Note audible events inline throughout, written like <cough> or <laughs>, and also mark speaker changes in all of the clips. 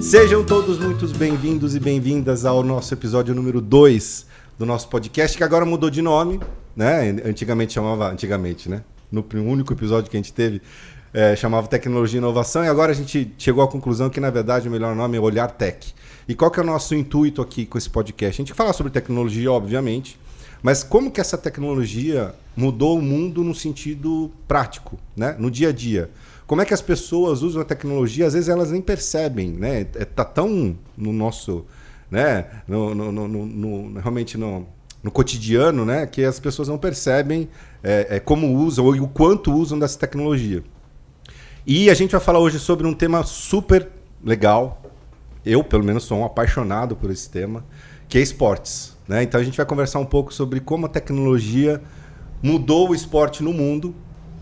Speaker 1: Sejam todos muito bem-vindos e bem-vindas ao nosso episódio número 2 do nosso podcast, que agora mudou de nome, né? Antigamente chamava. Antigamente, né? No pr- único episódio que a gente teve, eh, chamava Tecnologia e Inovação, e agora a gente chegou à conclusão que, na verdade, o melhor nome é Olhar Tech. E qual que é o nosso intuito aqui com esse podcast? A gente fala sobre tecnologia, obviamente, mas como que essa tecnologia mudou o mundo no sentido prático, né? no dia a dia? Como é que as pessoas usam a tecnologia? Às vezes elas nem percebem, né? É- Tá tão no nosso, né? No, no- no- no- no- realmente no, no cotidiano, né? Que as pessoas não percebem é, é, como usam ou o quanto usam dessa tecnologia. E a gente vai falar hoje sobre um tema super legal. Eu, pelo menos, sou um apaixonado por esse tema, que é esportes. né? Então a gente vai conversar um pouco sobre como a tecnologia mudou o esporte no mundo.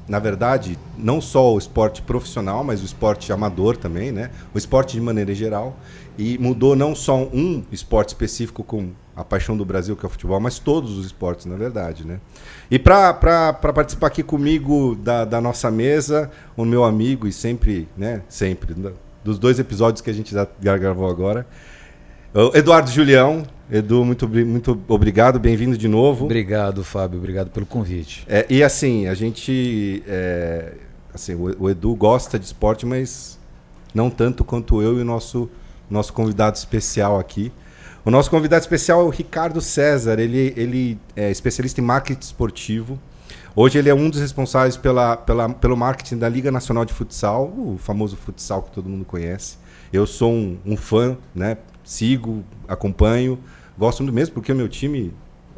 Speaker 1: Na verdade, não só o esporte profissional, mas o esporte amador também, né? O esporte de maneira geral. E mudou não só um esporte específico com a paixão do Brasil, que é o futebol, mas todos os esportes, na verdade, né? E para participar aqui comigo da, da nossa mesa, o meu amigo e sempre, né? Sempre, da- dos dois episódios que a gente já já gravou agora, é o Eduardo Julião. Edu, muito, bri- muito obrigado, bem-vindo de novo.
Speaker 2: Obrigado, Fábio. Obrigado pelo convite.
Speaker 1: É, e assim, a gente. é, assim, o, o Edu gosta de esporte, mas não tanto quanto eu e o nosso, nosso convidado especial aqui. O nosso convidado especial é o Ricardo César, ele, ele é especialista em marketing esportivo. Hoje ele é um dos responsáveis pela, pela, pelo marketing da Liga Nacional de Futsal, o famoso futsal que todo mundo conhece. Eu sou um, um fã, né? Sigo, acompanho, gosto muito mesmo porque o meu time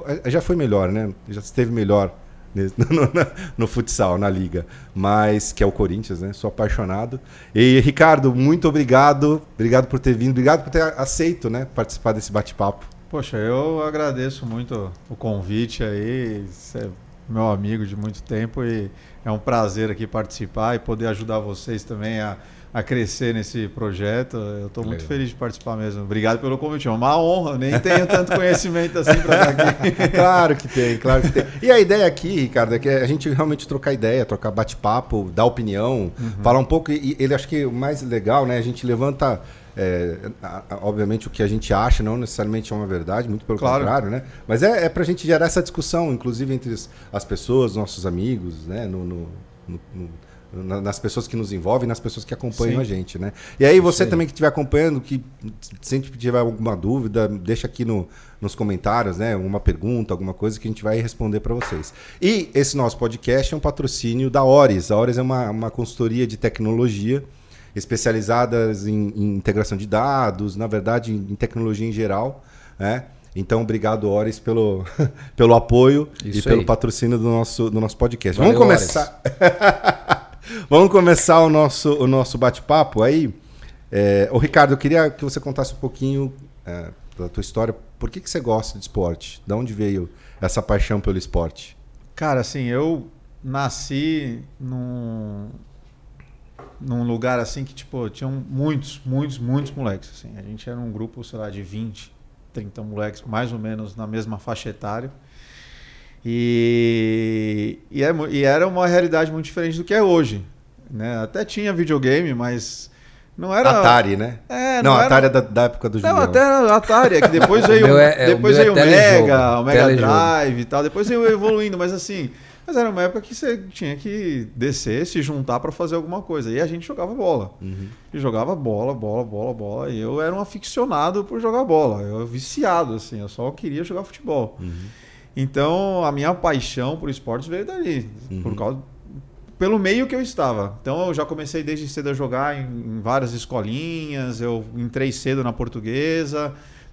Speaker 1: eh, já foi melhor, né? Já esteve melhor nesse- <laughs> no, no- na- no futsal, na liga, mas que é o Corinthians, né? Sou apaixonado. E Ricardo, muito obrigado, obrigado por ter vindo, obrigado por ter aceito, né? Participar desse bate-papo.
Speaker 3: Poxa, eu agradeço muito o convite aí. Você é meu amigo de muito tempo e é um prazer aqui participar e poder ajudar vocês também a, a crescer nesse projeto. Eu estou muito
Speaker 2: Legal.
Speaker 3: feliz de participar mesmo. Obrigado pelo convite, é uma honra. Nem tenho tanto conhecimento assim para estar aqui.
Speaker 1: <laughs> claro que tem, claro que tem. E a ideia aqui, Ricardo, é que a gente realmente trocar ideia, trocar bate-papo, dar opinião,
Speaker 3: Uhum.
Speaker 1: falar um pouco. E ele acho que o mais legal, né? A gente levanta. é, a- a- obviamente o que a gente acha não necessariamente é uma verdade, muito pelo
Speaker 3: Claro.
Speaker 1: contrário, né? Mas é, para a gente gerar essa discussão, inclusive entre as- as pessoas, nossos amigos, né? No- no- no- no- na- nas pessoas que nos envolvem, nas pessoas que acompanham
Speaker 3: Sim.
Speaker 1: a gente, né? E aí você
Speaker 2: É aí.
Speaker 1: também que estiver acompanhando, que se tiver alguma dúvida, deixa aqui no, nos comentários, né? Uma pergunta, alguma coisa que a gente vai responder para vocês. E esse nosso podcast é um patrocínio da Ores. A Ores é uma, uma consultoria de tecnologia especializadas em, em integração de dados, na verdade, em, em tecnologia em geral, né? Então, obrigado, Ores, pelo, <laughs> pelo apoio
Speaker 2: Isso
Speaker 1: e pelo
Speaker 2: aí.
Speaker 1: patrocínio do nosso, do nosso podcast.
Speaker 2: Valeu,
Speaker 1: Vamos começar. <laughs>
Speaker 2: Ores.
Speaker 1: Vamos começar o nosso, o nosso bate-papo aí. É, ô Ricardo, eu queria que você contasse um pouquinho é, da tua história. Por que, que você gosta de esporte? Da onde veio essa paixão pelo esporte?
Speaker 3: <laughs> Cara, assim, eu nasci num, num lugar assim que, tipo, tinham muitos, muitos, muitos moleques. Assim. A gente era um grupo, sei lá, de 20, 30 moleques, mais ou menos na mesma faixa etária. E, e, é mu- e era uma realidade muito diferente do que é hoje. Né? Até tinha videogame, mas não era.
Speaker 1: Atari, né?
Speaker 3: É,
Speaker 1: não,
Speaker 3: não, era-
Speaker 1: Atari é da, da época do Julião.
Speaker 3: não, até era Atari, é que depois
Speaker 2: <laughs>
Speaker 3: veio
Speaker 2: O
Speaker 3: o,
Speaker 2: meu é- é, o
Speaker 3: depois
Speaker 2: meu é
Speaker 3: veio o
Speaker 2: telejogo,
Speaker 3: Mega, o Mega
Speaker 2: telejogo.
Speaker 3: Drive e tal, depois veio evoluindo, mas assim, mas era uma época que você tinha que descer, se juntar pra fazer alguma coisa. E a gente jogava bola.
Speaker 1: Uhum.
Speaker 3: E jogava bola, bola, bola, bola. E eu era um aficionado por jogar bola. Eu era viciado, assim, eu só queria jogar futebol.
Speaker 1: uhum,
Speaker 3: Então, a minha paixão por esportes veio dali, por causa pelo meio que eu estava. Então, eu já comecei desde cedo a jogar em, em várias escolinhas, eu entrei cedo na portuguesa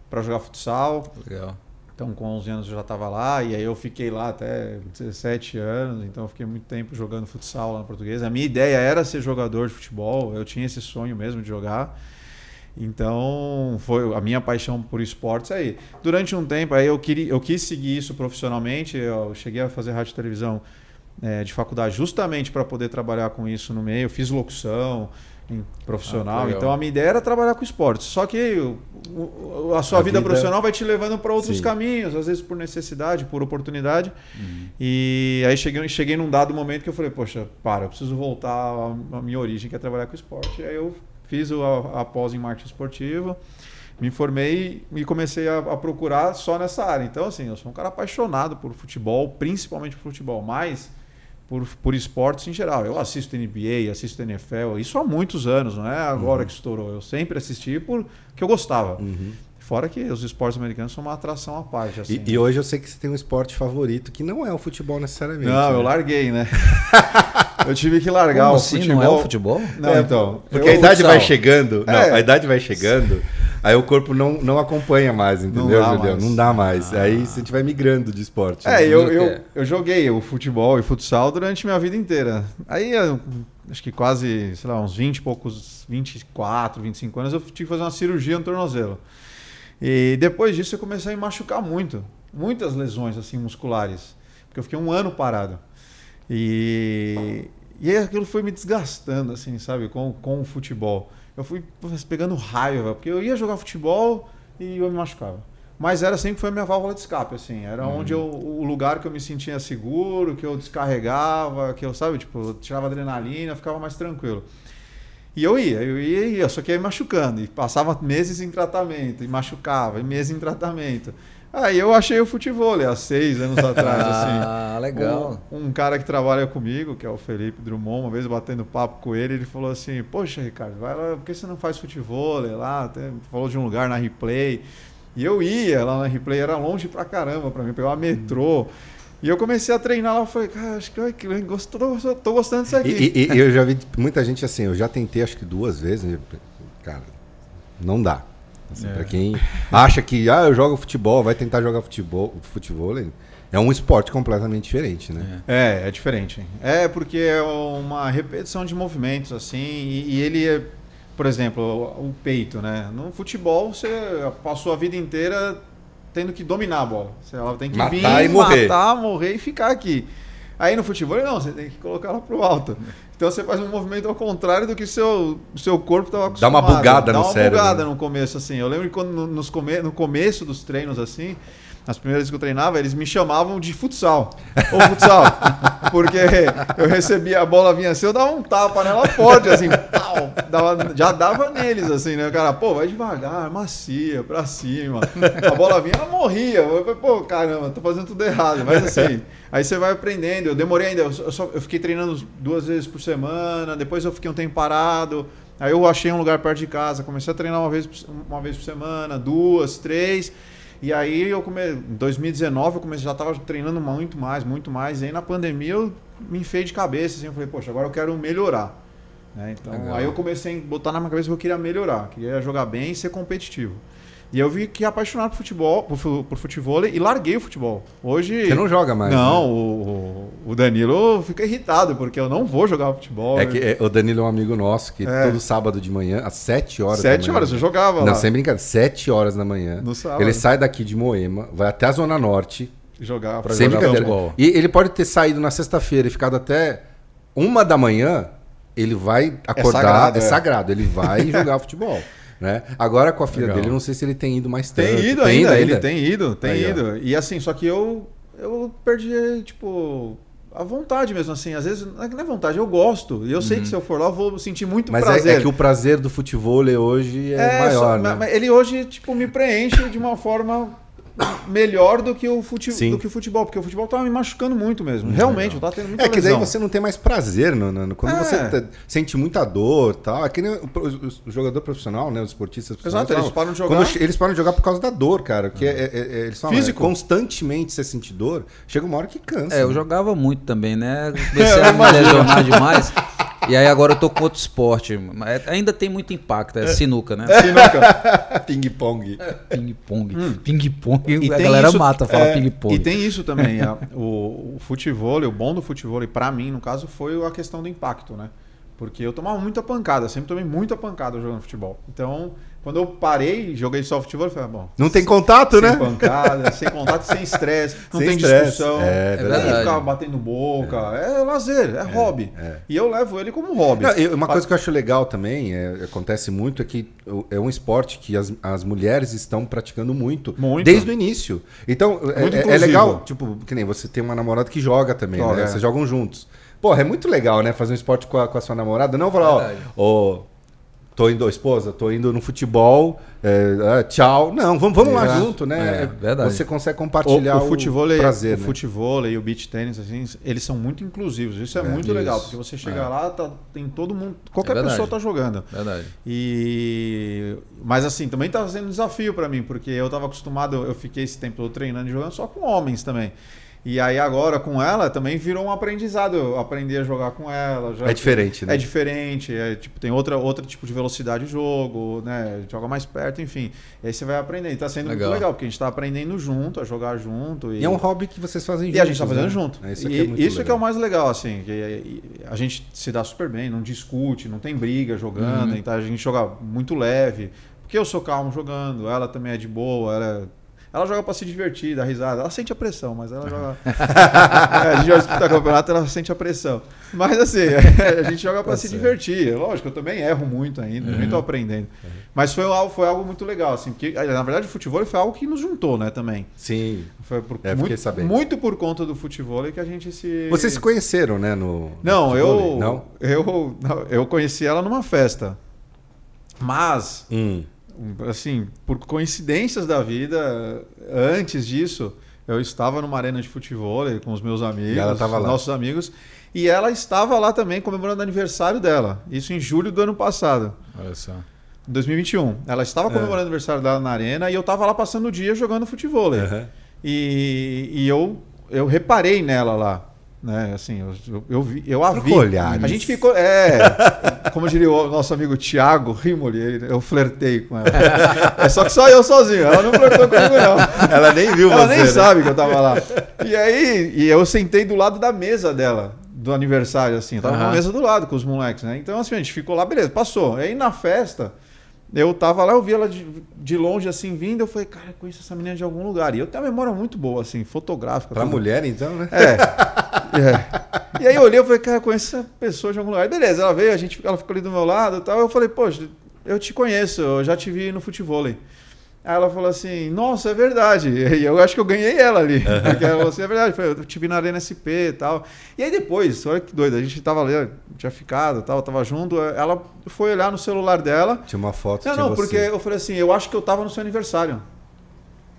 Speaker 3: para jogar futsal.
Speaker 2: Legal.
Speaker 3: Então, com 11 anos eu já estava lá, e aí eu fiquei lá até 17 anos, então eu fiquei muito tempo jogando futsal lá na portuguesa. A minha ideia era ser jogador de futebol, eu tinha esse sonho mesmo de jogar. Então, foi a minha paixão por esportes é aí. Durante um tempo, aí eu, queria, eu quis seguir isso profissionalmente, eu cheguei a fazer rádio e televisão eh, de faculdade justamente para poder trabalhar com isso no meio. Eu fiz locução em
Speaker 2: Ah,
Speaker 3: profissional,
Speaker 2: legal.
Speaker 3: então a minha ideia era trabalhar com esportes. Só que o- o- a sua
Speaker 1: A
Speaker 3: vida,
Speaker 1: vida-
Speaker 3: profissional vai te levando para outros
Speaker 1: Sim.
Speaker 3: caminhos, às vezes por necessidade, por oportunidade. E aí cheguei, cheguei num dado momento que eu falei, poxa, para, eu preciso voltar à à minha origem, que é trabalhar com esporte. E aí eu Fiz o, a, a pós em marketing esportivo, me formei e comecei a, a procurar só nessa área. Então, assim, eu sou um cara apaixonado por futebol, principalmente por futebol, mas por, por esportes em geral. Eu assisto NBA, assisto NFL, isso há muitos anos, não é agora que estourou. Eu sempre assisti porque eu gostava. Fora que os esportes americanos são uma atração à parte. Assim,
Speaker 1: uhum. E, e hoje eu sei que você tem um esporte favorito que não é o futebol necessariamente.
Speaker 3: Não,
Speaker 1: né?
Speaker 3: eu larguei, né? <laughs> eu tive que largar
Speaker 2: Como
Speaker 3: o
Speaker 2: assim?
Speaker 3: futebol.
Speaker 2: Não é o futebol?
Speaker 3: Não,
Speaker 1: É,
Speaker 3: então.
Speaker 1: Porque a
Speaker 2: Eu-
Speaker 1: idade vai
Speaker 2: futsal.
Speaker 1: chegando, não,
Speaker 3: É.
Speaker 1: a idade vai chegando, aí o corpo não, não acompanha mais, entendeu,
Speaker 3: dá
Speaker 1: Julião?
Speaker 3: mais. Ah.
Speaker 1: Não dá mais. Aí você vai migrando de esporte. né?
Speaker 3: É, eu,
Speaker 2: É.
Speaker 3: eu, eu joguei o futebol e futsal durante minha vida inteira. Aí, eu- acho que quase, sei lá, uns 20 e poucos, 24, 25 anos, eu tive que fazer uma cirurgia no tornozelo. E depois disso eu comecei a me machucar muito. Muitas lesões, assim, musculares. Porque eu fiquei um ano parado. E, e aí aquilo foi me desgastando, assim, sabe, com, com o futebol. Eu fui putz, pegando raiva, porque eu ia jogar futebol e eu me machucava. Mas era sempre foi a minha válvula de escape, assim. Era onde eu, o lugar que eu me sentia seguro, que eu descarregava, que eu, sabe, tipo, eu tirava adrenalina, ficava mais tranquilo. E eu ia, eu ia, e ia, só que ia me machucando. E passava meses em tratamento, e machucava, e meses em tratamento. Aí eu achei o futebol há seis anos
Speaker 2: <laughs>
Speaker 3: atrás, assim.
Speaker 2: Ah, legal.
Speaker 3: Um, um cara que trabalha comigo, que é o Felipe Drummond, uma vez batendo papo com ele, ele falou assim: Poxa, Ricardo, vai lá, por que você não faz futebol lá? Até falou de um lugar na replay. E eu ia lá na replay, era longe pra caramba pra mim,
Speaker 1: Uhum.
Speaker 3: pegar metrô. E eu comecei a treinar lá, eu falei, cara, acho que ai, que legal, gosto- tô, tô gostando disso aqui.
Speaker 1: E, e- e eu já vi muita gente assim, eu já tentei acho que duas vezes, e, cara, não dá. Assim,
Speaker 3: É.
Speaker 1: Pra quem acha que, ah, eu jogo futebol, vai tentar jogar futebol, futebol é um esporte completamente diferente, né?
Speaker 3: É, é diferente. É porque é uma repetição de movimentos, assim, e, e ele é, por exemplo, o, o peito, né? No futebol, você passou a vida inteira tendo que dominar a bola. Você, ela tem que
Speaker 1: Matar
Speaker 3: vir,
Speaker 1: e morrer.
Speaker 3: matar, morrer e ficar aqui. Aí no futebol, não, você tem que colocar ela pro alto. Então você faz um movimento ao contrário do que seu, seu corpo estava
Speaker 1: Dá uma
Speaker 3: acostumado.
Speaker 1: bugada no cérebro,
Speaker 3: Dá uma bugada
Speaker 1: né?
Speaker 3: no começo, assim. Eu lembro que quando no, nos come, no começo dos treinos, assim, nas primeiras vezes que eu treinava, eles me chamavam de futsal. Ô, futsal. Porque eu recebia a bola, vinha assim, eu dava um tapa nela forte, assim, pau. Dava- já dava neles, assim, né? O cara, pô, vai devagar, macia, pra cima. A bola vinha, ela morria. Eu falei, pô, caramba, tô fazendo tudo errado. Mas assim, aí você vai aprendendo. Eu demorei ainda, eu, só, eu fiquei treinando duas vezes por semana, depois eu fiquei um tempo parado. Aí eu achei um lugar perto de casa, comecei a treinar uma vez, por se- uma vez por semana, duas, três. E aí eu come... em 2019 eu comecei, já estava treinando muito mais, muito mais. E aí na pandemia eu me enfiei de cabeça, assim, eu falei, poxa, agora eu quero melhorar. né? Então
Speaker 2: Legal.
Speaker 3: aí eu comecei a botar na minha cabeça que eu queria melhorar, queria jogar bem e ser competitivo. E eu vi que apaixonado por futebol, por, fu- por futebol e larguei o futebol. Hoje
Speaker 1: Você não joga mais.
Speaker 3: É.
Speaker 1: né?
Speaker 3: não, o, o- o Danilo fica irritado porque eu não vou jogar futebol.
Speaker 1: né? É que é, o Danilo é um amigo nosso que
Speaker 3: É.
Speaker 1: todo sábado de manhã, às 7 horas. da
Speaker 3: Sete
Speaker 1: manhã-
Speaker 3: horas eu jogava
Speaker 1: né? Não,
Speaker 3: lá.
Speaker 1: sem brincadeira, 7 horas da manhã.
Speaker 3: No sábado.
Speaker 1: Ele sai daqui de Moema, vai até a Zona Norte.
Speaker 3: Jogava
Speaker 2: Pra
Speaker 1: sem
Speaker 2: jogar
Speaker 1: brincadeira.
Speaker 2: futebol.
Speaker 1: E ele pode ter saído na sexta-feira e ficado até uma da manhã, ele vai acordar. É sagrado,
Speaker 3: sagrado, é.
Speaker 1: ele
Speaker 3: <laughs>
Speaker 1: vai jogar futebol. Né? Agora com a filha
Speaker 2: Legal.
Speaker 1: dele, eu não sei se ele tem ido mais tanto.
Speaker 3: Tem ido
Speaker 1: Tem
Speaker 3: ainda, ele tem ido, tem
Speaker 1: Aí, ó.
Speaker 3: ido. E assim, só que eu eu perdi, tipo, a vontade mesmo, assim. Às vezes, não é que não é vontade, eu gosto. E eu sei que se eu for lá, eu vou sentir muito
Speaker 1: Uhum. Mas é-
Speaker 3: prazer.
Speaker 1: é, que o prazer do futebol hoje é, maior,
Speaker 3: só-
Speaker 1: né?
Speaker 3: mas ele hoje, tipo, me preenche de uma forma melhor do que o, fute,
Speaker 1: Sim.
Speaker 3: do que o futebol. Porque o futebol tava me machucando muito mesmo. Realmente, eu tava tendo muita
Speaker 1: É que daí
Speaker 3: lesão.
Speaker 1: você <laughs> não tem mais prazer, não, não, não. quando
Speaker 3: É.
Speaker 1: você t- sente muita dor, e tal. É que nem o, pro- os- o jogador profissional, né, os esportistas profissionais.
Speaker 3: Exato, eles
Speaker 1: falam,
Speaker 3: param de jogar.
Speaker 1: quando che- eles param de jogar por causa da dor, cara, porque é- é- é- eles falam,
Speaker 3: Físico.
Speaker 1: é, constantemente você sentir dor, chega uma hora que cansa.
Speaker 2: É, eu
Speaker 1: né?
Speaker 2: jogava muito também,
Speaker 3: <laughs>
Speaker 2: né? Comecei a me lesionar demais. E aí agora eu tô com outro esporte. Mas Ainda tem muito impacto, é sinuca, né?
Speaker 1: <laughs> ping-pong.
Speaker 3: É.
Speaker 2: Ping-pong. Ping-pong,
Speaker 3: Hum. E
Speaker 2: a
Speaker 3: tem
Speaker 2: galera
Speaker 3: isso-
Speaker 2: mata, fala
Speaker 3: é,
Speaker 2: ping-pong.
Speaker 3: E tem isso também. a- <laughs> o, o futebol, o bom do futebol, pra mim, no caso, foi a questão do impacto, né? Porque eu tomava muita pancada, sempre tomei muita pancada jogando futebol. Então, quando eu parei e joguei só futebol, eu falei, ah, bom,
Speaker 1: Não tem contato,
Speaker 3: sem
Speaker 1: né?
Speaker 3: pancada, sem contato, sem estresse, não
Speaker 1: Sem
Speaker 3: tem
Speaker 1: estresse.
Speaker 3: discussão,
Speaker 1: É,
Speaker 3: não tem
Speaker 2: verdade.
Speaker 3: que ficar batendo boca, é, lazer, é, hobby. E eu levo ele como hobby.
Speaker 1: Não, e uma coisa que eu acho legal também, é, acontece muito, é que o- é um esporte que as, as mulheres estão praticando muito,
Speaker 3: Muito.
Speaker 1: desde o início. Então, é-
Speaker 3: Muito
Speaker 1: é- é,
Speaker 3: inclusivo.
Speaker 1: legal, tipo, que nem você tem uma namorada que joga também,
Speaker 3: Joga,
Speaker 1: né?
Speaker 3: é.
Speaker 1: Vocês jogam juntos. Porra, é muito legal, né? Fazer um esporte com a, com a sua namorada. Não falar, ó,
Speaker 2: Verdade.
Speaker 1: ó, Tô indo, esposa, tô indo no futebol, é, ah, tchau. Não, vamos, vamos lá junto, né?
Speaker 2: É, verdade.
Speaker 1: Você consegue compartilhar o,
Speaker 3: futevôlei- é
Speaker 1: prazer,
Speaker 3: o
Speaker 1: né?
Speaker 3: futevôlei e o beach tênis, assim, eles são muito inclusivos. Isso é, muito
Speaker 2: isso.
Speaker 3: legal, porque você
Speaker 1: É.
Speaker 3: chega lá, tá- tem todo mundo. Qualquer
Speaker 2: verdade.
Speaker 3: pessoa tá jogando.
Speaker 2: Verdade.
Speaker 3: E mas assim, também tá sendo um desafio pra mim, porque eu tava acostumado, eu fiquei esse tempo todo treinando e jogando só com homens também. E aí agora com ela também virou um aprendizado, eu aprendi a jogar com ela, já
Speaker 1: É diferente, né?
Speaker 3: é diferente, é, tipo, tem outra, outro tipo de velocidade de jogo, né? Joga mais perto, enfim. E aí você vai aprendendo. E tá sendo
Speaker 2: Legal.
Speaker 3: muito legal, porque a gente tá aprendendo junto, a jogar junto. E,
Speaker 1: E é um hobby que vocês fazem juntos.
Speaker 3: e a gente tá fazendo
Speaker 1: né?
Speaker 3: junto.
Speaker 1: É, isso aqui
Speaker 3: e
Speaker 1: é muito
Speaker 3: isso que é
Speaker 1: legal.
Speaker 3: o mais legal, assim. Que e- e a gente se dá super bem, não discute, não tem briga jogando.
Speaker 2: Uhum.
Speaker 3: Então a gente joga muito leve. Porque eu sou calmo jogando, ela também é de boa, ela. Ela joga pra se divertir, dar risada. Ela sente a pressão, mas
Speaker 1: <laughs>
Speaker 3: ela joga. É, a gente vai disputar campeonato, ela sente a pressão. Mas assim, <laughs> a gente joga pra
Speaker 2: Tá
Speaker 3: se
Speaker 2: certo.
Speaker 3: divertir. Lógico, eu também erro muito ainda, também
Speaker 1: Uhum.
Speaker 3: tô aprendendo. Mas foi algo, foi algo muito legal, assim, porque na verdade o futebol foi algo que nos juntou, né, também.
Speaker 1: Sim.
Speaker 3: Foi por-
Speaker 1: É, fiquei
Speaker 3: muito,
Speaker 1: sabendo.
Speaker 3: muito por conta do futebol que a gente se.
Speaker 1: Vocês se conheceram, né? No, no
Speaker 3: Não,
Speaker 1: futevôlei,
Speaker 3: eu,
Speaker 1: Não?
Speaker 3: eu. não, Eu conheci ela numa festa. Mas,
Speaker 1: Hum.
Speaker 3: assim, por coincidências da vida, antes disso, eu estava numa arena de futebol com os meus amigos,
Speaker 1: E ela tava lá.
Speaker 3: nossos amigos, e ela estava lá também comemorando o aniversário dela. Isso em julho do ano passado.
Speaker 2: Olha só.
Speaker 3: 2021. Ela estava
Speaker 1: É.
Speaker 3: comemorando o aniversário dela na arena e eu estava lá passando o dia jogando futebol.
Speaker 1: Aham.
Speaker 3: E, e eu, eu reparei nela lá. Né? Assim, eu, eu, eu, vi- eu a
Speaker 1: Trocou
Speaker 3: vi.
Speaker 1: olhares.
Speaker 3: A gente ficou. É. Como diria o nosso amigo Thiago Rimoli, ele- eu flertei com ela. É só que só eu sozinho. Ela não flertou comigo, não.
Speaker 1: Ela nem viu
Speaker 3: Ela
Speaker 1: você.
Speaker 3: nem
Speaker 1: né?
Speaker 3: sabe que eu tava lá. E aí, e eu sentei do lado da mesa dela, do aniversário, assim. Eu tava na
Speaker 2: Aham.
Speaker 3: mesa do lado com os moleques, né? Então, assim, a gente ficou lá, beleza, passou. Aí na festa, eu tava lá, eu vi ela de, de longe, assim, vindo. Eu falei, cara, eu conheço essa menina de algum lugar. E eu tenho uma memória muito boa, assim, fotográfica.
Speaker 1: Pra
Speaker 3: tudo.
Speaker 1: mulher, então, né?
Speaker 3: <laughs> É. É. E aí eu olhei e falei, cara, eu conheço essa pessoa de algum lugar. E beleza, ela veio, a gente, ela ficou ali do meu lado e tal. Eu falei, poxa, eu te conheço, eu já te vi no futebol. Aí ela falou assim, nossa, é verdade. <laughs> E eu acho que eu ganhei ela ali. Porque ela falou assim, é verdade, eu falei, eu te vi na Arena SP e tal. E aí depois, olha que doido, a gente tava ali, tinha ficado e tal, tava junto. Ela foi olhar no celular dela.
Speaker 1: Tinha uma foto
Speaker 3: Não,
Speaker 1: de
Speaker 3: não,
Speaker 1: você.
Speaker 3: porque eu falei assim, eu acho que eu tava no seu aniversário.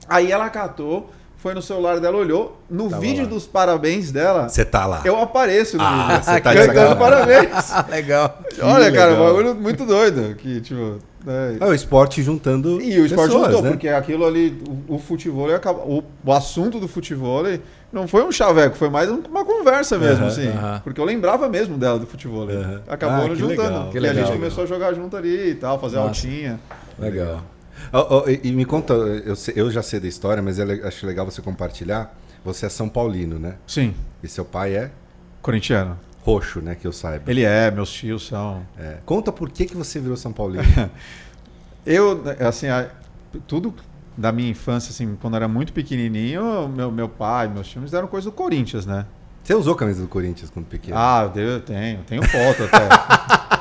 Speaker 3: Aí ela catou, foi no celular dela, olhou. No
Speaker 1: Tava
Speaker 3: vídeo
Speaker 1: lá.
Speaker 3: dos parabéns dela,
Speaker 1: Você tá lá.
Speaker 3: eu apareço no
Speaker 1: Ah,
Speaker 3: vídeo.
Speaker 1: você tá de
Speaker 3: cantando
Speaker 1: sacanagem. <laughs>
Speaker 3: parabéns.
Speaker 2: Ah, legal.
Speaker 3: Olha, cara, um
Speaker 1: legal.
Speaker 3: bagulho muito doido. Que, tipo, né?
Speaker 1: É o esporte juntando
Speaker 3: E o esporte
Speaker 1: pessoas,
Speaker 3: mudou,
Speaker 1: né?
Speaker 3: porque aquilo ali, o, o futebol, acaba- o, o assunto do futebol não foi um chaveco, foi mais um- uma conversa mesmo,
Speaker 1: Aham,
Speaker 3: assim.
Speaker 2: aham.
Speaker 3: Porque eu lembrava mesmo dela do futebol.
Speaker 1: Aham.
Speaker 3: Acabou
Speaker 1: Ah,
Speaker 3: nos
Speaker 1: que
Speaker 3: juntando.
Speaker 1: legal,
Speaker 2: que
Speaker 3: e a
Speaker 2: legal.
Speaker 3: gente começou a jogar junto ali e tal, fazer
Speaker 2: Massa.
Speaker 3: altinha.
Speaker 2: Legal.
Speaker 1: Ó, ó, e, e me conta, eu, sei- eu já sei da história, mas é le- acho legal você compartilhar. Você é São Paulino, né?
Speaker 3: Sim,
Speaker 1: E seu pai é
Speaker 3: corintiano.
Speaker 1: roxo, né? Que eu saiba.
Speaker 3: Ele é, meus tios são.
Speaker 1: É. Conta por que, que você virou São Paulino.
Speaker 3: <laughs> Eu, assim, a- tudo da minha infância, assim, quando eu era muito pequenininho, meu, meu pai, meus times eram coisa do Corinthians, né?
Speaker 1: Você usou a camisa do Corinthians quando pequeno?
Speaker 3: Ah, eu tenho, tenho foto até.
Speaker 2: <laughs>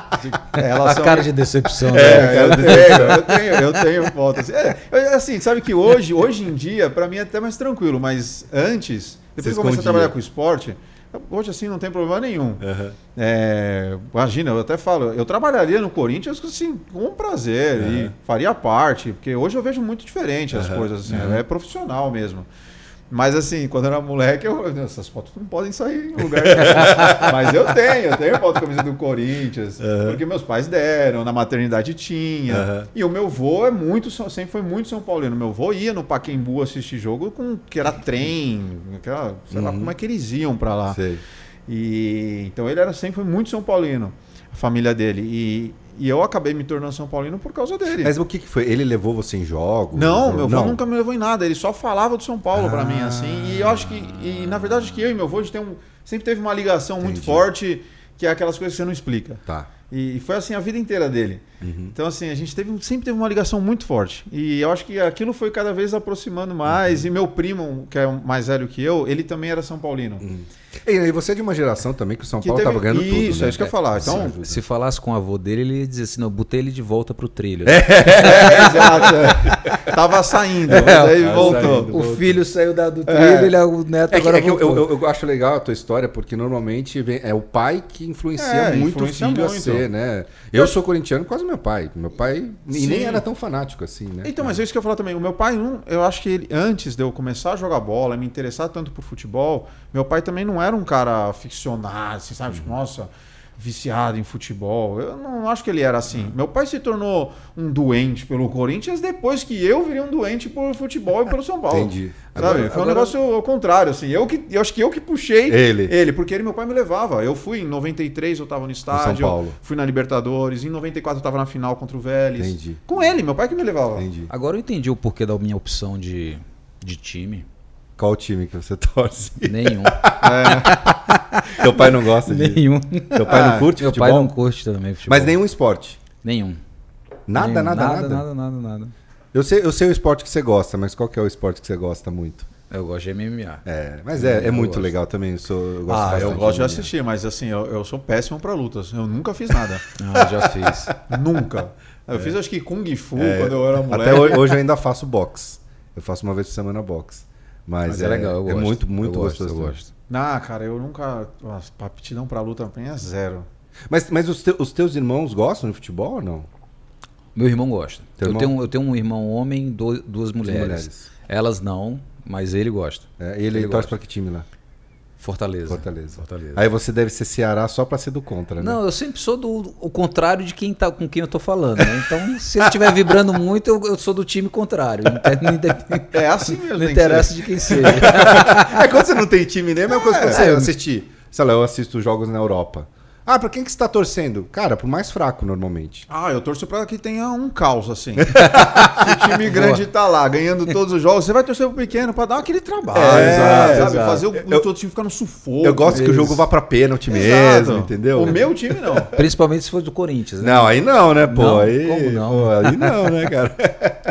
Speaker 3: É,
Speaker 2: A
Speaker 3: elas são-
Speaker 2: cara de decepção, né?
Speaker 3: É, eu tenho, eu tenho, eu tenho foto. Assim, É, eu- assim, sabe que hoje, hoje em dia, pra mim é até mais tranquilo, mas antes,
Speaker 1: Você
Speaker 3: depois que eu comecei
Speaker 1: escondia.
Speaker 3: a trabalhar com esporte, hoje assim não tem problema nenhum.
Speaker 1: Aham.
Speaker 3: É, imagina, eu até falo, eu trabalharia no Corinthians assim, com prazer e faria parte, porque hoje eu vejo muito diferente as
Speaker 1: É. Aham,
Speaker 3: coisas, assim, é profissional mesmo. Mas assim, quando eu era moleque, eu, essas fotos não podem sair em
Speaker 1: <laughs>
Speaker 3: lugar nenhum. Mas eu tenho, eu tenho foto com a camisa do Corinthians, porque meus pais deram, na maternidade tinha.
Speaker 1: Aham.
Speaker 3: E o meu vô é muito, São- sempre foi muito São Paulino. Meu vô ia no Paquembu assistir jogo com que era trem, aquela, sei lá
Speaker 1: Uhum.
Speaker 3: como é que eles iam pra lá.
Speaker 1: Sei.
Speaker 3: E então ele era sempre foi muito São Paulino, a família dele. E, e eu acabei me tornando São Paulino por causa dele.
Speaker 1: Mas o que, que foi? Ele levou você em jogos?
Speaker 3: não,
Speaker 1: Levou-
Speaker 3: meu avô nunca me levou em nada, ele só falava do São Paulo pra
Speaker 1: Ah.
Speaker 3: mim, assim. E eu acho que, e na verdade, acho que eu e meu avô a gente tem um, sempre teve uma ligação muito
Speaker 1: Entendi.
Speaker 3: forte, que é aquelas coisas que você não explica.
Speaker 1: Tá.
Speaker 3: E foi assim a vida inteira dele.
Speaker 1: Uhum.
Speaker 3: Então, assim, a gente teve, sempre teve uma ligação muito forte. E eu acho que aquilo foi
Speaker 1: Uhum.
Speaker 3: um
Speaker 1: Uhum.
Speaker 3: cada vez aproximando mais. E meu primo, que é mais velho que eu, ele também era São Paulino.
Speaker 1: E aí você é de uma geração também que o São
Speaker 3: Que
Speaker 1: Paulo
Speaker 3: teve-
Speaker 1: estava ganhando
Speaker 3: isso,
Speaker 1: tudo. né?
Speaker 3: é isso que eu ia falar.
Speaker 1: Isso
Speaker 3: Então,
Speaker 1: ajuda.
Speaker 2: Se falasse com o avô dele, ele ia dizer assim: não, botei ele de volta pro trilho. <laughs>
Speaker 3: É, exato. é. Tava saindo, mas aí
Speaker 1: É, tava
Speaker 3: voltou.
Speaker 1: saindo.
Speaker 2: O filho saiu da, do trilho,
Speaker 3: É.
Speaker 2: ele é o neto
Speaker 1: É que,
Speaker 2: agora.
Speaker 1: é que eu,
Speaker 2: voltou.
Speaker 1: eu- eu acho legal a tua história, porque normalmente vem- é o pai que influencia
Speaker 3: É,
Speaker 1: muito
Speaker 3: influencia
Speaker 1: o filho a
Speaker 3: muito.
Speaker 1: ser, né? Eu sou corintiano por causa do meu pai. Meu pai e
Speaker 3: Sim.
Speaker 1: nem era tão fanático assim, né?
Speaker 3: Então, mas é isso que eu ia falar também. O meu pai, não, eu acho que ele, antes de eu começar a jogar bola, me interessar tanto por futebol, meu pai também não era um cara aficionado, assim, sabe?
Speaker 1: Uhum.
Speaker 3: Tipo, nossa, viciado em futebol. Eu não acho que ele era assim. Meu pai se tornou um doente pelo Corinthians depois que eu virei um doente por futebol e pelo São Paulo.
Speaker 1: Entendi.
Speaker 3: Sabe?
Speaker 1: Agora-
Speaker 3: Foi um
Speaker 1: agora-
Speaker 3: negócio ao contrário, assim. Eu, que, eu acho que eu que puxei
Speaker 1: Ele.
Speaker 3: ele, porque ele, meu pai, me levava. Eu fui em 93, eu tava no estádio.
Speaker 1: Paulo.
Speaker 3: Fui na Libertadores. Em 94, eu tava na final contra o Vélez.
Speaker 1: Entendi.
Speaker 3: Com ele, meu pai que me levava.
Speaker 1: Entendi.
Speaker 2: Agora eu entendi o porquê da minha opção de, de time.
Speaker 1: Qual time que você <laughs> torce?
Speaker 2: Nenhum.
Speaker 1: <laughs> Teu pai não gosta de.
Speaker 2: nenhum. Ah,
Speaker 1: Teu pai não curte
Speaker 2: Meu
Speaker 1: futebol?
Speaker 2: pai não curte também futebol.
Speaker 1: Mas nenhum esporte.
Speaker 2: Nenhum.
Speaker 1: Nada,
Speaker 2: Nenhum.
Speaker 1: nada, nada,
Speaker 2: Nada, nada, nada, nada.
Speaker 1: Eu, sei, eu sei o esporte que você gosta, mas qual que é o esporte que você gosta muito?
Speaker 2: Eu gosto de MMA.
Speaker 1: É, mas é, é
Speaker 2: Eu
Speaker 1: muito
Speaker 2: gosto.
Speaker 1: legal também. Eu, sou, eu gosto
Speaker 3: Ah,
Speaker 1: bastante
Speaker 3: eu gosto de
Speaker 1: MMA.
Speaker 3: assistir, mas assim, eu, eu sou péssimo pra lutas. Eu nunca fiz <laughs> nada.
Speaker 2: Ah, já fiz.
Speaker 3: nunca. Eu fiz acho que Kung Fu quando eu era
Speaker 2: né?
Speaker 3: moleque.
Speaker 1: É. Até ho- hoje eu ainda faço box. Eu faço uma vez por semana box. <laughs> Mas,
Speaker 2: Mas é, legal, eu gosto.
Speaker 1: É muito, muito
Speaker 2: eu gosto,
Speaker 1: gostoso.
Speaker 2: Eu gosto.
Speaker 3: Ah, cara, eu nunca. Nossa, aptidão pra luta também é zero.
Speaker 1: Mas, mas os, teu- os teus irmãos gostam de futebol ou não?
Speaker 2: Meu irmão gosta.
Speaker 1: Teu
Speaker 2: eu,
Speaker 1: irmão?
Speaker 2: Tenho, eu tenho um irmão homem, do- duas mulheres.
Speaker 1: mulheres.
Speaker 2: Elas não, mas ele gosta.
Speaker 1: É, ele,
Speaker 2: Ele
Speaker 1: torce
Speaker 2: gosta.
Speaker 1: pra que time lá?
Speaker 2: Fortaleza.
Speaker 1: Fortaleza.
Speaker 2: Fortaleza.
Speaker 1: Aí você deve ser Ceará só pra ser do contra, né?
Speaker 2: Não, eu sempre sou do o contrário de quem tá, com quem eu tô falando. né? Então, se ele estiver vibrando muito, eu, eu sou do time contrário. Não, tem- não tem-
Speaker 3: É assim mesmo.
Speaker 2: não
Speaker 3: tem que
Speaker 2: interessa
Speaker 3: ser.
Speaker 2: de quem seja.
Speaker 1: <laughs> É quando você não tem time, né? É a mesma coisa que quando você assistir. Sei lá, eu assisto jogos na Europa. Ah, pra quem que você tá torcendo? Cara, pro mais fraco, normalmente.
Speaker 3: Ah, eu torço pra que tenha um caos, <laughs> assim. Se o time grande tá lá, ganhando todos os jogos, você vai torcer pro pequeno pra dar aquele trabalho.
Speaker 1: É,
Speaker 3: sabe?
Speaker 1: exato,
Speaker 3: Sabe? Fazer o,
Speaker 1: Eu-
Speaker 3: o todo time ficar no sufoco.
Speaker 1: eu gosto que o jogo vá pra pênalti mesmo, entendeu?
Speaker 3: O meu time não.
Speaker 2: Principalmente se for do Corinthians, né?
Speaker 1: Não, aí não, né, pô?
Speaker 2: Não,
Speaker 1: aí,
Speaker 2: como não?
Speaker 1: pô, aí não, né, cara?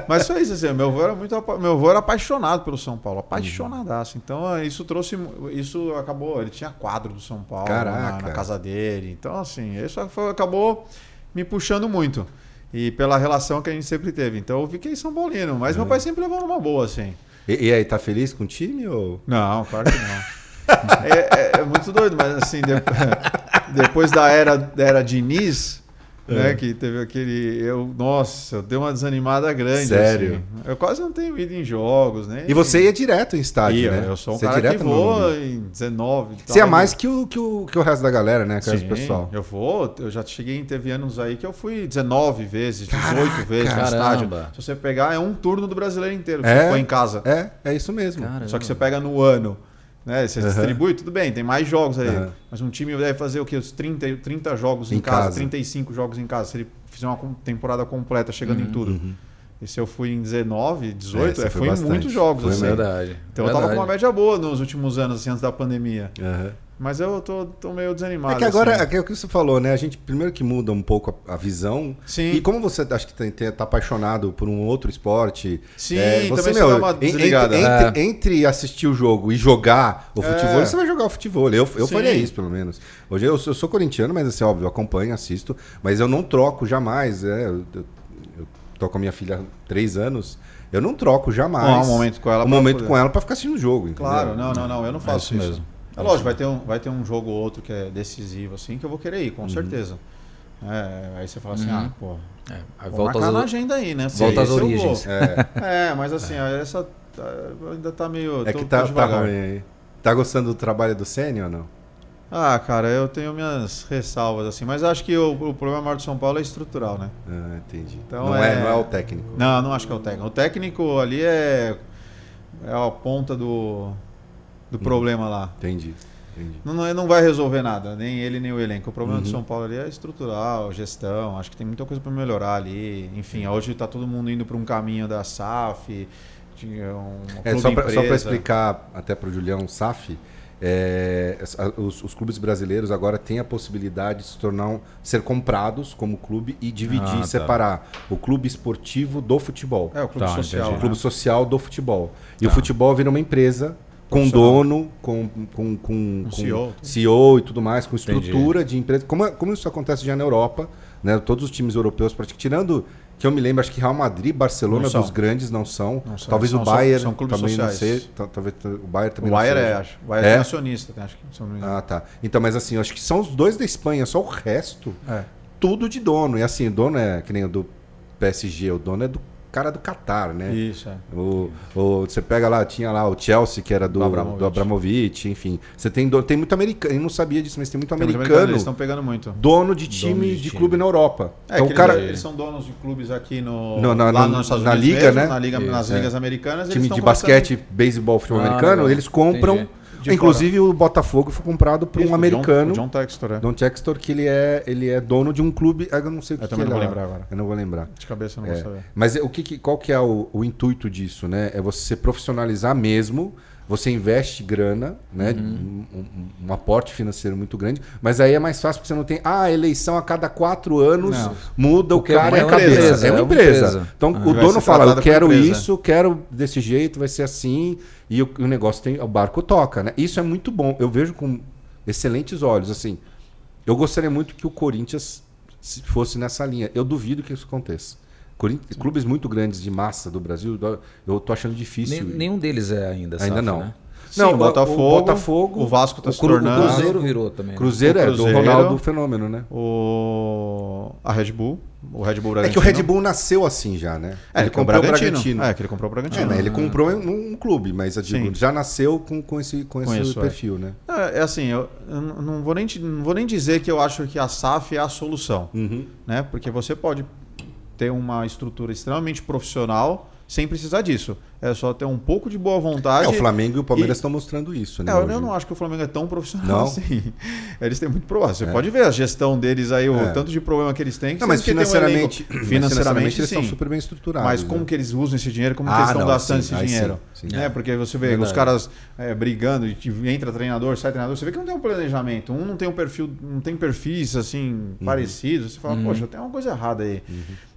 Speaker 3: Mas só isso, assim, meu avô era muito apa- meu avô era apaixonado pelo São Paulo, apaixonadaço. Então eh, isso trouxe, mu- isso acabou, ele tinha quadro do São Paulo na- na,
Speaker 1: Caraca.
Speaker 3: casa dele. Então assim, isso foi- acabou me puxando muito. E pela relação que a gente sempre teve. Então eu fiquei São Paulino, mas meu pai sempre levou numa boa, assim.
Speaker 1: <laughs> E, e aí, tá feliz com o time ou.
Speaker 3: Não, claro que não. <laughs> é, é- é muito doido, mas assim, de- <laughs> depois da era, da era Diniz,
Speaker 1: É.
Speaker 3: né, que teve aquele. Eu, nossa, eu dei uma desanimada grande.
Speaker 1: Sério?
Speaker 3: assim. Eu quase não tenho ido em jogos, né?
Speaker 1: E você ia direto em estádio,
Speaker 3: Ia,
Speaker 1: né?
Speaker 3: Eu sou um
Speaker 1: Você é
Speaker 3: cara que
Speaker 1: direto no
Speaker 3: vou
Speaker 1: Morumbi.
Speaker 3: em 19.
Speaker 1: Você é
Speaker 3: tal,
Speaker 1: mais que o, que, o, que o resto da galera, né? Que o resto
Speaker 3: Sim,
Speaker 1: do pessoal.
Speaker 3: Eu vou, eu já cheguei, teve anos aí que eu fui 19 vezes, 18 vezes no
Speaker 2: caramba.
Speaker 3: estádio. Se você pegar, é um turno do brasileiro inteiro, se
Speaker 1: É?
Speaker 3: for em casa.
Speaker 1: É, é isso mesmo.
Speaker 2: Cara,
Speaker 3: Só que você pega no ano, né? Você distribui, tudo bem, tem mais jogos aí.
Speaker 1: Aham.
Speaker 3: Mas um time deve fazer o quê? Os 30, 30 jogos em,
Speaker 1: Em
Speaker 3: casa,
Speaker 1: casa.
Speaker 3: 35 jogos em casa, se ele fizer uma com- temporada completa chegando em tudo. E se eu fui em 19, 18,
Speaker 1: É,
Speaker 3: é,
Speaker 1: você Uhum. foi
Speaker 3: foi em
Speaker 1: bastante.
Speaker 3: muitos jogos,
Speaker 1: Foi
Speaker 3: assim.
Speaker 1: mesmo.
Speaker 2: Verdade.
Speaker 3: Então eu tava com
Speaker 2: verdade.
Speaker 3: uma média boa nos últimos anos, assim, antes da pandemia.
Speaker 1: Aham.
Speaker 3: Mas eu tô, tô meio desanimado.
Speaker 1: É que agora,
Speaker 3: assim.
Speaker 1: é o que você falou, né? A gente primeiro que muda um pouco a, a visão.
Speaker 3: Sim.
Speaker 1: é E como você acho que tem, tem, tá apaixonado por um outro esporte.
Speaker 3: Sim,
Speaker 1: É, você,
Speaker 3: também você
Speaker 1: meu,
Speaker 3: dá uma
Speaker 1: en- entre-
Speaker 3: desligada. né?
Speaker 1: Entre, entre assistir o jogo e jogar o
Speaker 3: É.
Speaker 1: futebol, você vai jogar o futebol. Eu, eu
Speaker 3: Sim.
Speaker 1: faria isso, pelo menos. Hoje eu, sou- eu sou corintiano, mas assim, óbvio, eu acompanho, assisto. Mas eu não troco jamais. É, eu, eu, eu tô com a minha filha há três anos. Eu não troco jamais
Speaker 3: Um momento com ela
Speaker 1: um
Speaker 3: pra
Speaker 1: momento
Speaker 3: poder-
Speaker 1: com ela pra ficar assistindo o jogo. entendeu?
Speaker 3: Claro, não, não, não, eu não
Speaker 2: isso
Speaker 3: faço isso.
Speaker 2: mesmo.
Speaker 3: É lógico, vai ter, um, vai ter um jogo ou outro que é decisivo, assim, que eu vou querer ir, com certeza. É, aí você fala assim, ah, pô,
Speaker 2: É, aí
Speaker 3: vou
Speaker 2: volta
Speaker 3: marcar na
Speaker 2: às-
Speaker 3: agenda aí, né?
Speaker 2: volta às
Speaker 3: Esse eu
Speaker 2: origens.
Speaker 3: vou.
Speaker 1: É.
Speaker 3: É, mas assim, ó, essa tá- ainda tá meio.
Speaker 1: É
Speaker 3: tô-
Speaker 1: que
Speaker 3: tô
Speaker 1: tá, tá
Speaker 3: devagar.
Speaker 1: ruim aí. Tá gostando do trabalho do Sênior ou não?
Speaker 3: Ah, cara, eu tenho minhas ressalvas, assim, mas acho que o, o problema maior de São Paulo é estrutural, né?
Speaker 1: Ah, entendi.
Speaker 3: Então
Speaker 1: não, é...
Speaker 3: é-
Speaker 1: não é o técnico.
Speaker 3: Não, não acho que é o técnico. O técnico ali é. É a ponta do, do problema lá.
Speaker 1: Entendi. entendi.
Speaker 3: Não, não, não vai resolver nada, nem ele nem o elenco. O
Speaker 1: Uhum.
Speaker 3: problema do São Paulo ali é estrutural, gestão. Acho que tem muita coisa para melhorar ali. Enfim, hoje está todo mundo indo para um caminho da SAF. de um
Speaker 1: É,
Speaker 3: clube
Speaker 1: só pra, só pra
Speaker 3: empresa.
Speaker 1: explicar até pro Julião Saf, é, as- a- os, os clubes brasileiros agora têm a possibilidade de se tornar um- ser comprados como clube e dividir,
Speaker 2: Ah, tá.
Speaker 1: separar o clube esportivo do futebol.
Speaker 3: É, o clube
Speaker 2: Tá,
Speaker 3: social.
Speaker 2: entendi.
Speaker 1: o
Speaker 3: né?
Speaker 1: clube social do futebol. E o
Speaker 2: Tá.
Speaker 1: futebol vira uma empresa com dono, com, com, com,
Speaker 3: Um
Speaker 1: com
Speaker 3: CEO.
Speaker 1: CEO e tudo mais, com
Speaker 2: Entendi.
Speaker 1: estrutura de empresa. Como, como isso acontece já na Europa, né? Todos os times europeus, praticamente, tirando, que eu me lembro, acho que Real Madrid, Barcelona,
Speaker 3: Não são.
Speaker 1: dos grandes, não são.
Speaker 3: Não são,
Speaker 1: talvez
Speaker 3: são-
Speaker 1: o Bayern
Speaker 3: são clubes
Speaker 1: também
Speaker 3: sociais.
Speaker 1: não seja. ta- Talvez t- o Bayern
Speaker 3: O
Speaker 1: também
Speaker 3: Bayern
Speaker 1: não
Speaker 3: é,
Speaker 1: seja.
Speaker 3: acho. O Bayern é,
Speaker 1: É?
Speaker 3: acionista, né? acho que, se eu não me engano.
Speaker 1: Ah, tá. Então, mas assim, eu acho que são os dois da Espanha, só o resto,
Speaker 3: É.
Speaker 1: tudo de dono. E assim, o dono é, que nem o do PSG, o dono é do cara do Catar, né?
Speaker 3: Isso, é.
Speaker 1: O, o- você pega lá, tinha lá o Chelsea, que era do,
Speaker 3: Do
Speaker 1: do
Speaker 3: Abramovich.
Speaker 1: Abramovich. enfim. Você tem, do- tem muito americano, eu não sabia disso, mas tem muito
Speaker 3: Tem muito
Speaker 1: americano,
Speaker 3: eles estão pegando muito.
Speaker 1: dono de time
Speaker 2: Dono de
Speaker 1: de,
Speaker 2: time.
Speaker 1: clube na Europa.
Speaker 3: É,
Speaker 1: então
Speaker 3: que
Speaker 1: o cara.
Speaker 3: eles, eles são donos de clubes aqui no,
Speaker 1: No- na-
Speaker 3: lá
Speaker 1: no-
Speaker 3: nos Estados
Speaker 1: na
Speaker 3: Unidos
Speaker 1: liga,
Speaker 3: mesmo,
Speaker 1: né?
Speaker 3: na liga, nas
Speaker 1: Isso, é.
Speaker 3: ligas americanas. eles
Speaker 1: Time
Speaker 3: estão
Speaker 1: de
Speaker 3: comprando-
Speaker 1: basquete, beisebol, futebol
Speaker 2: Ah,
Speaker 1: americano,
Speaker 2: legal.
Speaker 1: eles compram.
Speaker 3: De
Speaker 1: inclusive o Botafogo foi comprado por
Speaker 3: Isso,
Speaker 1: um
Speaker 3: o
Speaker 1: americano,
Speaker 3: John, o John Textor, é.
Speaker 1: Don Textor, que ele é, ele é dono de um clube. ah, Eu não sei o que,
Speaker 3: Eu
Speaker 1: que
Speaker 3: também não
Speaker 1: ele
Speaker 3: vou
Speaker 1: é lá.
Speaker 3: lembrar agora.
Speaker 1: Eu não vou lembrar.
Speaker 3: De cabeça eu não
Speaker 1: É.
Speaker 3: vou saber.
Speaker 1: Mas o que, que- qual que é o, o intuito disso, né? É você profissionalizar mesmo, você investe grana, né? Um, um- um aporte financeiro muito grande, mas aí é mais fácil porque você não tem, ah, eleição a cada quatro anos
Speaker 3: Não.
Speaker 1: muda
Speaker 2: Porque
Speaker 1: o cara
Speaker 2: é
Speaker 1: e a
Speaker 2: uma
Speaker 1: cabeça.
Speaker 2: empresa,
Speaker 1: é uma empresa. Então
Speaker 2: Ah.
Speaker 1: o
Speaker 3: E vai ser
Speaker 1: dono fala,
Speaker 3: tratado
Speaker 1: eu
Speaker 3: por
Speaker 1: quero
Speaker 3: empresa.
Speaker 1: isso, quero desse jeito, vai ser assim, e o, o negócio tem, o barco toca, né? Isso é muito bom, eu vejo com excelentes olhos, assim. Eu gostaria muito que o Corinthians se- fosse nessa linha. Eu duvido que isso aconteça. Corin- Clubes muito grandes de massa do Brasil, do- eu tô achando
Speaker 2: Nem-
Speaker 1: difícil.
Speaker 2: nenhum deles é ainda,
Speaker 1: Ainda
Speaker 2: SAF,
Speaker 1: não.
Speaker 2: né?
Speaker 1: Não, o-
Speaker 3: Sim, o
Speaker 1: o
Speaker 3: Botafogo, o
Speaker 1: Botafogo,
Speaker 3: Vasco tá
Speaker 1: o
Speaker 3: se
Speaker 1: Cru- o
Speaker 3: tornando.
Speaker 2: O Cruzeiro virou também. né?
Speaker 1: Cruzeiro,
Speaker 3: O
Speaker 1: é do
Speaker 3: Cruzeiro.
Speaker 1: Ronaldo Fenômeno, né?
Speaker 3: o a Red Bull, o Red Bull
Speaker 1: É
Speaker 3: Bragantino.
Speaker 1: que o Red Bull nasceu assim já, né?
Speaker 3: É, ele, comprou o Bragantino. É, que ele comprou o
Speaker 1: É,
Speaker 3: Bragantino.
Speaker 1: né? Ele comprou um, um clube, mas eu digo,
Speaker 3: Sim.
Speaker 1: já nasceu com, com esse, com esse
Speaker 3: Com isso, é.
Speaker 1: perfil, né?
Speaker 3: É, é assim, eu, eu não não vou nem te- não vou nem dizer que eu acho que a SAF é a solução,
Speaker 1: Uhum.
Speaker 3: né? Porque você pode ter uma estrutura extremamente profissional sem precisar disso. É só ter um pouco de boa vontade.
Speaker 1: É, o Flamengo e o Palmeiras
Speaker 3: e-
Speaker 1: estão mostrando isso, né?
Speaker 3: É, eu
Speaker 1: hoje.
Speaker 3: não acho que o Flamengo é tão profissional
Speaker 1: Não?
Speaker 3: assim. <laughs> Eles têm muito problema. Você pode ver a gestão deles aí, o
Speaker 1: É.
Speaker 3: tanto de problema que eles têm. que
Speaker 1: Não, mas
Speaker 3: sempre tem um elenco.
Speaker 1: financeiramente,
Speaker 3: financeiramente,
Speaker 1: eles estão
Speaker 3: sim.
Speaker 1: super bem estruturados.
Speaker 3: Mas como
Speaker 1: né?
Speaker 3: que eles usam esse dinheiro, como que
Speaker 1: Ah,
Speaker 3: eles estão
Speaker 1: não,
Speaker 3: gastando
Speaker 1: sim,
Speaker 3: esse
Speaker 1: aí sim,
Speaker 3: dinheiro.
Speaker 1: sim. É,
Speaker 3: né? Porque você vê
Speaker 1: Verdade.
Speaker 3: os caras é, brigando, e te- entra treinador, sai treinador, você vê que não tem um planejamento. Um não tem um perfil, não tem perfis assim
Speaker 1: Uhum.
Speaker 3: parecidos. Você fala, poxa, tem uma coisa errada aí.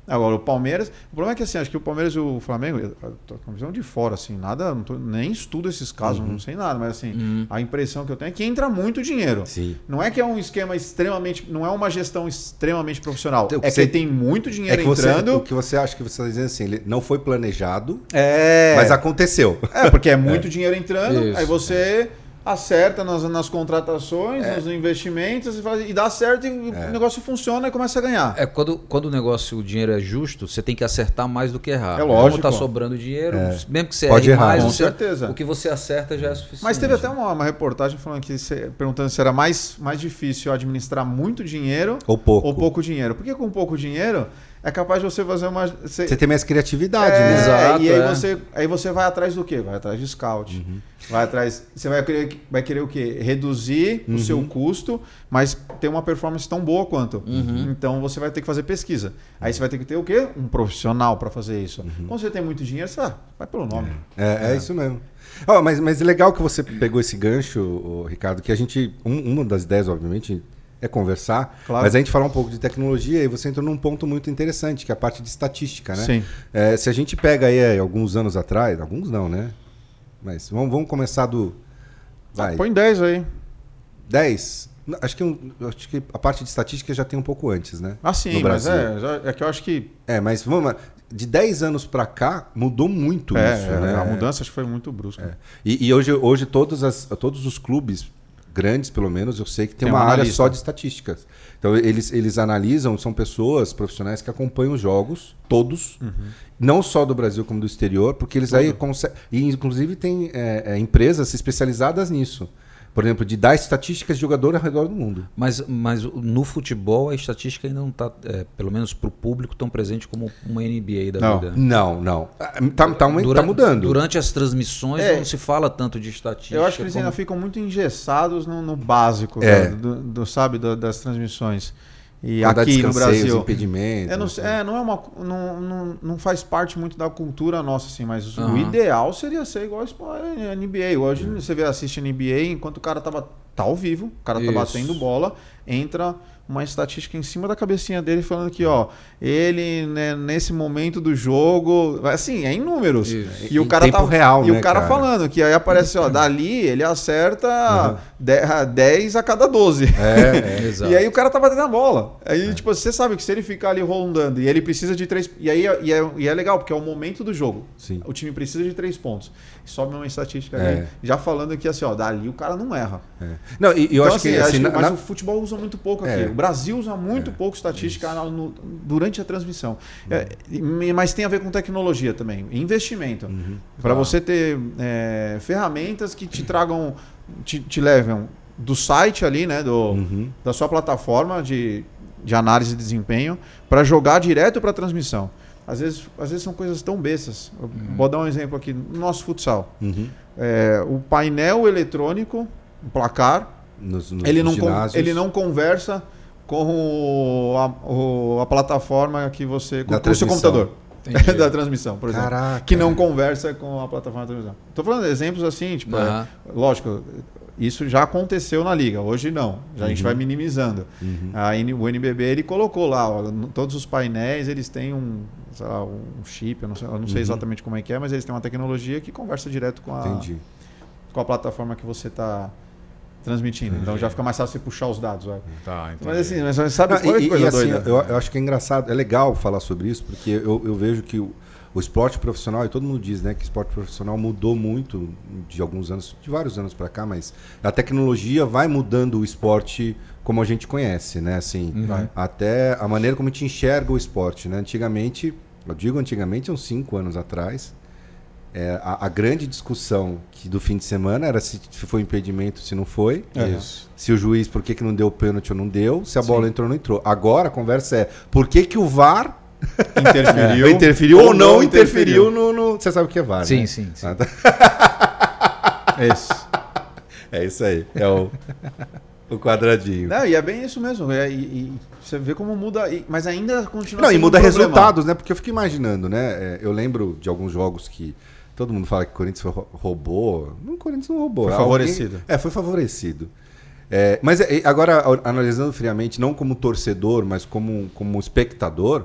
Speaker 3: Agora, o Palmeiras. O problema é que assim, acho que o Palmeiras e o Flamengo, eu eu tô com a visão de fora, assim, nada, não tô- nem estudo esses casos,
Speaker 1: Uhum.
Speaker 3: não sei nada, mas assim, a impressão que eu tenho é que entra muito dinheiro.
Speaker 1: Sim.
Speaker 3: Não é que é um esquema extremamente. Não é uma gestão extremamente profissional.
Speaker 1: Então,
Speaker 3: é
Speaker 1: você-
Speaker 3: que tem muito
Speaker 1: É
Speaker 3: dinheiro
Speaker 1: que você,
Speaker 3: entrando.
Speaker 1: o que você acha que você está dizendo assim, ele não foi planejado,
Speaker 3: É.
Speaker 1: mas aconteceu.
Speaker 3: É, porque é muito dinheiro entrando,
Speaker 2: Isso.
Speaker 3: aí você acerta nas, nas contratações, nos investimentos, e, faz- e dá certo e o negócio funciona e começa a ganhar.
Speaker 2: É, quando, quando o negócio, o dinheiro é justo, você tem que acertar mais do que errar.
Speaker 3: É lógico.
Speaker 2: Como
Speaker 3: É.
Speaker 2: tá sobrando dinheiro, mesmo que você
Speaker 1: Pode
Speaker 2: erre
Speaker 1: errar.
Speaker 2: mais,
Speaker 3: Com
Speaker 2: você-
Speaker 3: certeza.
Speaker 2: o que você acerta já é suficiente.
Speaker 3: Mas teve até uma, uma reportagem falando que se- perguntando se era mais, mais difícil administrar muito dinheiro
Speaker 1: Ou pouco.
Speaker 3: ou pouco dinheiro. Porque com pouco dinheiro é capaz de você fazer uma. você-
Speaker 1: Você tem mais criatividade,
Speaker 3: É,
Speaker 1: né?
Speaker 2: Exato,
Speaker 3: e aí,
Speaker 2: é.
Speaker 3: você, aí você vai atrás do quê? Vai atrás de scout.
Speaker 1: Uhum.
Speaker 3: Vai atrás. Você vai querer, vai querer o quê? Reduzir
Speaker 1: Uhum.
Speaker 3: o seu custo, mas ter uma performance tão boa quanto.
Speaker 1: Uhum.
Speaker 3: Então você vai ter que fazer pesquisa. Aí você vai ter que ter o quê? Um profissional para fazer isso. Quando você tem muito dinheiro, você ah, vai pelo nome.
Speaker 1: Uhum. É, é isso mesmo. Ó, mas, mas legal que você pegou esse gancho, ô, Ricardo, que a gente. um- uma das ideias, obviamente, é conversar,
Speaker 3: Claro.
Speaker 1: mas a gente falar um pouco de tecnologia e você entrou num ponto muito interessante, que é a parte de estatística, né?
Speaker 3: Sim.
Speaker 1: É, se a gente pega aí é, alguns anos atrás, alguns não, né? Mas vamos, vamos começar do. Vai,
Speaker 3: Ah, Põe 10 aí.
Speaker 1: 10. Não, Acho que, um- acho que a parte de estatística já tem um pouco antes, né?
Speaker 3: Ah, sim,
Speaker 1: No
Speaker 3: mas
Speaker 1: Brasil.
Speaker 3: é, já- é que eu acho que
Speaker 1: É, mas vamos lá. De 10 anos pra cá, mudou muito
Speaker 3: é,
Speaker 1: isso,
Speaker 3: é,
Speaker 1: né? É.
Speaker 3: a mudança acho que foi muito brusca.
Speaker 1: E, e hoje, hoje todas as- todos os clubes grandes, pelo menos, eu sei que tem,
Speaker 3: Tem
Speaker 1: uma
Speaker 3: um
Speaker 1: área
Speaker 3: analista.
Speaker 1: só de estatísticas. Então, eles, eles analisam, são pessoas profissionais que acompanham os jogos, todos,
Speaker 3: Uhum.
Speaker 1: não só do Brasil como do exterior, porque eles aí conseguem. E, inclusive, tem é, é, empresas especializadas nisso. Por exemplo, de dar estatísticas de jogador ao redor do mundo.
Speaker 2: Mas, mas o- no futebol a estatística ainda não está, pelo menos para o público, tão presente como uma NBA da
Speaker 3: Não.
Speaker 2: vida.
Speaker 1: Não, não. Ah, Tá, tá, uma- tá
Speaker 2: Dura-
Speaker 1: mudando.
Speaker 2: Durante as transmissões
Speaker 3: É.
Speaker 2: não se fala tanto de estatística.
Speaker 3: Eu acho que eles
Speaker 2: como-
Speaker 3: ainda ficam muito engessados no, no básico,
Speaker 1: É.
Speaker 3: cara, do, do- sabe, da- das transmissões. E
Speaker 1: Quando dá
Speaker 3: aqui no
Speaker 1: descanseio, né?
Speaker 3: Brasil.
Speaker 1: impedimento.
Speaker 3: Eu não, sei- é, não é uma. Não, não, não faz parte muito da cultura nossa, assim, mas o
Speaker 2: Aham.
Speaker 3: ideal seria ser igual a
Speaker 1: É.
Speaker 3: NBA. Hoje você vê, assiste NBA, enquanto o cara tava, tá ao vivo, o cara tá
Speaker 2: Isso.
Speaker 3: batendo bola, entra uma estatística em cima da cabecinha dele falando que, ó, ele né, nesse momento do jogo, assim, é em números.
Speaker 2: Isso.
Speaker 3: E o
Speaker 1: Em
Speaker 3: cara
Speaker 1: tempo
Speaker 3: tá
Speaker 1: real,
Speaker 3: e
Speaker 1: né,
Speaker 3: o cara,
Speaker 1: cara? Uhum.
Speaker 3: falando que aí aparece, ó, dali ele acerta de- 10 a cada
Speaker 1: <laughs>
Speaker 3: 12.
Speaker 1: É, é.
Speaker 2: Exato.
Speaker 3: <laughs> E aí o cara tá batendo a bola. Aí, tipo, você sabe que se ele ficar ali rondando e ele precisa de três. E aí e é, e é legal, porque é o momento do jogo.
Speaker 1: Sim.
Speaker 3: O time precisa de três pontos. Sobe uma estatística
Speaker 1: É.
Speaker 3: ali, já falando que assim, ó, dali o cara não erra.
Speaker 1: é. Não, e e eu
Speaker 3: Então,
Speaker 1: acho que assim, na-
Speaker 3: mas
Speaker 1: na-
Speaker 3: o futebol usa muito pouco aqui.
Speaker 1: É. Hum.
Speaker 3: O Brasil usa muito pouco estatística na- no- durante a transmissão. É, e- mas tem a ver com tecnologia também, investimento. Para
Speaker 1: Tá.
Speaker 2: Claro.
Speaker 3: você ter é, ferramentas que te tragam, te, te levam do site ali, né, do,
Speaker 1: Uhum.
Speaker 3: da sua plataforma de, de análise de desempenho para jogar direto para a transmissão. Às vezes, às vezes são coisas tão bestas. Eu
Speaker 1: Hum.
Speaker 3: Vou dar um exemplo aqui no nosso futsal.
Speaker 1: Uhum.
Speaker 3: É, o painel eletrônico, o placar,
Speaker 1: Nos, nos
Speaker 3: ele, não con-
Speaker 1: ginásios.
Speaker 3: ele não conversa com o- a, o- a plataforma que você.
Speaker 1: Da
Speaker 3: Com, com o seu
Speaker 1: transmissão.
Speaker 3: computador.
Speaker 2: Entendi.
Speaker 3: <laughs> da transmissão, por exemplo.
Speaker 1: Caraca.
Speaker 3: Que não conversa com a plataforma da transmissão. Tô falando de exemplos assim, tipo, é,
Speaker 2: Aham.
Speaker 3: lógico, isso já aconteceu na liga, hoje não. Já a gente
Speaker 1: Uhum.
Speaker 3: vai minimizando. A N- o NBB ele colocou lá, ó, no- todos os painéis eles têm um, sei lá, um chip, eu não sei, eu
Speaker 1: Uhum.
Speaker 3: não sei exatamente como é que é, mas eles têm uma tecnologia que conversa direto com a,
Speaker 1: Entendi.
Speaker 3: com a plataforma que você está transmitindo. Então já fica mais fácil você puxar os dados. vai.
Speaker 4: Tá, entendi.
Speaker 3: Mas assim, mas sabe
Speaker 1: Não,
Speaker 3: qual é
Speaker 1: e-
Speaker 3: a
Speaker 1: e,
Speaker 3: coisa
Speaker 1: e, assim,
Speaker 3: doida?
Speaker 1: <laughs> eu, eu acho que é engraçado, é legal falar sobre isso, porque eu, eu vejo que o, o esporte profissional, e todo mundo diz né, que esporte profissional mudou muito de alguns anos, de vários anos para cá, mas a tecnologia vai mudando o esporte como a gente conhece, né? Assim,
Speaker 3: Vai.
Speaker 1: até a maneira como a gente enxerga o esporte, né? Antigamente, eu digo antigamente, uns cinco anos atrás, é, a, a grande discussão que do fim de semana era se, se foi um impedimento, se não foi.
Speaker 2: Isso.
Speaker 1: Se o juiz, por que, que não deu pênalti ou não deu, se a bola entrou ou não entrou. Agora a conversa é por que, que o VAR <laughs>
Speaker 3: Interferiu,
Speaker 1: É. interferiu ou não interferiu, no, no- Você sabe o que é VAR, né?
Speaker 2: Sim, sim, sim.
Speaker 1: Ah, tá.
Speaker 3: Isso.
Speaker 1: É isso aí. É o, o quadradinho.
Speaker 3: Não, e é bem isso mesmo. é, e, e você vê como muda, e- mas ainda continua
Speaker 1: Não, e
Speaker 3: sendo um
Speaker 1: muda
Speaker 3: problema.
Speaker 1: resultados, né? Porque eu fico imaginando, né? É, eu lembro de alguns jogos que todo mundo fala que o Corinthians foi rou- roubou. Não, o Corinthians não roubou.
Speaker 3: Foi
Speaker 1: Alguém-
Speaker 3: favorecido.
Speaker 1: É, foi favorecido. É, mas é, é, agora, a- analisando friamente, não como torcedor, mas como, como espectador,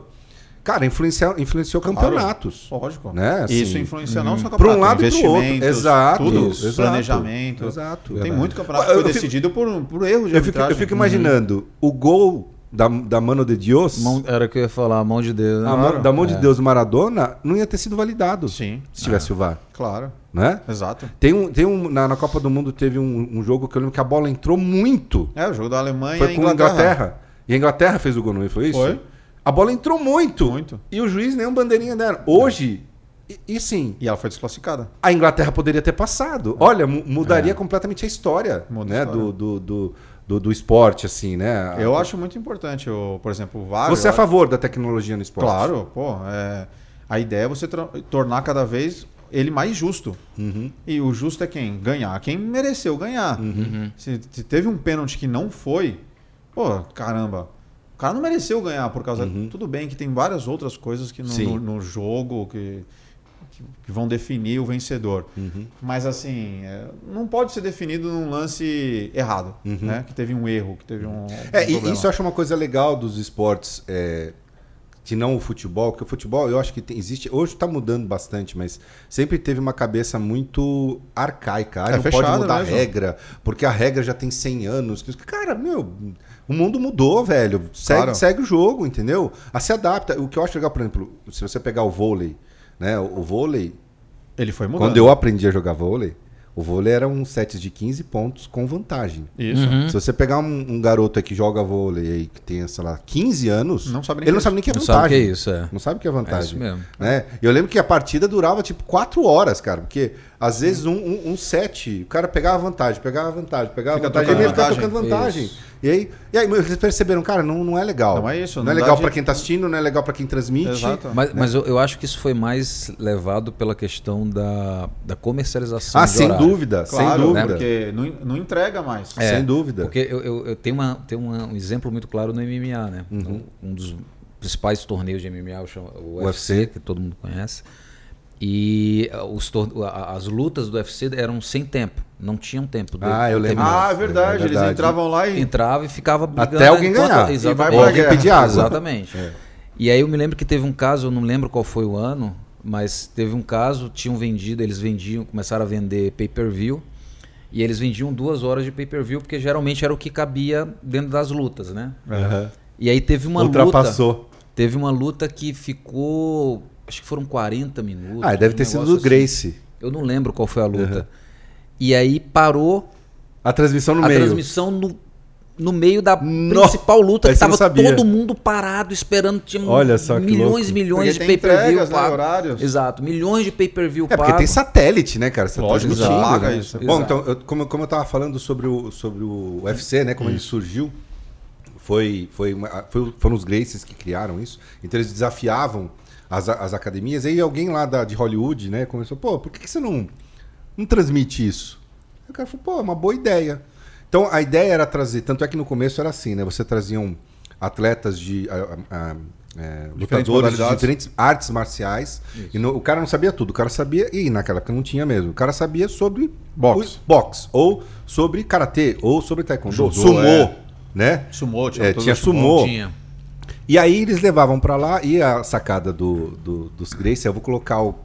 Speaker 1: cara, influenciou, influenciou
Speaker 3: Claro.
Speaker 1: campeonatos.
Speaker 3: Lógico.
Speaker 1: Né, assim,
Speaker 3: isso influencia não só
Speaker 1: Para um lado e para o outro.
Speaker 3: investimentos,
Speaker 1: Exato.
Speaker 3: tudo,
Speaker 1: exato,
Speaker 3: planejamento.
Speaker 1: Exato.
Speaker 3: Tem
Speaker 2: Verdade.
Speaker 3: muito campeonato que
Speaker 1: Eu
Speaker 3: foi
Speaker 1: fico-
Speaker 3: decidido por, um, por erro de
Speaker 1: Eu fico, eu
Speaker 3: arbitragem.
Speaker 1: fico imaginando o gol da, da Mano de Dios,
Speaker 2: Mão- era o que eu ia falar, mão de Deus. né?
Speaker 1: a mão- da mão de Deus Maradona, não ia ter sido validado
Speaker 3: É. Sim, É.
Speaker 1: se tivesse o VAR.
Speaker 3: claro.
Speaker 1: Né?
Speaker 3: Exato.
Speaker 1: Tem um, tem um na, na Copa do Mundo teve um, um jogo que eu lembro que a bola entrou muito.
Speaker 3: É, o jogo da Alemanha
Speaker 1: foi
Speaker 3: e
Speaker 1: com a Inglaterra. E a Inglaterra fez o gol, não foi isso?
Speaker 3: Foi.
Speaker 1: A bola entrou muito.
Speaker 3: Muito.
Speaker 1: E o juiz nem um bandeirinha dela. Hoje, e, e sim,
Speaker 3: E ela foi desclassificada.
Speaker 1: a Inglaterra poderia ter passado. Olha, mu- mudaria completamente a história,
Speaker 3: É. Muda a
Speaker 1: né,
Speaker 3: história.
Speaker 1: Do, do, do, do- do esporte, assim, né?
Speaker 3: Eu acho muito importante, o, por exemplo, o VAR.
Speaker 1: Você é
Speaker 3: eu
Speaker 1: a favor da tecnologia no esporte?
Speaker 3: Claro, pô. é, a ideia é você tra- tornar cada vez ele mais justo.
Speaker 1: Uhum.
Speaker 3: E o justo é quem? Ganhar. Quem mereceu ganhar. Se, se teve um pênalti que não foi, pô, caramba. O cara não mereceu ganhar por causa. Tudo bem que tem várias outras coisas que no,
Speaker 1: Uhum. Sim.
Speaker 3: no- no jogo que, que- que vão definir o vencedor.
Speaker 1: Uhum.
Speaker 3: Mas assim, é, não pode ser definido num lance errado, né? Que teve um erro, que teve um.
Speaker 1: Uhum. É,
Speaker 3: um
Speaker 1: e
Speaker 3: problema.
Speaker 1: isso eu acho uma coisa legal dos esportes, é, que não o futebol, porque o futebol eu acho que tem- existe. Hoje está mudando bastante, mas sempre teve uma cabeça muito arcaica. Ah,
Speaker 3: É
Speaker 1: não pode
Speaker 3: fechada
Speaker 1: mudar a
Speaker 3: mesmo.
Speaker 1: regra, porque a regra já tem 100 anos. Cara, meu, o mundo mudou, velho. Segue,
Speaker 3: Claro.
Speaker 1: segue o jogo, entendeu? Ah, se adapta. O que eu acho legal, por exemplo, se você pegar o vôlei, né? O, o vôlei,
Speaker 3: Ele foi mudando.
Speaker 1: quando eu aprendi a jogar vôlei, o vôlei era um set de 15 pontos com vantagem.
Speaker 3: Isso.
Speaker 2: Uhum.
Speaker 1: Se você pegar um, um garoto aí que joga vôlei aí que tem, sei lá, 15 anos,
Speaker 3: Não sabe nem
Speaker 1: ele
Speaker 3: que
Speaker 1: não
Speaker 3: é
Speaker 1: sabe nem que é
Speaker 2: Não sabe o que é
Speaker 1: vantagem.
Speaker 2: isso, é.
Speaker 1: Não sabe o que é
Speaker 2: É isso
Speaker 1: vantagem.
Speaker 2: mesmo.
Speaker 1: né? E Eu lembro que a partida durava tipo 4 horas, cara, porque às vezes um, um, um set, o cara pegava vantagem, pegava vantagem, pegava
Speaker 3: Fica
Speaker 1: vantagem, ele ia
Speaker 3: tocando
Speaker 1: ficar
Speaker 3: vantagem.
Speaker 1: tocando vantagem. E aí, e aí eles perceberam, cara, não, não é legal.
Speaker 3: Não é isso,
Speaker 1: Não,
Speaker 3: não
Speaker 1: é
Speaker 3: dá
Speaker 1: legal
Speaker 3: de-
Speaker 1: pra quem tá assistindo, não é legal pra quem transmite.
Speaker 3: Exato.
Speaker 2: Mas, mas eu, eu acho que isso foi mais levado pela questão da, da comercialização.
Speaker 1: Ah,
Speaker 2: de
Speaker 1: sem
Speaker 2: horário.
Speaker 1: dúvida,
Speaker 3: Claro,
Speaker 1: sem dúvida.
Speaker 3: porque não, não entrega mais.
Speaker 2: É,
Speaker 1: Sem dúvida.
Speaker 2: Porque eu, eu, eu tenho, uma, tenho uma- um exemplo muito claro no MMA, né?
Speaker 1: Uhum.
Speaker 2: Um dos principais torneios de MMA, o, chama- o UFC,
Speaker 1: UFC,
Speaker 2: que todo mundo conhece. E ah, os tor- a- as lutas do UFC eram sem tempo, não tinham tempo. de-
Speaker 1: Ah, eu
Speaker 2: de
Speaker 1: lembro.
Speaker 2: terminar.
Speaker 3: Ah, é verdade.
Speaker 1: É
Speaker 3: Eles
Speaker 1: verdade.
Speaker 3: entravam lá
Speaker 2: Então,
Speaker 3: e.
Speaker 2: entrava e ficava brigando
Speaker 1: Até alguém
Speaker 2: enquanto-
Speaker 1: ganhar.
Speaker 3: E vai
Speaker 2: Exatamente.
Speaker 3: pra
Speaker 2: Ou
Speaker 3: guerra.
Speaker 1: pedir água.
Speaker 2: Exatamente. É. E aí eu me lembro que teve um caso, eu não lembro qual foi o ano, mas teve um caso, tinham vendido, eles vendiam, começaram a vender pay-per-view. E eles vendiam duas horas de pay-per-view, porque geralmente era o que cabia dentro das lutas, né?
Speaker 1: Aham.
Speaker 2: E aí teve uma luta.
Speaker 1: Ultrapassou.
Speaker 2: Teve uma luta que ficou. Acho que foram 40 minutos.
Speaker 1: Ah, deve ter
Speaker 2: um
Speaker 1: sido do
Speaker 2: negócio assim.
Speaker 1: Grace.
Speaker 2: Eu não lembro qual foi a luta. E aí parou
Speaker 1: A transmissão no
Speaker 2: a
Speaker 1: meio.
Speaker 2: transmissão no, no meio da
Speaker 1: No-
Speaker 2: principal luta, que
Speaker 1: Essa eu não
Speaker 2: tava
Speaker 1: sabia.
Speaker 2: todo mundo parado, esperando. Tinha
Speaker 1: Olha só que
Speaker 2: milhões
Speaker 1: louco.
Speaker 2: e milhões
Speaker 3: Porque
Speaker 2: de
Speaker 3: tem
Speaker 2: pay-per-view
Speaker 3: entregas, né,
Speaker 2: pago.
Speaker 3: horários.
Speaker 2: Exato, milhões de pay-per-view
Speaker 1: É, porque
Speaker 2: pago.
Speaker 1: tem satélite, né, cara? Você tá
Speaker 3: Lógico,
Speaker 1: transmitindo,
Speaker 3: você paga
Speaker 1: né?
Speaker 3: isso.
Speaker 1: Bom,
Speaker 2: Exato.
Speaker 1: então, eu- como, como eu tava falando sobre o, sobre o UFC, né? Como ele surgiu, foi, foi, uma- foi- foram os Gracies que criaram isso. Então eles desafiavam as, a- as academias. E aí alguém lá da- de Hollywood, né, começou, pô, por que, que você não, não transmite isso? Aí o cara falou, pô, é uma boa ideia. Então a ideia era trazer, tanto é que no começo era assim, né? Você traziam atletas de. ah, ah, é, lutadores de
Speaker 4: modalidades.
Speaker 1: diferentes artes marciais. E no- o cara não sabia tudo. O cara sabia, e naquela época não tinha mesmo. O cara sabia sobre
Speaker 3: Boxe.
Speaker 1: o- boxe, ou sobre karatê, ou sobre taekwondo,
Speaker 4: Judô,
Speaker 1: sumô,
Speaker 4: é.
Speaker 1: né?
Speaker 3: Sumou,
Speaker 1: É,
Speaker 3: todo
Speaker 1: tinha
Speaker 3: mundo
Speaker 1: sumô.
Speaker 2: Tinha.
Speaker 1: E aí eles levavam pra lá e a sacada do, do- dos Gracie, eu vou colocar o,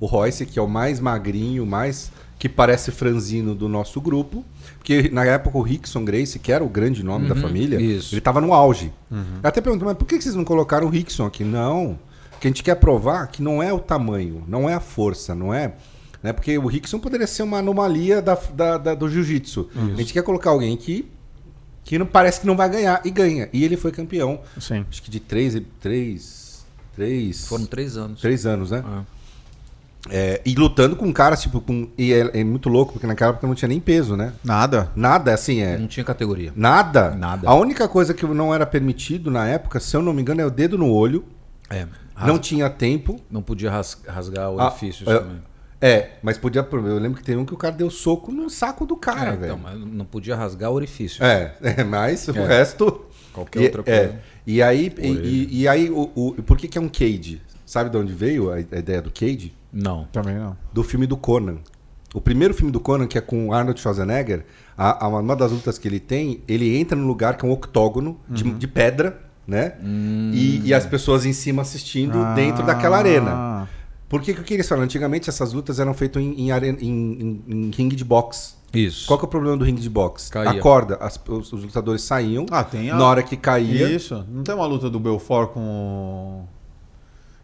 Speaker 1: o Royce, que é o mais magrinho, mais que parece franzino do nosso grupo, porque na época o Rickson Gracie, que era o grande nome da família,
Speaker 2: isso.
Speaker 1: ele tava no auge. Eu até perguntei, mas por que vocês não colocaram o Rickson aqui? Não, porque a gente quer provar que não é o tamanho, não é a força, não é... Né? Porque o Rickson poderia ser uma anomalia da- da- da- do jiu-jitsu. A gente quer colocar alguém que, que não, parece que não vai ganhar, e ganha. E ele foi campeão
Speaker 3: Sim.
Speaker 1: acho que de três, três, três,
Speaker 2: Foram três anos.
Speaker 1: três anos, né?
Speaker 2: Ah.
Speaker 1: É, e lutando com caras tipo com e é, é muito louco porque naquela época não tinha nem peso, né?
Speaker 3: Nada.
Speaker 1: Nada, assim é
Speaker 2: Não tinha categoria.
Speaker 1: nada.
Speaker 2: Hum. Nada.
Speaker 1: A única coisa que não era permitido na época, se eu não me engano, é o dedo no olho.
Speaker 2: É,
Speaker 1: Não tinha tempo.
Speaker 2: não podia ras- rasgar
Speaker 1: Ah,
Speaker 2: orifícios
Speaker 1: é,
Speaker 2: também.
Speaker 1: É, mas podia. Eu lembro que teve um que o cara deu soco no saco do cara,
Speaker 2: É,
Speaker 1: Ah, velho.
Speaker 2: então, mas não podia rasgar orifício.
Speaker 1: É, é, <laughs> mas o resto.
Speaker 2: Qualquer
Speaker 1: e,
Speaker 2: outra coisa.
Speaker 1: é. E aí, e, e- e aí o, o- por que, que é um cage? Sabe de onde veio a, a ideia do cage?
Speaker 2: Não.
Speaker 3: Também não.
Speaker 1: Do filme do Conan. O primeiro filme do Conan, que é com o Arnold Schwarzenegger, a, a- uma das lutas que ele tem, ele entra num lugar que é um octógono de, de pedra, né?
Speaker 2: Hum,
Speaker 1: E, e as pessoas em cima assistindo
Speaker 3: Ah.
Speaker 1: dentro
Speaker 2: Ah.
Speaker 1: daquela arena. Por que, que eu queria falar? Antigamente essas lutas eram feitas em, em, arena- em- em- em ringue de boxe.
Speaker 2: Isso.
Speaker 1: Qual que é o problema do ringue de boxe?
Speaker 2: Caía.
Speaker 1: A corda, as- os, os lutadores saíam,
Speaker 3: Ah, tem a-
Speaker 1: na hora que caía,
Speaker 3: Isso. Não tem uma luta do Belfort com. o-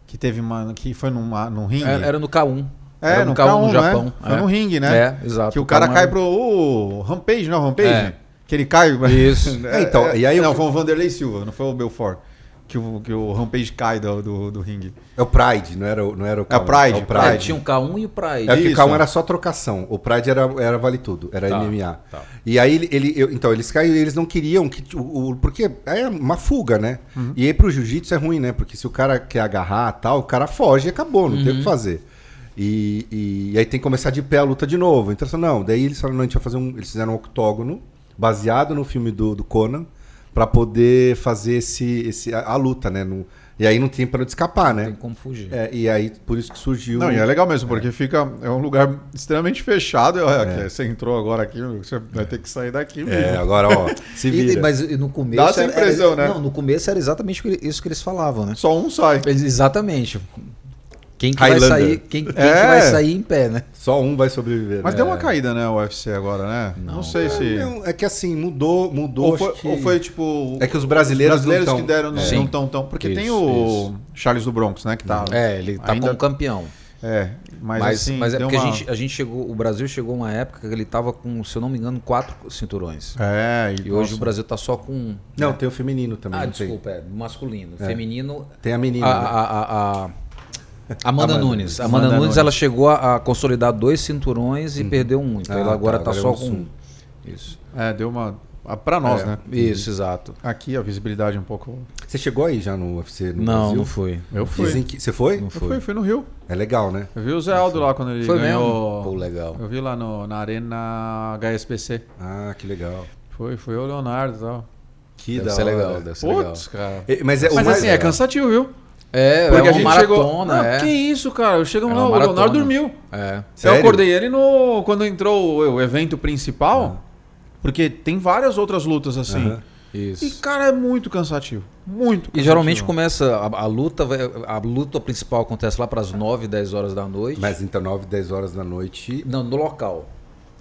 Speaker 3: Que teve uma. Que foi numa, num ringue?
Speaker 2: É, Era, era no K1.
Speaker 3: É,
Speaker 2: era
Speaker 3: no
Speaker 2: K1
Speaker 3: K1,
Speaker 2: no Japão.
Speaker 3: né? Foi num ringue, né?
Speaker 2: É, exato.
Speaker 3: que o cara
Speaker 2: K1
Speaker 3: cai
Speaker 2: era-
Speaker 3: pro. o Rampage, não é o Rampage?
Speaker 2: É.
Speaker 3: Que ele cai. <laughs>
Speaker 2: Isso.
Speaker 1: É, então, e aí eu-
Speaker 3: Não, foi o Vanderlei Silva, não foi o Belfort. Que o, que o Rampage cai do, do, do ringue.
Speaker 1: É o Pride, não era, o- não era o
Speaker 3: É o
Speaker 1: Kawan, É
Speaker 3: Pride,
Speaker 1: o <laughs>
Speaker 2: É,
Speaker 1: Pride.
Speaker 2: tinha o K1 e o Pride.
Speaker 1: É que o
Speaker 3: Isso.
Speaker 1: Kawan era só trocação. O Pride era, era vale tudo, era
Speaker 2: Tá,
Speaker 1: MMA.
Speaker 2: tá.
Speaker 1: E aí ele, ele- eu- então eles caíram, e eles não queriam que t- o, o- porque é uma fuga, né?
Speaker 2: Uhum.
Speaker 1: E aí pro jiu-jitsu é ruim, né? Porque se o cara quer agarrar, tal, o cara foge e acabou, não tem o
Speaker 2: Uhum.
Speaker 1: que fazer. E, e- e aí tem que começar de pé a luta de novo. Então, assim, não, daí eles falaram, não, a gente vai fazer um, eles fizeram um octógono baseado no filme do, do Conan pra poder fazer esse, esse a, a luta, né? No- e aí não tem para onde escapar,
Speaker 2: Não tem
Speaker 1: né?
Speaker 2: como fugir.
Speaker 1: É, e aí por isso que surgiu
Speaker 3: Não, e é legal mesmo, porque fica. É um lugar extremamente fechado. É, que Você entrou agora aqui, você vai ter que sair daqui.
Speaker 1: É, agora,
Speaker 2: <laughs>
Speaker 1: ó, se
Speaker 2: E-
Speaker 1: vira.
Speaker 2: mas e no começo.
Speaker 3: Dá essa impressão, né?
Speaker 2: Não, no começo era exatamente isso que eles falavam, né?
Speaker 3: Só um sai.
Speaker 2: Eles- exatamente. Quem que vai
Speaker 1: Highlander.
Speaker 2: sair, quem, quem
Speaker 3: É.
Speaker 2: que vai sair em pé, né?
Speaker 1: Só um vai sobreviver.
Speaker 3: Mas
Speaker 1: né?
Speaker 3: deu uma caída, né, o UFC agora, né? Não,
Speaker 2: Não,
Speaker 3: sei se.
Speaker 1: É, não, é que assim, mudou, mudou.
Speaker 3: Ou foi,
Speaker 1: acho que-
Speaker 3: ou foi, tipo.
Speaker 1: É que os brasileiros,
Speaker 3: os brasileiros
Speaker 1: não tão-
Speaker 3: que deram não,
Speaker 2: É.
Speaker 3: não tão tão. Porque tem
Speaker 2: Isso,
Speaker 3: o Charles do Bronx, né? Que tá.
Speaker 2: É, ele tá
Speaker 3: ainda-
Speaker 2: como campeão.
Speaker 3: É, mas,
Speaker 2: Mas,
Speaker 3: assim.
Speaker 2: mas é
Speaker 3: deu
Speaker 2: porque a,
Speaker 3: uma-
Speaker 2: gente, a gente chegou. O Brasil chegou uma época que ele tava com, se eu não me engano, quatro cinturões.
Speaker 3: É,
Speaker 2: E hoje
Speaker 3: nossa.
Speaker 2: o Brasil tá só com um.
Speaker 1: Não, tem o feminino também.
Speaker 2: Ah,
Speaker 1: não tem.
Speaker 2: desculpa, Ah, é masculino. Feminino.
Speaker 1: Tem a menina.
Speaker 2: A,
Speaker 1: né?
Speaker 2: a- a- a- Amanda, Nunes. Amanda,
Speaker 3: Amanda
Speaker 2: Nunes,
Speaker 3: Nunes.
Speaker 2: ela chegou a, a consolidar dois cinturões e perdeu um. Então
Speaker 1: Ah,
Speaker 2: ela agora
Speaker 1: tá,
Speaker 2: tá,
Speaker 1: agora
Speaker 2: só
Speaker 1: é um
Speaker 2: com
Speaker 1: sul.
Speaker 2: um. Isso.
Speaker 3: É, deu uma. ah, Pra nós,
Speaker 1: É.
Speaker 3: né?
Speaker 2: Isso, exato.
Speaker 3: Aqui a visibilidade é um pouco.
Speaker 1: Você chegou aí já no UFC no
Speaker 2: ah. Não,
Speaker 1: Brasil?
Speaker 2: não foi.
Speaker 3: Eu fui.
Speaker 1: Dizem que... Você foi?
Speaker 2: Não
Speaker 3: Eu
Speaker 2: foi.
Speaker 3: fui, fui no Rio.
Speaker 1: É legal, né?
Speaker 3: Eu vi o Zé Aldo lá quando ele
Speaker 2: Foi
Speaker 3: ganhou.
Speaker 2: mesmo? Pô, legal.
Speaker 3: Eu vi lá no, na Arena HSPC.
Speaker 1: Ah, que legal.
Speaker 3: Foi, foi eu, Leonardo e tal.
Speaker 1: Que
Speaker 2: Deve
Speaker 1: da
Speaker 2: ser
Speaker 1: hora.
Speaker 2: né? legal, deve ser legal.
Speaker 3: Putz, cara.
Speaker 1: É, Mas, é, o
Speaker 3: Mas
Speaker 1: mais-
Speaker 3: assim, é cansativo, viu?
Speaker 2: É,
Speaker 3: Porque
Speaker 2: é
Speaker 3: a
Speaker 2: uma
Speaker 3: gente
Speaker 2: maratona,
Speaker 3: chegou. Não,
Speaker 2: é.
Speaker 3: Que isso, cara? Eu chego
Speaker 2: É
Speaker 3: lá,
Speaker 2: uma
Speaker 3: o
Speaker 2: maratona.
Speaker 3: Leonardo dormiu.
Speaker 2: É.
Speaker 1: Sério?
Speaker 3: Eu acordei ele no quando entrou o, o evento
Speaker 2: Ah.
Speaker 3: principal, porque tem várias outras lutas assim.
Speaker 1: Aham.
Speaker 2: Isso.
Speaker 3: E cara, é muito cansativo,
Speaker 2: E
Speaker 3: muito. cansativo.
Speaker 2: geralmente começa a, a luta, vai- a luta principal acontece lá para as 9, 10 horas da noite.
Speaker 1: Mas então 9, 10 horas da noite.
Speaker 2: Não, no local.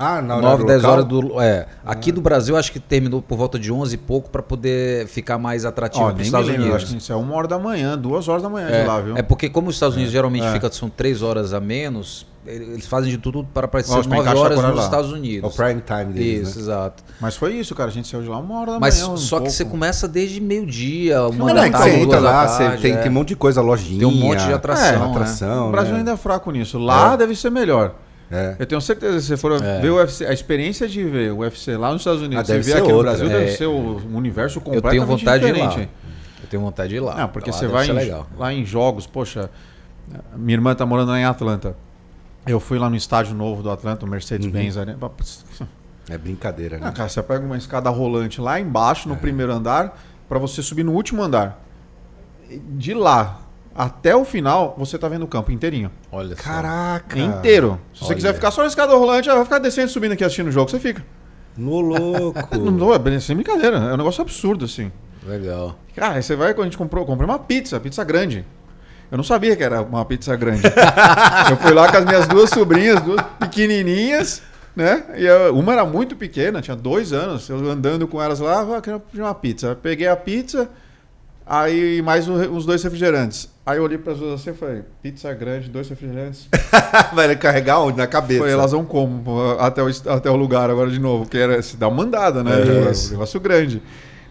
Speaker 1: Ah, na hora
Speaker 2: 9, 10
Speaker 1: local?
Speaker 2: horas do. É. Aqui do Brasil, acho que terminou por volta de 11 e pouco para poder ficar mais atrativo
Speaker 3: Ó,
Speaker 2: para
Speaker 3: nem
Speaker 2: os
Speaker 3: me
Speaker 2: Estados
Speaker 3: lembro, eu
Speaker 2: Unidos.
Speaker 3: acho que isso é uma hora da manhã, duas horas da manhã
Speaker 2: É,
Speaker 3: de lá, viu?
Speaker 2: é porque como os Estados Unidos geralmente
Speaker 3: É.
Speaker 2: fica, são três horas a menos, ele- eles fazem de tudo para parecer
Speaker 3: Lógico, pra
Speaker 2: 9
Speaker 3: encaixar
Speaker 2: horas
Speaker 3: por
Speaker 2: nos
Speaker 3: lá.
Speaker 2: Estados
Speaker 1: É O
Speaker 2: Unidos.
Speaker 1: prime time deles,
Speaker 2: Isso,
Speaker 1: né?
Speaker 2: exato.
Speaker 3: Mas foi isso, cara. A gente saiu de lá uma hora da
Speaker 2: Mas
Speaker 3: manhã. um
Speaker 2: só que
Speaker 3: pouco.
Speaker 2: você começa desde meio-dia,
Speaker 1: Mas
Speaker 2: uma da
Speaker 1: é não é que você
Speaker 2: tarde,
Speaker 1: entra
Speaker 2: duas da
Speaker 1: lá,
Speaker 2: tarde,
Speaker 1: você tem,
Speaker 2: é.
Speaker 1: tem um monte de coisa, lojinha.
Speaker 2: Tem um monte de atração,
Speaker 1: é,
Speaker 2: né?
Speaker 1: atração
Speaker 3: O Brasil
Speaker 1: né?
Speaker 3: ainda é fraco nisso. Lá
Speaker 1: É.
Speaker 3: deve ser melhor.
Speaker 1: É.
Speaker 3: Eu tenho certeza, se você for
Speaker 2: É.
Speaker 3: ver o UFC, a experiência de ver o UFC lá nos Estados Unidos
Speaker 1: Ah, deve
Speaker 3: e ver
Speaker 1: ser
Speaker 3: aqui no
Speaker 1: outra.
Speaker 3: Brasil
Speaker 2: É.
Speaker 3: deve ser um universo
Speaker 2: Eu
Speaker 3: completamente
Speaker 2: tenho vontade
Speaker 3: diferente.
Speaker 2: de ir lá. Eu tenho vontade de ir lá.
Speaker 3: Não, porque
Speaker 2: Lá
Speaker 3: você
Speaker 2: deve
Speaker 3: vai
Speaker 2: ser
Speaker 3: em,
Speaker 2: legal.
Speaker 3: lá em jogos, poxa, minha irmã tá morando lá em Atlanta. Eu fui lá no estádio novo do Atlanta, o Mercedes-Benz
Speaker 2: Uhum.
Speaker 3: Arena.
Speaker 1: É brincadeira, né?
Speaker 3: <laughs> Ah, cara, você pega uma escada rolante lá embaixo, no
Speaker 2: É.
Speaker 3: primeiro andar, pra você subir no último andar. De lá até o final, você tá vendo o campo inteirinho.
Speaker 2: Olha só.
Speaker 1: Caraca!
Speaker 3: Inteiro. Se você
Speaker 1: Olha.
Speaker 3: quiser ficar só na escada rolante, ah, vai ficar descendo e subindo aqui assistindo o jogo, você fica.
Speaker 1: <laughs> No louco!
Speaker 3: Não, não, é bem- sem brincadeira, é um negócio absurdo, assim.
Speaker 2: Legal.
Speaker 3: Cara, aí você vai, quando a gente comprou, comprei uma pizza, pizza grande. Eu não sabia que era uma pizza grande. eu fui lá com as minhas duas sobrinhas, duas pequenininhas, né? E eu- uma era muito pequena, tinha dois anos, eu andando com elas lá, ah, queria pedir uma pizza. Eu peguei a pizza, aí mais um re- uns dois refrigerantes. Aí eu olhei para as duas assim e falei, pizza grande, dois refrigerantes.
Speaker 1: <laughs> Vai carregar onde? Na cabeça.
Speaker 3: Foi, elas vão como pô, até o, est- até o lugar agora de novo, que era se dar uma andada, né?
Speaker 1: É,
Speaker 3: Tipo,
Speaker 1: isso.
Speaker 3: um negócio grande.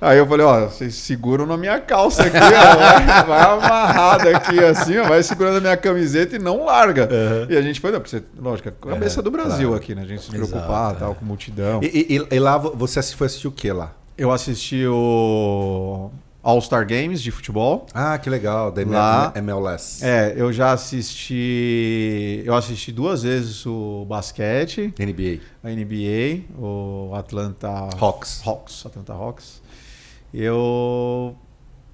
Speaker 3: Aí eu falei, ó, vocês seguram na minha calça aqui, ó, <laughs> vai, vai amarrada aqui assim, ó, vai segurando a minha camiseta e não larga.
Speaker 1: Uhum.
Speaker 3: E a gente foi, não, porque você, lógico, é a cabeça
Speaker 1: É,
Speaker 3: do Brasil
Speaker 1: claro.
Speaker 3: aqui, né? A gente se
Speaker 2: Exato,
Speaker 3: preocupar,
Speaker 2: é.
Speaker 3: tal, com multidão.
Speaker 1: E, e- e- e lá vo- você assi- foi assistir o que lá?
Speaker 3: Eu assisti o All-Star Games de futebol.
Speaker 1: Ah, que legal, da
Speaker 3: Lá-
Speaker 1: MLS.
Speaker 3: É, eu já assisti, eu assisti duas vezes o basquete.
Speaker 1: NBA.
Speaker 3: a NBA, o Atlanta
Speaker 1: Hawks.
Speaker 3: Hawks, Atlanta Hawks. Eu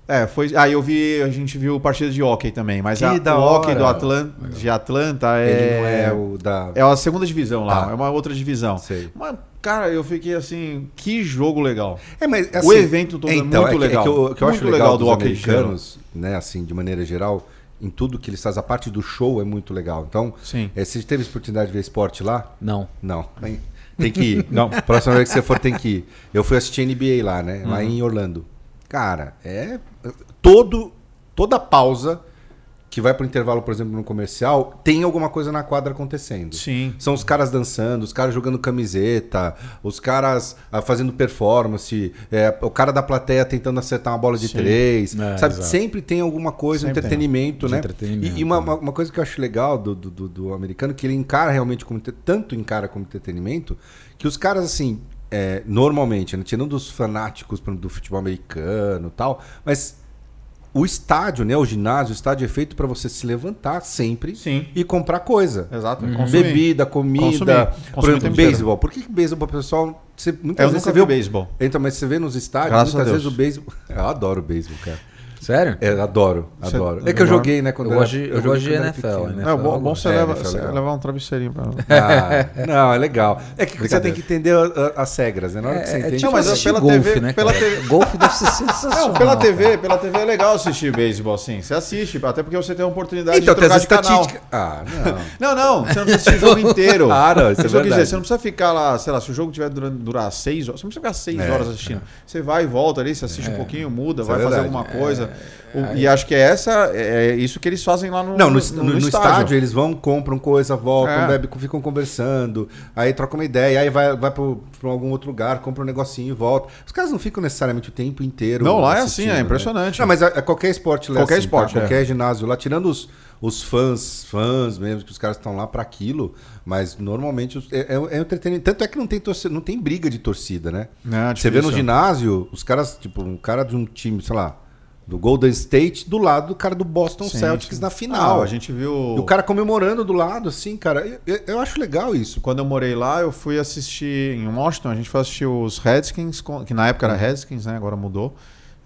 Speaker 3: é, foi, aí eu vi, a gente viu partida de hockey também, mas
Speaker 1: Que
Speaker 3: a,
Speaker 1: da
Speaker 3: o hockey
Speaker 1: hora.
Speaker 3: do Atlanta, de Atlanta é
Speaker 1: Ele não é o da.
Speaker 3: é a segunda divisão lá,
Speaker 1: Tá.
Speaker 3: é uma outra divisão.
Speaker 1: Sei.
Speaker 3: Mas cara, eu fiquei assim, que jogo legal.
Speaker 1: É, mas, então,
Speaker 3: O evento todo é muito
Speaker 1: que-
Speaker 3: legal.
Speaker 1: que eu, o que eu
Speaker 3: Muito
Speaker 1: acho legal,
Speaker 3: legal do
Speaker 1: dos
Speaker 3: hockey
Speaker 1: americanos, né, assim, de maneira geral, em tudo que eles fazem, a parte do show é muito legal. Então,
Speaker 3: Sim.
Speaker 1: é, você teve oportunidade de ver esporte lá?
Speaker 2: Não.
Speaker 1: Não. Tem- Tem que ir. Não. Próxima vez que você for, tem que ir. Eu fui assistir NBA lá, né? Lá em Orlando. Cara, é. Todo, toda pausa que vai pro intervalo, por exemplo, no comercial, tem alguma coisa na quadra acontecendo.
Speaker 3: Sim.
Speaker 1: São os caras dançando, os caras jogando camiseta, os caras ah, fazendo performance, é, o cara da plateia tentando acertar uma bola de
Speaker 3: Sim.
Speaker 1: três.
Speaker 2: É,
Speaker 1: sabe?
Speaker 2: exato.
Speaker 1: Sempre tem alguma coisa,
Speaker 3: Sempre tem.
Speaker 1: entretenimento,
Speaker 2: De
Speaker 1: né?
Speaker 2: entretenimento,
Speaker 1: E, e uma,
Speaker 2: né?
Speaker 1: uma- uma coisa que eu acho legal do, do, do- do americano, que ele encara realmente como entre- tanto encara como entretenimento, que os caras, assim, é, normalmente, né, tirando os fanáticos por exemplo, do futebol americano e tal, mas o estádio, né? O ginásio, o estádio é feito para você se levantar sempre
Speaker 3: Sim.
Speaker 1: e comprar coisa.
Speaker 3: Exato.
Speaker 1: Consumir. Bebida, comida,
Speaker 3: Consumir.
Speaker 1: por
Speaker 3: Consumir o
Speaker 1: exemplo,
Speaker 3: tempo
Speaker 1: beisebol. Por que que beisebol, pessoal? Você, muitas
Speaker 3: Eu
Speaker 1: vezes
Speaker 3: nunca
Speaker 1: você
Speaker 3: vi
Speaker 1: vê o
Speaker 3: beisebol.
Speaker 1: Então, mas você vê nos estádios,
Speaker 3: Graças
Speaker 1: muitas
Speaker 3: a Deus.
Speaker 1: vezes o beisebol. Eu adoro beisebol, cara.
Speaker 2: Sério?
Speaker 1: É, adoro,
Speaker 3: Você-
Speaker 1: adoro. É que eu
Speaker 3: melhor.
Speaker 1: joguei, né? Quando
Speaker 2: Eu
Speaker 1: era-
Speaker 2: gosto de- eu
Speaker 1: joguei
Speaker 2: gosto de
Speaker 1: quando era
Speaker 2: NFL,
Speaker 1: pequeno.
Speaker 2: né?
Speaker 3: É, o bom, bom você
Speaker 1: É,
Speaker 3: leva,
Speaker 1: NFL,
Speaker 3: você
Speaker 1: legal.
Speaker 3: levar um travesseirinho pra
Speaker 1: Ah, não, é legal. É que você
Speaker 2: Brincadeira. É,
Speaker 1: tem que entender a- a- as regras, né? Na hora que você entende.
Speaker 3: tipo
Speaker 1: você
Speaker 3: mas
Speaker 1: fala,
Speaker 2: assistir
Speaker 3: pela
Speaker 2: golfe,
Speaker 3: TV,
Speaker 2: né?
Speaker 3: pela
Speaker 2: cara?
Speaker 3: TV.
Speaker 2: Golfe
Speaker 1: <laughs>
Speaker 2: deve ser sensacional.
Speaker 3: Não, Ah, pela
Speaker 2: cara.
Speaker 3: TV, pela TV é legal assistir beisebol, sim. Você assiste, até porque você tem a oportunidade
Speaker 1: Então,
Speaker 3: de
Speaker 1: tem
Speaker 3: trocar
Speaker 1: as
Speaker 3: de canal.
Speaker 1: estatísticas. Ah, não.
Speaker 3: Não, não, você não precisa assistir
Speaker 1: <laughs>
Speaker 3: o jogo <laughs> inteiro.
Speaker 1: Ah, não, isso é
Speaker 3: Isso que eu quis dizer,
Speaker 1: verdade.
Speaker 3: você não precisa ficar lá, sei lá, se o jogo tiver durando, durar seis horas, você não precisa ficar seis
Speaker 1: É,
Speaker 3: horas assistindo. Você vai e volta ali, você assiste um pouquinho, muda,
Speaker 1: Isso é
Speaker 3: vai fazer
Speaker 1: verdade.
Speaker 3: alguma coisa. O- e acho que é essa, é isso que eles fazem lá no,
Speaker 1: Não, no, es- no- no estádio. eles vão, compram coisa, voltam,
Speaker 3: É.
Speaker 1: bebem, ficam conversando, aí trocam uma ideia, aí vai, vai pro- pra algum outro lugar, compra um negocinho e volta. Os caras não ficam necessariamente o tempo inteiro.
Speaker 3: Não, lá é
Speaker 1: assistindo,
Speaker 3: assim, é
Speaker 1: né?
Speaker 3: impressionante.
Speaker 1: Não, mas a- a qualquer esporte lá é
Speaker 3: Qualquer
Speaker 1: assim, tá?
Speaker 3: esporte, é.
Speaker 1: Qualquer ginásio lá, tirando os, os fãs, fãs mesmo, que os caras estão lá pra aquilo, mas normalmente os- é, é- é entretenimento. Tanto é que não tem, torcida, não tem briga de torcida, né?
Speaker 3: Não,
Speaker 1: Você vê no
Speaker 3: É difícil.
Speaker 1: ginásio, os caras, tipo, um cara de um time, sei lá, do Golden State, do lado do cara do Boston
Speaker 3: Sim,
Speaker 1: um Celtics
Speaker 3: sim.
Speaker 1: na final.
Speaker 3: Ah, a gente viu.
Speaker 1: E o cara comemorando do lado, assim, cara. Eu, eu- eu acho legal isso.
Speaker 3: Quando eu morei lá, eu fui assistir em Washington, a gente foi assistir os Redskins, com- que na época era Redskins, né? Agora mudou.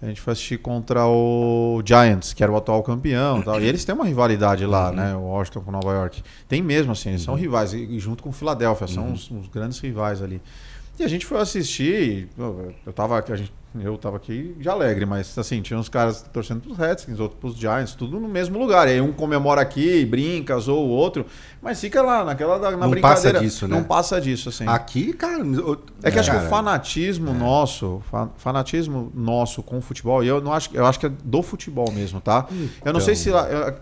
Speaker 3: A gente foi assistir contra o Giants, que era o atual campeão. e Tal. E eles têm uma rivalidade lá, né? O Washington com Nova York. Tem mesmo, assim, eles são rivais, e e junto com o Filadélfia, são uns, uns grandes rivais ali. E a gente foi assistir, e, pô, eu tava aqui, a gente- eu tava aqui de alegre, mas assim, tinha uns caras torcendo pros Redskins, outros pros Giants, tudo no mesmo lugar. E aí um comemora aqui, brinca, zoa o outro, mas fica lá naquela da- na
Speaker 1: Não
Speaker 3: brincadeira.
Speaker 1: passa disso, né?
Speaker 3: Não passa disso, assim.
Speaker 1: Aqui, cara. eu-
Speaker 3: É que acho que o
Speaker 1: cara, É.
Speaker 3: fanatismo nosso, fa- fanatismo nosso com o futebol, e eu não acho, eu acho que é do futebol mesmo, tá? eu não sei se
Speaker 1: Então.
Speaker 3: lá, eu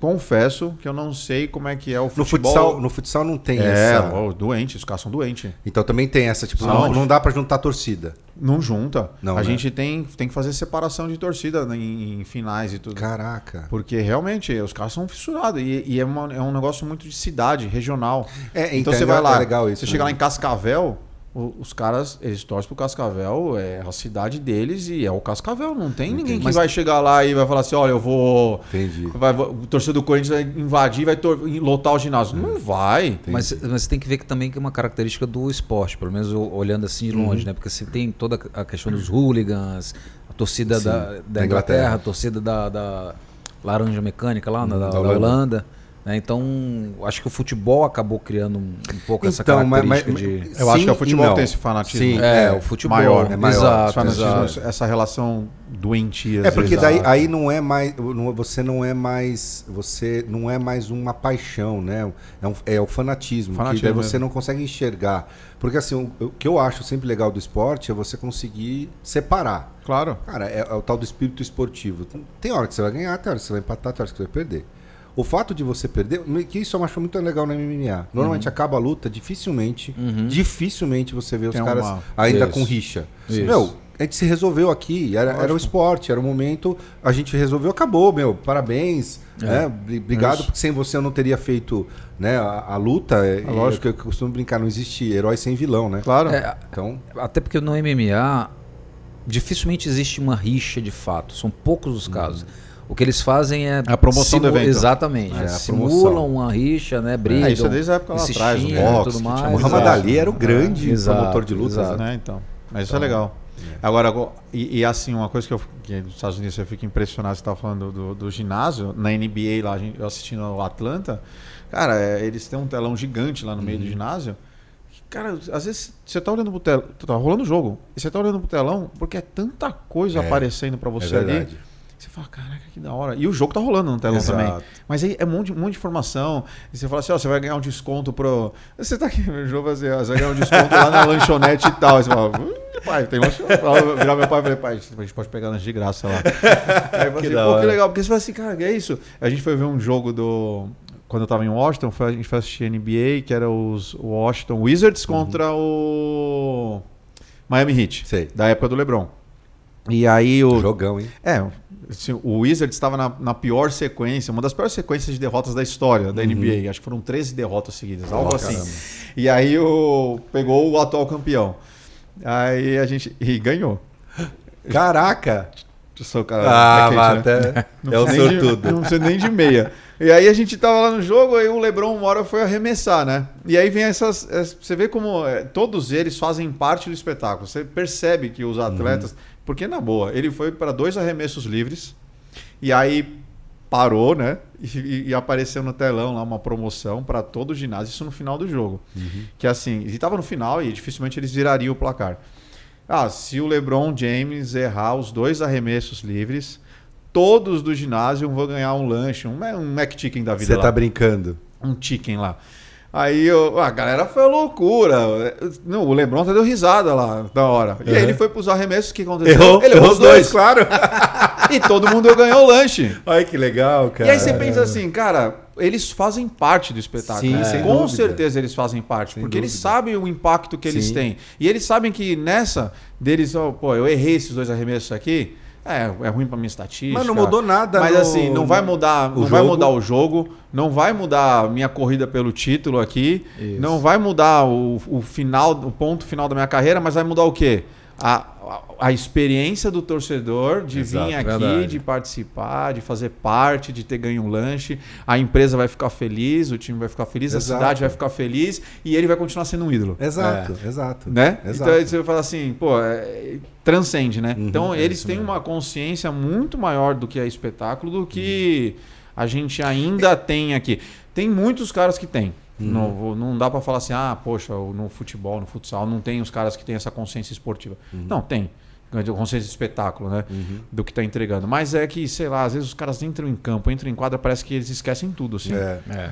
Speaker 3: confesso que eu não sei como é que é o
Speaker 1: No
Speaker 3: futebol.
Speaker 1: futsal, no futsal não tem
Speaker 3: é,
Speaker 1: essa.
Speaker 3: ó, doente, os caras são doentes.
Speaker 1: Então também tem essa, tipo, não,
Speaker 3: Aonde?
Speaker 1: não dá pra juntar torcida.
Speaker 3: Não junta.
Speaker 1: Não,
Speaker 3: a
Speaker 1: né?
Speaker 3: gente tem, tem que fazer separação de torcida né, em, em finais e tudo.
Speaker 1: Caraca.
Speaker 3: Porque realmente os caras são fissurados. E, e é, uma- é um negócio muito de cidade, regional.
Speaker 1: É, entendeu?
Speaker 3: Então você vai lá,
Speaker 1: É legal isso,
Speaker 3: você
Speaker 1: né?
Speaker 3: chega lá em Cascavel, o- os caras, eles torcem pro Cascavel, é a cidade deles e é o Cascavel. Não tem ninguém que
Speaker 2: Mas-
Speaker 3: vai chegar lá e vai falar assim, olha, eu vou...
Speaker 1: Entendi.
Speaker 3: Vai, vai- o torcedor do Corinthians vai invadir, vai tor- lotar o ginásio. Não vai.
Speaker 2: Mas, mas você tem que ver que também que é uma característica do esporte, pelo menos o- olhando assim de longe, né? Porque você tem toda a questão dos hooligans, a torcida
Speaker 1: Sim,
Speaker 2: da,
Speaker 1: da
Speaker 2: da Inglaterra,
Speaker 1: Inglaterra.
Speaker 2: a torcida da, da Laranja Mecânica lá, na- da, da
Speaker 1: da
Speaker 2: Holanda.
Speaker 1: Holanda.
Speaker 2: né? Então, acho que o futebol acabou criando um, um pouco essa
Speaker 1: Então, mas-
Speaker 2: característica
Speaker 1: mas-
Speaker 2: de.
Speaker 1: mas-
Speaker 3: Eu
Speaker 1: Sim
Speaker 3: acho que é o futebol
Speaker 1: e não.
Speaker 3: tem esse fanatismo.
Speaker 1: Sim,
Speaker 2: É,
Speaker 1: é,
Speaker 2: o
Speaker 3: tipo,
Speaker 2: futebol.
Speaker 1: maior, né? Maior.
Speaker 2: Exato,
Speaker 3: fanatismo,
Speaker 2: exato.
Speaker 3: essa relação doente. às
Speaker 1: É porque
Speaker 3: vezes,
Speaker 1: daí
Speaker 3: da-
Speaker 1: aí não é mais não- você não é mais você não é mais uma paixão, né? É, um- é o fanatismo,
Speaker 3: Fanatismo
Speaker 1: que daí
Speaker 3: mesmo.
Speaker 1: você não consegue enxergar. Porque assim, o, o que eu acho sempre legal do esporte é você conseguir separar.
Speaker 3: Claro.
Speaker 1: Cara, é, é o tal do espírito esportivo. Tem hora que você vai ganhar, tem hora que você vai empatar, tem hora que você vai perder. O fato de você perder, me- que isso eu acho muito legal na MMA.
Speaker 3: Uhum.
Speaker 1: Normalmente acaba a luta, dificilmente, dificilmente você vê os
Speaker 3: Tem
Speaker 1: caras
Speaker 3: uma-
Speaker 1: ainda
Speaker 2: Isso.
Speaker 1: com rixa.
Speaker 2: Isso.
Speaker 1: Meu, a gente se resolveu aqui, era, era o esporte, era o momento, a gente resolveu, acabou, meu, parabéns,
Speaker 3: É.
Speaker 1: né? Bri- Obrigado, porque sem você eu não teria feito né, a, a luta. É,
Speaker 3: Ah, lógico.
Speaker 1: é o que eu costumo brincar, não existe herói sem vilão, né?
Speaker 3: Claro.
Speaker 2: É,
Speaker 1: Então,
Speaker 2: Até porque no MMA dificilmente existe uma rixa de fato. São poucos os casos. O que eles fazem é.
Speaker 3: A promoção do evento.
Speaker 2: Exatamente.
Speaker 1: É, a
Speaker 2: simulam
Speaker 1: promoção.
Speaker 2: uma rixa, né? Brigam.
Speaker 3: É, isso é desde a época lá
Speaker 2: se
Speaker 3: atrás, o
Speaker 2: xingam e
Speaker 3: boxe, tipo,
Speaker 2: tudo
Speaker 3: que tinha
Speaker 1: o
Speaker 2: mais.
Speaker 3: Exato. É.
Speaker 1: Muhammad Ali era o grande
Speaker 2: Exato,
Speaker 1: promotor de lutas,
Speaker 2: exato.
Speaker 1: né?
Speaker 3: né? Então. Mas isso é legal. Agora, go- e, e assim, uma coisa que eu que nos Estados Unidos eu fico impressionado, você estava falando do, do ginásio, na NBA lá, a gente- eu assistindo ao Atlanta, cara, é, eles têm um telão gigante lá no
Speaker 2: Uhum.
Speaker 3: meio do ginásio. que, Cara, às vezes você tá olhando pro telão, tá rolando o jogo, e você tá olhando pro telão porque é tanta coisa
Speaker 2: É.
Speaker 3: aparecendo pra você ali.
Speaker 1: É verdade.
Speaker 3: Você fala, caraca, que da hora. E o jogo tá rolando no telão
Speaker 1: Exato.
Speaker 3: também. Mas aí é um monte, um monte de informação. E você fala assim, ó, você vai ganhar um desconto pro. Você tá aqui no jogo, assim, ó, você vai ganhar um desconto lá na lanchonete e tal. Aí você fala, "Hum, pai, tem lanchonete. Eu virar meu pai e falei, pai, a gente pode pegar lanche de graça <laughs> lá. Aí
Speaker 1: da
Speaker 3: eu falei assim, pô, que
Speaker 1: hora.
Speaker 3: legal. Porque você fala assim, cara, é isso. A gente foi ver um jogo do. Quando eu tava em Washington, foi- a gente foi assistir NBA, que era os Washington Wizards contra o Miami Heat.
Speaker 1: Sei.
Speaker 3: Da época do LeBron. E aí o.
Speaker 1: Jogão, hein?
Speaker 3: É, assim, o Wizards estava na, na pior sequência, uma das piores sequências de derrotas da história da NBA. Acho que foram 13 derrotas seguidas, algo
Speaker 1: Oh,
Speaker 3: assim.
Speaker 1: Uhum. caramba.
Speaker 3: E aí o, pegou o atual campeão. Aí a gente. E ganhou.
Speaker 1: Caraca!
Speaker 3: Eu sou o cara.
Speaker 1: Ah,
Speaker 3: raquete, né?
Speaker 1: mata. É o
Speaker 3: precisa nem de-
Speaker 1: sortudo.
Speaker 3: Não precisa nem de meia. E aí a gente tava lá no jogo, aí o Lebron uma hora foi arremessar, né? E aí vem essas. es- Você vê como eh, todos eles fazem parte do espetáculo. Você percebe que os atletas.
Speaker 1: Uhum.
Speaker 3: Porque, na boa, ele foi para dois arremessos livres, e aí parou, né? E, e- e apareceu no telão lá uma promoção para todo o ginásio, isso no final do jogo. Que assim, e tava no final e dificilmente eles virariam o placar. Ah, se o LeBron James errar os dois arremessos livres, todos do ginásio vão ganhar um lanche, um, Ma- um McChicken da vida
Speaker 1: Você
Speaker 3: lá.
Speaker 1: tá brincando.
Speaker 3: Um chicken lá. Aí eu- a galera foi loucura. Não, o LeBron até deu risada lá na hora. E aí ele foi pros arremessos, o que aconteceu? ele errou os dois.
Speaker 1: claro.
Speaker 3: E todo mundo ganhou o lanche.
Speaker 1: Ai, que legal, cara.
Speaker 3: E aí você pensa assim, cara, eles fazem parte do espetáculo.
Speaker 1: Sim, sem
Speaker 3: Com
Speaker 1: dúvida.
Speaker 3: certeza eles fazem parte,
Speaker 1: Sem
Speaker 3: porque eles
Speaker 1: dúvida.
Speaker 3: sabem o impacto que eles
Speaker 1: Sim.
Speaker 3: têm. E eles sabem que nessa deles, ó, pô, eu errei esses dois arremessos aqui. É, é ruim pra minha estatística.
Speaker 1: Mas não mudou nada
Speaker 3: Mas
Speaker 1: no-
Speaker 3: assim, não vai mudar,
Speaker 1: o
Speaker 3: não vai
Speaker 1: jogo.
Speaker 3: mudar o jogo, não vai mudar a minha corrida pelo título aqui,
Speaker 2: Isso.
Speaker 3: não vai mudar o, o final, o ponto final da minha carreira, mas vai mudar o quê? a, a, a experiência do torcedor de
Speaker 1: Exato,
Speaker 3: vir aqui,
Speaker 2: verdade.
Speaker 3: de participar, de fazer parte, de ter ganho um lanche, a empresa vai ficar feliz, o time vai ficar feliz, a
Speaker 1: Exato.
Speaker 3: cidade vai ficar feliz e ele vai continuar sendo um ídolo.
Speaker 1: Exato, exato.
Speaker 3: Né?
Speaker 1: Exato.
Speaker 3: Então aí você fala assim, pô, é- transcende, né?
Speaker 1: Uhum,
Speaker 3: então
Speaker 1: é
Speaker 3: eles
Speaker 1: isso
Speaker 3: têm
Speaker 1: mesmo.
Speaker 3: uma consciência muito maior do que é espetáculo, do que
Speaker 1: Uhum.
Speaker 3: a gente
Speaker 1: É.
Speaker 3: ainda tem aqui. Tem muitos caras que têm.
Speaker 1: Uhum.
Speaker 3: Não, vou- não dá pra falar assim, ah, poxa, o- no futebol, no futsal, não tem os caras que têm essa consciência esportiva.
Speaker 1: Uhum.
Speaker 3: Não, tem. Consciência de espetáculo, né? Do que tá entregando. Mas é que, sei lá, às vezes os caras entram em campo, entram em quadra, parece que eles esquecem tudo, assim.
Speaker 1: É,
Speaker 3: É,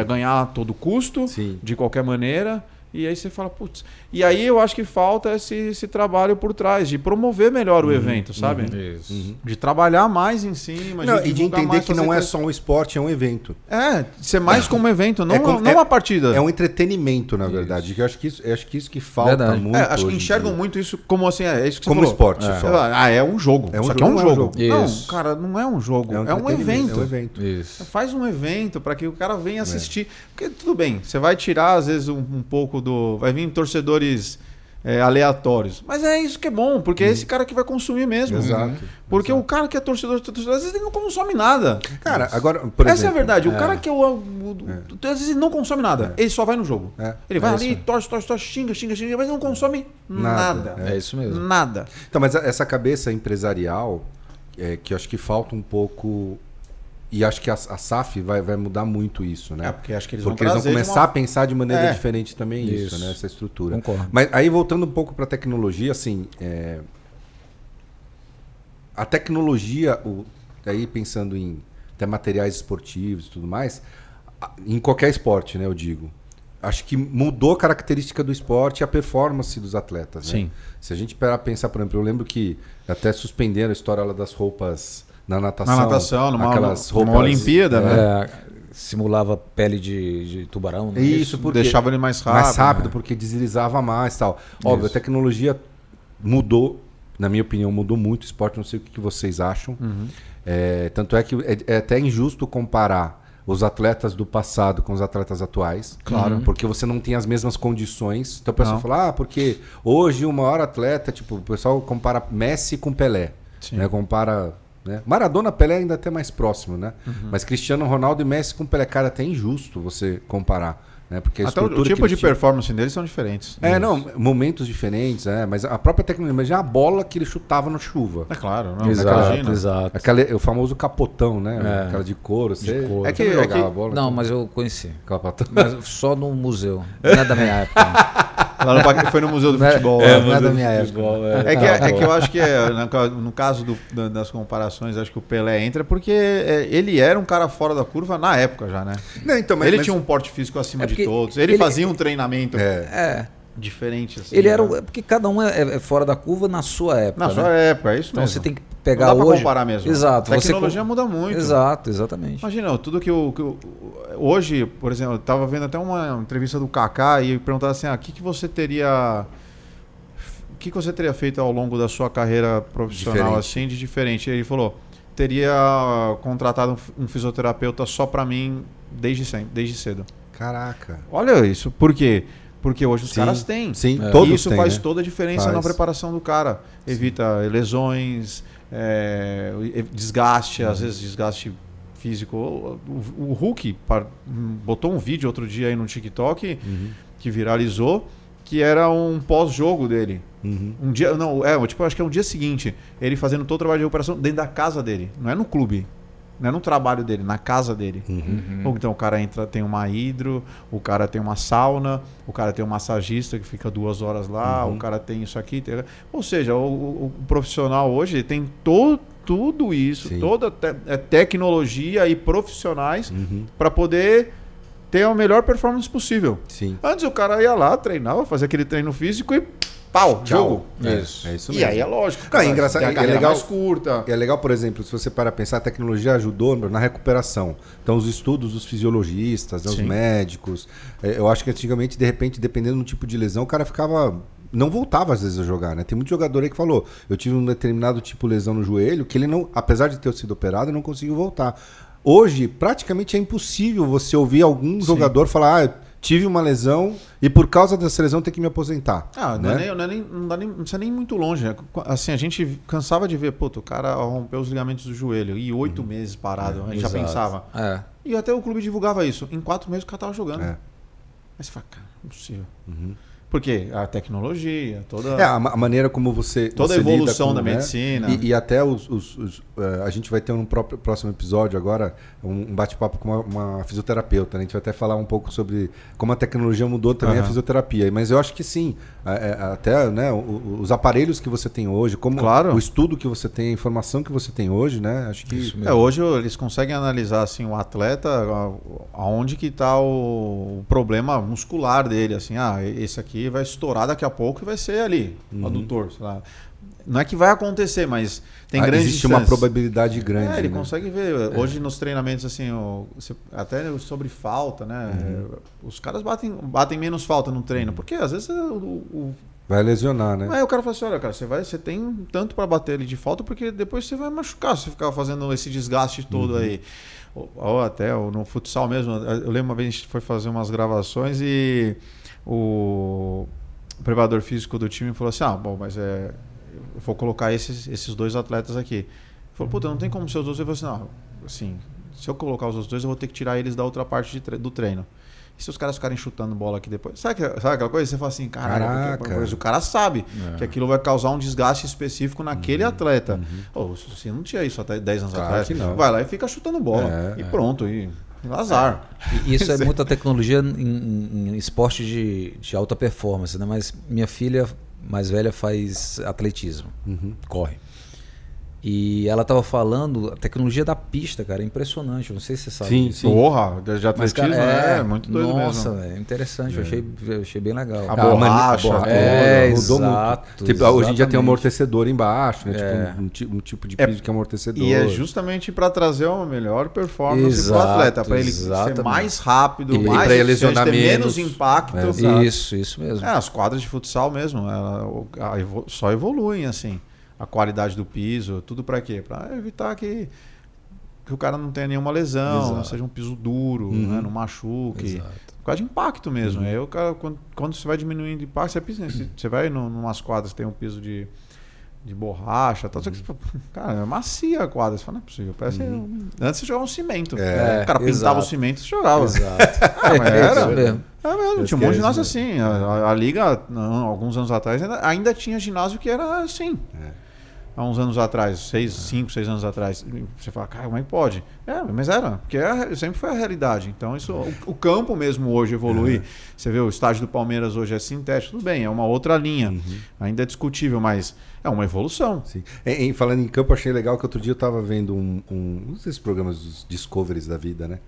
Speaker 3: é ganhar a todo custo,
Speaker 1: Sim.
Speaker 3: de qualquer maneira. E aí você fala, putz. E aí eu acho que falta esse, esse trabalho por trás, de promover melhor o evento, sabe?
Speaker 2: Isso.
Speaker 3: De trabalhar mais em cima.
Speaker 1: Não, e de
Speaker 3: divulgar
Speaker 1: entender
Speaker 3: mais,
Speaker 1: que não é
Speaker 3: fazer
Speaker 1: só um esporte, é um evento.
Speaker 3: coisa- É, ser mais como evento, não,
Speaker 1: É como-
Speaker 3: não
Speaker 1: é-
Speaker 3: uma partida.
Speaker 1: É um entretenimento, na verdade. Que eu acho que isso, eu acho que isso que falta
Speaker 2: Verdade.
Speaker 1: muito.
Speaker 3: É, acho que
Speaker 1: hoje em
Speaker 3: enxergam
Speaker 1: dia.
Speaker 3: muito isso como assim, é isso que você
Speaker 1: Como
Speaker 3: falou.
Speaker 1: esporte
Speaker 3: É.
Speaker 1: só.
Speaker 3: Ah, é um jogo.
Speaker 1: É um
Speaker 3: só que é
Speaker 1: jogo,
Speaker 3: um
Speaker 1: não é um
Speaker 3: jogo.
Speaker 1: jogo.
Speaker 2: Isso.
Speaker 3: Não, cara, não é um jogo. É um,
Speaker 1: entretenimento,
Speaker 3: evento.
Speaker 1: É um evento.
Speaker 2: Isso.
Speaker 3: Faz um evento para que o cara
Speaker 1: É.
Speaker 3: venha assistir. Porque tudo bem, você vai tirar às vezes um, um pouco do. Vai vir torcedores é, aleatórios. Mas é isso que é bom, porque é esse cara que vai consumir mesmo.
Speaker 1: Hum.
Speaker 3: Uhum.
Speaker 1: Exato.
Speaker 3: Porque o cara que é torcedor, torcedor, às vezes ele não consome nada.
Speaker 1: Cara, agora, por
Speaker 3: Essa é a
Speaker 1: exemplo,
Speaker 3: verdade. O cara que é o. o- o- Às vezes ele não consome nada. Ele só vai no jogo.
Speaker 1: É.
Speaker 3: Ele vai
Speaker 2: É
Speaker 3: ali,
Speaker 2: isso.
Speaker 3: torce, torce, torce, xinga, xinga, xinga, mas não consome
Speaker 1: Nada.
Speaker 3: nada.
Speaker 2: É isso mesmo.
Speaker 3: Nada.
Speaker 1: Então, mas essa cabeça empresarial, é, que eu acho que falta um pouco. E acho que a, a SAF vai, vai mudar muito isso, né?
Speaker 3: É, porque acho que
Speaker 1: Porque eles vão começar a pensar de maneira
Speaker 3: É.
Speaker 1: diferente também isso,
Speaker 2: Isso.
Speaker 1: né? Essa
Speaker 3: Hum.
Speaker 1: estrutura.
Speaker 2: Concordo.
Speaker 1: Mas aí voltando um pouco para a tecnologia, assim, é, a tecnologia, o- aí pensando em até materiais esportivos e tudo mais, a- em qualquer esporte, né? Eu digo, acho que mudou a característica do esporte e a performance dos atletas. né?
Speaker 3: Sim.
Speaker 1: Se a gente parar pra pensar, por exemplo, eu lembro que até suspenderam a história lá das roupas na natação,
Speaker 3: Na natação, numa,
Speaker 1: aquelas
Speaker 3: numa
Speaker 1: roupas
Speaker 3: Olimpíada, né?
Speaker 2: É, simulava pele de, de tubarão, né?
Speaker 1: Isso, porque
Speaker 3: deixava ele mais rápido. né?
Speaker 1: mais rápido, porque deslizava mais e tal. Óbvio,
Speaker 2: Isso.
Speaker 1: a tecnologia mudou, na minha opinião, mudou muito o esporte, não sei o que que vocês acham. É, tanto é que é, é até injusto comparar os atletas do passado com os atletas atuais. Claro. Porque você não tem as mesmas condições. Então o pessoal
Speaker 3: Não.
Speaker 1: fala, ah, porque hoje o maior atleta, tipo, o pessoal compara Messi com Pelé.
Speaker 3: Sim.
Speaker 1: Né? Compara. Né? Maradona, Pelé ainda até mais próximo, né?
Speaker 3: Uhum.
Speaker 1: Mas Cristiano Ronaldo e Messi com Pelé, cara, até é injusto você comparar. Né? Porque a
Speaker 3: Até o- o
Speaker 1: estrutura que
Speaker 3: tipo
Speaker 1: eles
Speaker 3: de
Speaker 1: tinham-
Speaker 3: performance deles são diferentes. né?
Speaker 1: é, não, momentos diferentes, né? Mas a própria tecnologia, mas já a bola que ele chutava na chuva.
Speaker 3: É claro, não,
Speaker 2: Exato,
Speaker 3: imagina.
Speaker 2: exato.
Speaker 1: Aquela, o famoso capotão, né?
Speaker 2: É.
Speaker 1: Aquela de couro. Você...
Speaker 2: couro.
Speaker 1: É que
Speaker 3: É que-
Speaker 1: jogava
Speaker 3: é que-
Speaker 1: a bola.
Speaker 2: Não, mas eu conheci.
Speaker 1: Capotão.
Speaker 2: Mas só no museu. Não é da minha
Speaker 3: <laughs>
Speaker 2: época.
Speaker 3: Lá no Parque- foi no Museu do
Speaker 2: Não é-
Speaker 3: Futebol.
Speaker 2: é,
Speaker 3: lá.
Speaker 2: não é da minha época.
Speaker 3: É que, é que eu acho que é, na ca- no caso do- da- das comparações, acho que o Pelé entra porque é, ele era um cara fora da curva na época já, né?
Speaker 1: Não, então, mas,
Speaker 3: ele
Speaker 1: mas-
Speaker 3: tinha um porte físico acima
Speaker 2: É
Speaker 3: de
Speaker 2: porque
Speaker 3: todos. Ele,
Speaker 2: ele-
Speaker 3: fazia um treinamento
Speaker 1: É.
Speaker 2: É,
Speaker 3: diferente. assim,
Speaker 2: ele era.
Speaker 3: né?
Speaker 2: o- é Porque cada um é, é fora da curva na sua época.
Speaker 3: na
Speaker 2: né?
Speaker 3: sua época, é isso
Speaker 2: Então
Speaker 3: mesmo.
Speaker 2: você tem que pegar
Speaker 3: não dá pra
Speaker 2: hoje.
Speaker 3: comparar mesmo.
Speaker 2: Exato.
Speaker 3: A
Speaker 2: você
Speaker 3: tecnologia
Speaker 2: com-
Speaker 3: muda muito. né?
Speaker 2: Exato, exatamente.
Speaker 3: Imagina, tudo que o. que o- hoje, por exemplo, eu tava vendo até uma entrevista do Kaká e perguntaram assim: ah, o que, que você teria. O que, que você teria feito ao longo da sua carreira profissional,
Speaker 1: Diferente.
Speaker 3: assim, de diferente? Ele falou: teria contratado um fi- um fisioterapeuta só pra mim desde, sempre, desde cedo.
Speaker 1: Caraca.
Speaker 3: Olha isso, por quê? Porque hoje os
Speaker 1: Sim,
Speaker 3: caras têm.
Speaker 1: Sim,
Speaker 2: É.
Speaker 1: todos
Speaker 3: Isso
Speaker 1: têm,
Speaker 3: faz
Speaker 1: né?
Speaker 3: toda a diferença
Speaker 1: Faz.
Speaker 3: na preparação do cara. Evita lesões, é, e- desgaste, às
Speaker 1: Uhum.
Speaker 3: vezes desgaste físico. O, o- o Hulk par- botou um vídeo outro dia aí no TikTok
Speaker 1: Uhum.
Speaker 3: que viralizou, que era um pós-jogo dele.
Speaker 1: Uhum.
Speaker 3: Um dia, não, é, tipo, eu acho que é um dia seguinte, ele fazendo todo o trabalho de recuperação dentro da casa dele, não é no clube. Não é no trabalho dele, na casa dele.
Speaker 1: Uhum. Hum.
Speaker 3: Ou então o cara entra, tem uma hidro, o cara tem uma sauna, o cara tem um massagista que fica duas horas lá,
Speaker 1: Uhum.
Speaker 3: o cara tem isso aqui. tem- Ou seja, o, o- o profissional hoje tem to, tudo isso,
Speaker 1: Sim.
Speaker 3: toda te- é, tecnologia e profissionais
Speaker 1: Uhum.
Speaker 3: para poder ter a melhor performance possível.
Speaker 1: Sim.
Speaker 3: Antes o cara ia lá, treinava, fazia aquele treino físico e pau, jogo.
Speaker 1: É,
Speaker 2: Isso.
Speaker 1: É, isso
Speaker 3: E
Speaker 1: mesmo.
Speaker 3: aí é lógico.
Speaker 1: Não, é engraçado,
Speaker 3: tem a
Speaker 1: é
Speaker 3: carreira
Speaker 1: legal-
Speaker 3: mais curta.
Speaker 1: E é legal, por exemplo, se você para pensar, a tecnologia ajudou na recuperação. Então, os estudos dos fisiologistas, né, os
Speaker 3: Sim.
Speaker 1: médicos. É, Eu acho que antigamente, de repente, dependendo do tipo de lesão, o cara ficava. Não voltava às vezes a jogar, né? Tem muito jogador aí que falou: eu tive um determinado tipo de lesão no joelho que ele não, apesar de ter sido operado, não conseguiu voltar. Hoje, praticamente é impossível você ouvir algum jogador falar: ah, eu tive uma lesão e por causa dessa lesão ter que me aposentar.
Speaker 3: Ah, não, é
Speaker 1: né?
Speaker 3: nem, não, é nem, não, dá nem, não precisa nem ir muito longe. né? Assim, a gente cansava de ver, puto, o cara rompeu os ligamentos do joelho e oito
Speaker 1: Hum.
Speaker 3: meses parado. a gente já
Speaker 2: Exato.
Speaker 3: pensava.
Speaker 2: É.
Speaker 3: E até o clube divulgava isso. Em quatro meses o cara tava jogando.
Speaker 1: É. Uhum.
Speaker 3: Mas você fala, cara, não é possível. Porque a tecnologia, toda,
Speaker 1: É, a, ma- a maneira como você.
Speaker 3: toda a
Speaker 1: você lida
Speaker 3: evolução
Speaker 1: com,
Speaker 3: da
Speaker 1: né?
Speaker 3: medicina.
Speaker 1: E, e até os, os- os, eh, a gente vai ter um próprio- próximo episódio agora, um, um bate-papo com uma, uma fisioterapeuta. Né? A gente vai até falar um pouco sobre como a tecnologia mudou também a
Speaker 3: Aham.
Speaker 1: fisioterapia. Mas eu acho que sim, a- a- até né, o- o- os aparelhos que você tem hoje, como
Speaker 3: Claro.
Speaker 1: o estudo que você tem, a informação que você tem hoje, né? Acho que
Speaker 2: Isso
Speaker 3: É,
Speaker 2: mesmo.
Speaker 3: hoje eles conseguem analisar assim o atleta, a- aonde que tá o, o problema muscular dele, assim, ah, esse aqui vai estourar daqui a pouco e vai ser ali,
Speaker 1: Uhum.
Speaker 3: adutor, sei lá. Não é que vai acontecer, mas tem
Speaker 1: ah,
Speaker 3: grande
Speaker 1: existe uma
Speaker 3: chance.
Speaker 1: probabilidade grande.
Speaker 3: É, ele
Speaker 1: né?
Speaker 3: consegue ver. Hoje nos treinamentos, assim, o- se- até sobre falta, né?
Speaker 1: Uhum.
Speaker 3: Os caras batem, batem menos falta no treino. Porque às vezes o, o-
Speaker 1: Vai lesionar, né?
Speaker 3: Aí o cara fala assim: olha, cara, você, vai, você tem um tanto pra bater ali de falta, porque depois você vai machucar se você ficar fazendo esse desgaste todo
Speaker 1: Uhum.
Speaker 3: aí. Ou, ou até ou no futsal mesmo. Eu lembro uma vez a gente foi fazer umas gravações e o preparador físico do time falou assim: ah, bom, mas é, eu vou colocar esses, esses dois atletas aqui. Ele Falou, puta, não tem como ser os dois. Eu falei assim: não, assim, se eu colocar os outros dois, eu vou ter que tirar eles da outra parte de tre- do treino. E se os caras ficarem chutando bola aqui depois? Sabe, que- sabe aquela coisa? Você fala assim, caralho,
Speaker 1: Caraca.
Speaker 3: porque- mas o cara sabe que aquilo vai causar um desgaste específico naquele atleta. Ô, você não tinha isso até 10 anos
Speaker 1: Claro
Speaker 3: atrás.
Speaker 1: que não.
Speaker 3: Vai lá e fica chutando bola.
Speaker 1: É,
Speaker 3: e pronto, e azar.
Speaker 2: E Isso é muita tecnologia em, em- em esporte de, de alta performance, né? Mas minha filha mais velha faz atletismo, corre. E ela tava falando a tecnologia da pista, cara, é impressionante. Não sei se você sabe.
Speaker 1: Sim,
Speaker 2: disso.
Speaker 1: sim.
Speaker 3: Porra, de
Speaker 2: Mas,
Speaker 3: atletismo
Speaker 2: cara,
Speaker 3: é, muito doido
Speaker 2: Nossa,
Speaker 3: mesmo.
Speaker 2: velho, interessante. Eu, achei, eu achei bem legal.
Speaker 3: A
Speaker 1: Ah, mani-
Speaker 3: borracha,
Speaker 1: borra-
Speaker 2: é,
Speaker 1: mudou
Speaker 2: exato,
Speaker 1: muito. Tipo, hoje em dia tem um
Speaker 2: exatamente.
Speaker 1: amortecedor embaixo, né? Tipo, um, ti- um tipo de piso que é amortecedor.
Speaker 3: E é justamente para trazer uma melhor performance para o
Speaker 2: Exato,
Speaker 3: atleta, para ele
Speaker 2: exatamente.
Speaker 3: ser mais rápido,
Speaker 1: E- e
Speaker 3: mais
Speaker 1: pra ele
Speaker 3: eficiente,
Speaker 1: lesionar
Speaker 3: ter menos,
Speaker 1: menos.
Speaker 3: impacto.
Speaker 1: É,
Speaker 3: Exato.
Speaker 2: Isso, isso mesmo.
Speaker 3: É, as quadras de futsal mesmo, ela- o- a evo- só evoluem assim. A qualidade do piso, tudo pra quê? Pra evitar que, que o cara não tenha nenhuma lesão, não
Speaker 2: Exato.
Speaker 3: seja um piso duro,
Speaker 1: Uhum.
Speaker 3: né, não machuque.
Speaker 2: Exato. Uhum.
Speaker 3: Por causa de impacto mesmo. Aí o cara, quando, quando você vai diminuindo de impacto, você, pisa, você- você vai num- numas quadras que tem um piso de, de borracha, tal, só que você fala, cara, é macia a quadra. Você fala, não é possível. Parece um- antes você jogava um cimento.
Speaker 1: É,
Speaker 3: o cara pintava
Speaker 2: Uhum. exato.
Speaker 3: o cimento e você jogava.
Speaker 2: Exato.
Speaker 3: Ah,
Speaker 2: É
Speaker 3: mas
Speaker 2: isso
Speaker 3: era.
Speaker 2: mesmo.
Speaker 3: É mesmo, tinha um
Speaker 1: que
Speaker 3: monte
Speaker 1: é
Speaker 3: de ginásio
Speaker 1: isso
Speaker 3: assim. A, a- a Liga, não, alguns anos atrás, ainda, ainda tinha ginásio que era assim. Há uns anos atrás, seis, cinco, seis anos atrás. Você fala, cara, como é que pode? É, mas era, porque é- sempre foi a realidade. Então, isso, o, o campo mesmo hoje evolui. Você vê, o estádio do Palmeiras hoje é sintético, tudo bem, é uma outra linha. Ainda é discutível, mas é uma evolução.
Speaker 1: Sim. assim. Em, em- falando em campo, achei legal que outro dia eu tava vendo um, um, um desses programas dos Discoveries da vida, né?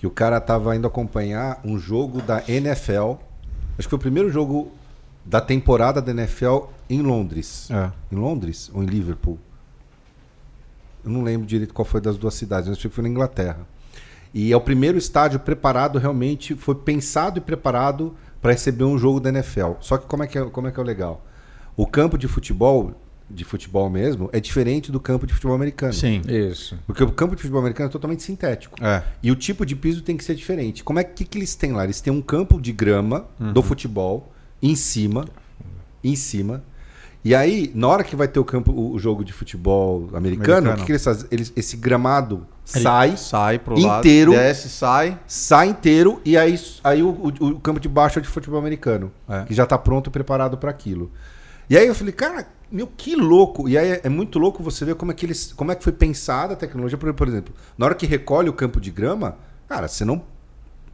Speaker 1: Que o cara tava indo acompanhar um jogo da NFL. Acho que foi o primeiro jogo da temporada da NFL em Londres.
Speaker 3: É.
Speaker 1: Em Londres ou em Liverpool? Eu não lembro direito qual foi das duas cidades, mas acho que foi na Inglaterra. E é o primeiro estádio preparado realmente, foi pensado e preparado para receber um jogo da NFL. Só que como é que é, como é que é o legal? O campo de futebol, de futebol mesmo, é diferente do campo de futebol americano.
Speaker 3: Sim.
Speaker 2: Isso.
Speaker 1: Porque o campo de futebol americano é totalmente sintético.
Speaker 3: É.
Speaker 1: E o tipo de piso tem que ser diferente. Como é que, que eles têm lá? Eles têm um campo de grama do futebol em cima, em cima. E aí, na hora que vai ter o campo, o o jogo de futebol americano,
Speaker 3: Americano.
Speaker 1: o que, que eles fazem? Eles, esse gramado sai,
Speaker 3: Sai pro
Speaker 1: Inteiro.
Speaker 3: lado, desce, sai.
Speaker 1: sai inteiro e aí, aí o, o- o campo de baixo é de futebol americano,
Speaker 3: É.
Speaker 1: que já tá pronto e preparado para aquilo. E aí eu falei, cara, meu, que louco! E aí é- é muito louco você ver como é que eles, como é que foi pensada a tecnologia, por, por exemplo, na hora que recolhe o campo de grama, cara, você não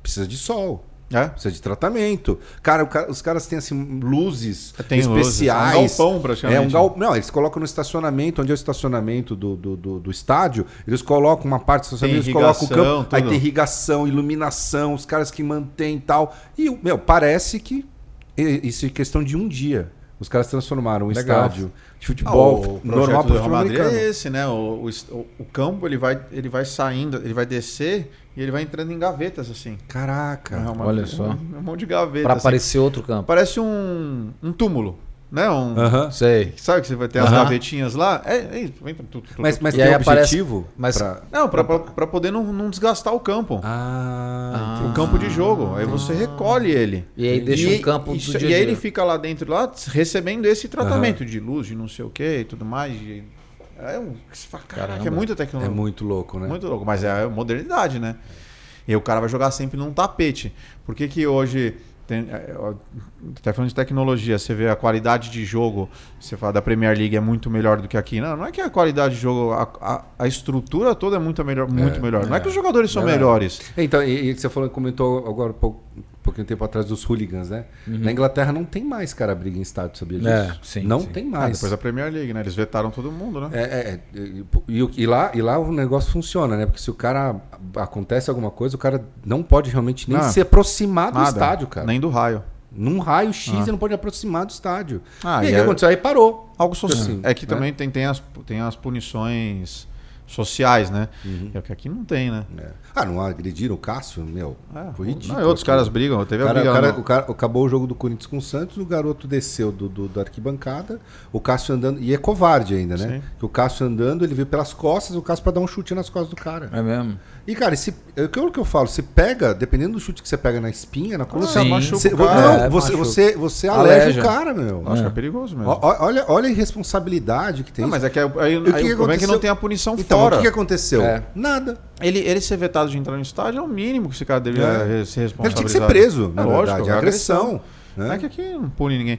Speaker 1: precisa de sol.
Speaker 3: É.
Speaker 1: Precisa de tratamento. Cara, o ca- os caras têm assim, luzes
Speaker 3: Tem luzes, é um
Speaker 1: especiais.
Speaker 3: galpão, praticamente,
Speaker 1: É um
Speaker 3: né?
Speaker 1: gal... Não, eles colocam no estacionamento, onde é o estacionamento do, do, do- do estádio, eles colocam uma parte do estacionamento,
Speaker 3: Tem
Speaker 1: eles colocam o
Speaker 3: irrigação,
Speaker 1: campo. Aí
Speaker 3: tudo.
Speaker 1: tem irrigação, iluminação, os caras que mantêm e tal. E, meu, parece que e- isso é questão de um dia. Os caras transformaram um
Speaker 2: Legal.
Speaker 1: estádio de
Speaker 3: Ah,
Speaker 1: futebol
Speaker 3: o
Speaker 1: normal
Speaker 3: projeto
Speaker 1: para
Speaker 3: do
Speaker 1: o
Speaker 3: Real
Speaker 1: futebol
Speaker 3: Madrid
Speaker 1: americano.
Speaker 3: é esse, né? O, o est- o- o campo ele vai, ele vai saindo, ele vai descer e ele vai entrando em gavetas assim.
Speaker 1: Caraca.
Speaker 3: No Real
Speaker 2: olha
Speaker 3: Madrid.
Speaker 2: só.
Speaker 3: Um, um monte de gavetas.
Speaker 2: Para aparecer outro campo.
Speaker 3: Parece um, um túmulo. né? Um,
Speaker 1: Aham.
Speaker 2: Sei.
Speaker 3: Sabe que você vai ter as
Speaker 1: Aham.
Speaker 3: gavetinhas lá? É, é isso, vem pra tu, tu, tu,
Speaker 1: Mas,
Speaker 3: tu.
Speaker 1: mas
Speaker 2: E
Speaker 1: tem
Speaker 2: aí aparece-
Speaker 1: objetivo?
Speaker 2: mas-
Speaker 1: pra-
Speaker 3: Não, pra, pra, pra poder não, não desgastar o campo.
Speaker 1: Ah,
Speaker 3: O campo de jogo. Aí você recolhe ele.
Speaker 2: E aí deixa um campo
Speaker 3: e,
Speaker 2: do
Speaker 3: isso-
Speaker 2: dia
Speaker 3: E
Speaker 2: a
Speaker 3: aí
Speaker 2: dia.
Speaker 3: ele fica lá dentro, lá, recebendo esse tratamento de luz, de não sei o que e tudo mais. de- é um, você fala, caraca,
Speaker 2: Caramba.
Speaker 3: é muita
Speaker 1: entendi. é
Speaker 3: tecnologia.
Speaker 1: muito louco, né?
Speaker 3: Muito louco, mas é a modernidade, né? E aí o cara vai jogar sempre num tapete. Por que, que hoje. Tem, é, ó, até falando de tecnologia, você vê a qualidade de jogo, você fala da Premier League é muito melhor do que aqui. Não, não é que a qualidade de jogo, a, a- a estrutura toda é muito melhor. Muito melhor. Não é que os jogadores são
Speaker 1: É.
Speaker 3: melhores.
Speaker 1: Então, e, e você falou, comentou agora um pouco- um pouquinho tempo atrás dos hooligans, né?
Speaker 3: Uhum.
Speaker 1: Na Inglaterra não tem mais cara briga em estádio, sabia disso?
Speaker 2: É, sim,
Speaker 1: não
Speaker 2: sim.
Speaker 1: tem
Speaker 3: Ah,
Speaker 1: mais.
Speaker 3: depois da Premier League, né? Eles vetaram todo mundo, né?
Speaker 1: É, é, é, e, e o- e lá, e lá o negócio funciona, né? Porque se o cara acontece alguma coisa, o cara não pode realmente nem
Speaker 3: Ah,
Speaker 1: se aproximar do
Speaker 3: Nada.
Speaker 1: Tá estádio, cara.
Speaker 3: Nem do raio.
Speaker 1: Num raio X ele não pode aproximar do estádio.
Speaker 3: Ah,
Speaker 1: e aí o
Speaker 3: e
Speaker 1: que
Speaker 3: é-
Speaker 1: aconteceu? Aí parou.
Speaker 3: Algo social.
Speaker 1: Assim,
Speaker 3: é que
Speaker 1: né?
Speaker 3: também tem, tem, as, tem as punições sociais, né?
Speaker 1: Uhum.
Speaker 3: É o que aqui não tem, né?
Speaker 1: É. Ah, não agrediram o Cássio? Meu,
Speaker 3: É,
Speaker 1: foi ridículo.
Speaker 3: não, e outros
Speaker 1: aquilo.
Speaker 3: caras brigam. Teve
Speaker 1: O
Speaker 3: a
Speaker 1: cara,
Speaker 3: briga
Speaker 1: o
Speaker 3: lá
Speaker 1: cara-
Speaker 3: no-
Speaker 1: o cara- acabou o jogo do Corinthians com o Santos, o garoto desceu do, do- da arquibancada, o Cássio andando, e é covarde ainda, né?
Speaker 3: Sim.
Speaker 1: Que o Cássio andando, ele veio pelas costas, o Cássio pra dar um chute nas costas do cara.
Speaker 2: É mesmo?
Speaker 1: E, cara, se, é o que eu- que eu falo, se pega, dependendo do chute que você pega na espinha, na coluna,
Speaker 3: Ah,
Speaker 1: você
Speaker 2: sim.
Speaker 1: machuca o
Speaker 3: É,
Speaker 1: cara. Não, você,
Speaker 2: machuca.
Speaker 1: você, você
Speaker 2: Aleja.
Speaker 1: aleja o cara, meu.
Speaker 3: Acho que é perigoso mesmo.
Speaker 1: Ó, ó, olha, olha a irresponsabilidade que tem.
Speaker 3: Não,
Speaker 1: isso.
Speaker 3: mas é que aí, aí-
Speaker 1: E o que que
Speaker 3: aí o problema é que
Speaker 1: aconteceu?
Speaker 3: não tem a punição
Speaker 1: Então,
Speaker 3: fora.
Speaker 1: o que, que aconteceu?
Speaker 2: É.
Speaker 1: Nada.
Speaker 3: Ele, ele ser vetado de entrar no estádio é o mínimo que esse cara deveria
Speaker 1: É.
Speaker 3: eh, se responsabilizar.
Speaker 1: Ele tinha que ser preso, na
Speaker 3: É lógico,
Speaker 1: verdade. É agressão.
Speaker 3: Não é
Speaker 1: Né? É.
Speaker 3: que aqui não pune ninguém.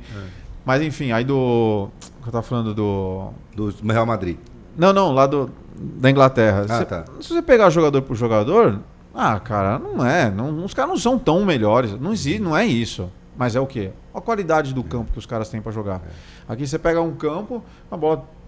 Speaker 3: Mas enfim, aí do. que eu tava falando do.
Speaker 1: Do Real Madrid.
Speaker 3: Não, não, lá do, da Inglaterra.
Speaker 1: Ah,
Speaker 3: Se-
Speaker 1: tá.
Speaker 3: Se você pegar jogador por jogador, ah, cara, não é. Não, os caras não são tão melhores. Não existe, não é isso. Mas é o quê? A qualidade do campo que os caras têm pra jogar.
Speaker 1: É.
Speaker 3: Aqui você pega um campo, a bola.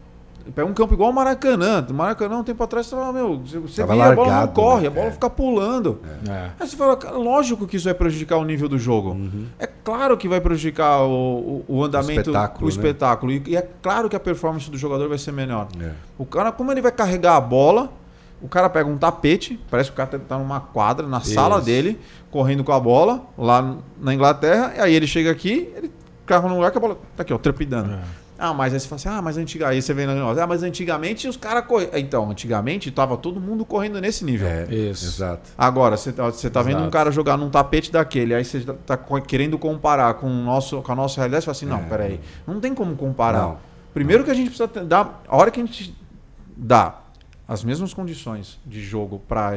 Speaker 3: Pega um campo igual o Maracanã. O Maracanã, um tempo atrás, você fala, meu, você
Speaker 1: Tava
Speaker 3: vira, a bola não
Speaker 1: largado, né?
Speaker 3: corre, a bola
Speaker 1: É.
Speaker 3: fica pulando.
Speaker 2: É.
Speaker 3: Aí você fala, cara, lógico que isso vai prejudicar o nível do jogo.
Speaker 1: Uhum.
Speaker 3: É claro que vai prejudicar o, o, o andamento, o espetáculo.
Speaker 1: espetáculo, né?
Speaker 3: E, e é claro que a performance do jogador vai ser menor.
Speaker 1: É.
Speaker 3: O cara, como ele vai carregar a bola, o cara pega um tapete, parece que o cara tá numa quadra, na sala
Speaker 2: Isso.
Speaker 3: dele, correndo com a bola, lá na Inglaterra, e aí ele chega aqui, ele carro num lugar que a bola tá aqui, ó, trepidando. Ah, mas aí você fala assim, ah, mas antiga... aí você vem na negócio, ah, mas antigamente os caras corriam. Então, antigamente tava todo mundo correndo nesse nível.
Speaker 1: É,
Speaker 2: Isso.
Speaker 1: exato.
Speaker 3: Agora, você tá, você tá vendo
Speaker 2: Exato.
Speaker 3: um cara jogar num tapete daquele, aí você tá- tá co- querendo comparar com, o nosso, com a nossa realidade, você fala assim, não, peraí, não tem como comparar.
Speaker 1: Não.
Speaker 3: Primeiro que a gente precisa ter- dar, a hora que a gente dá as mesmas condições de jogo para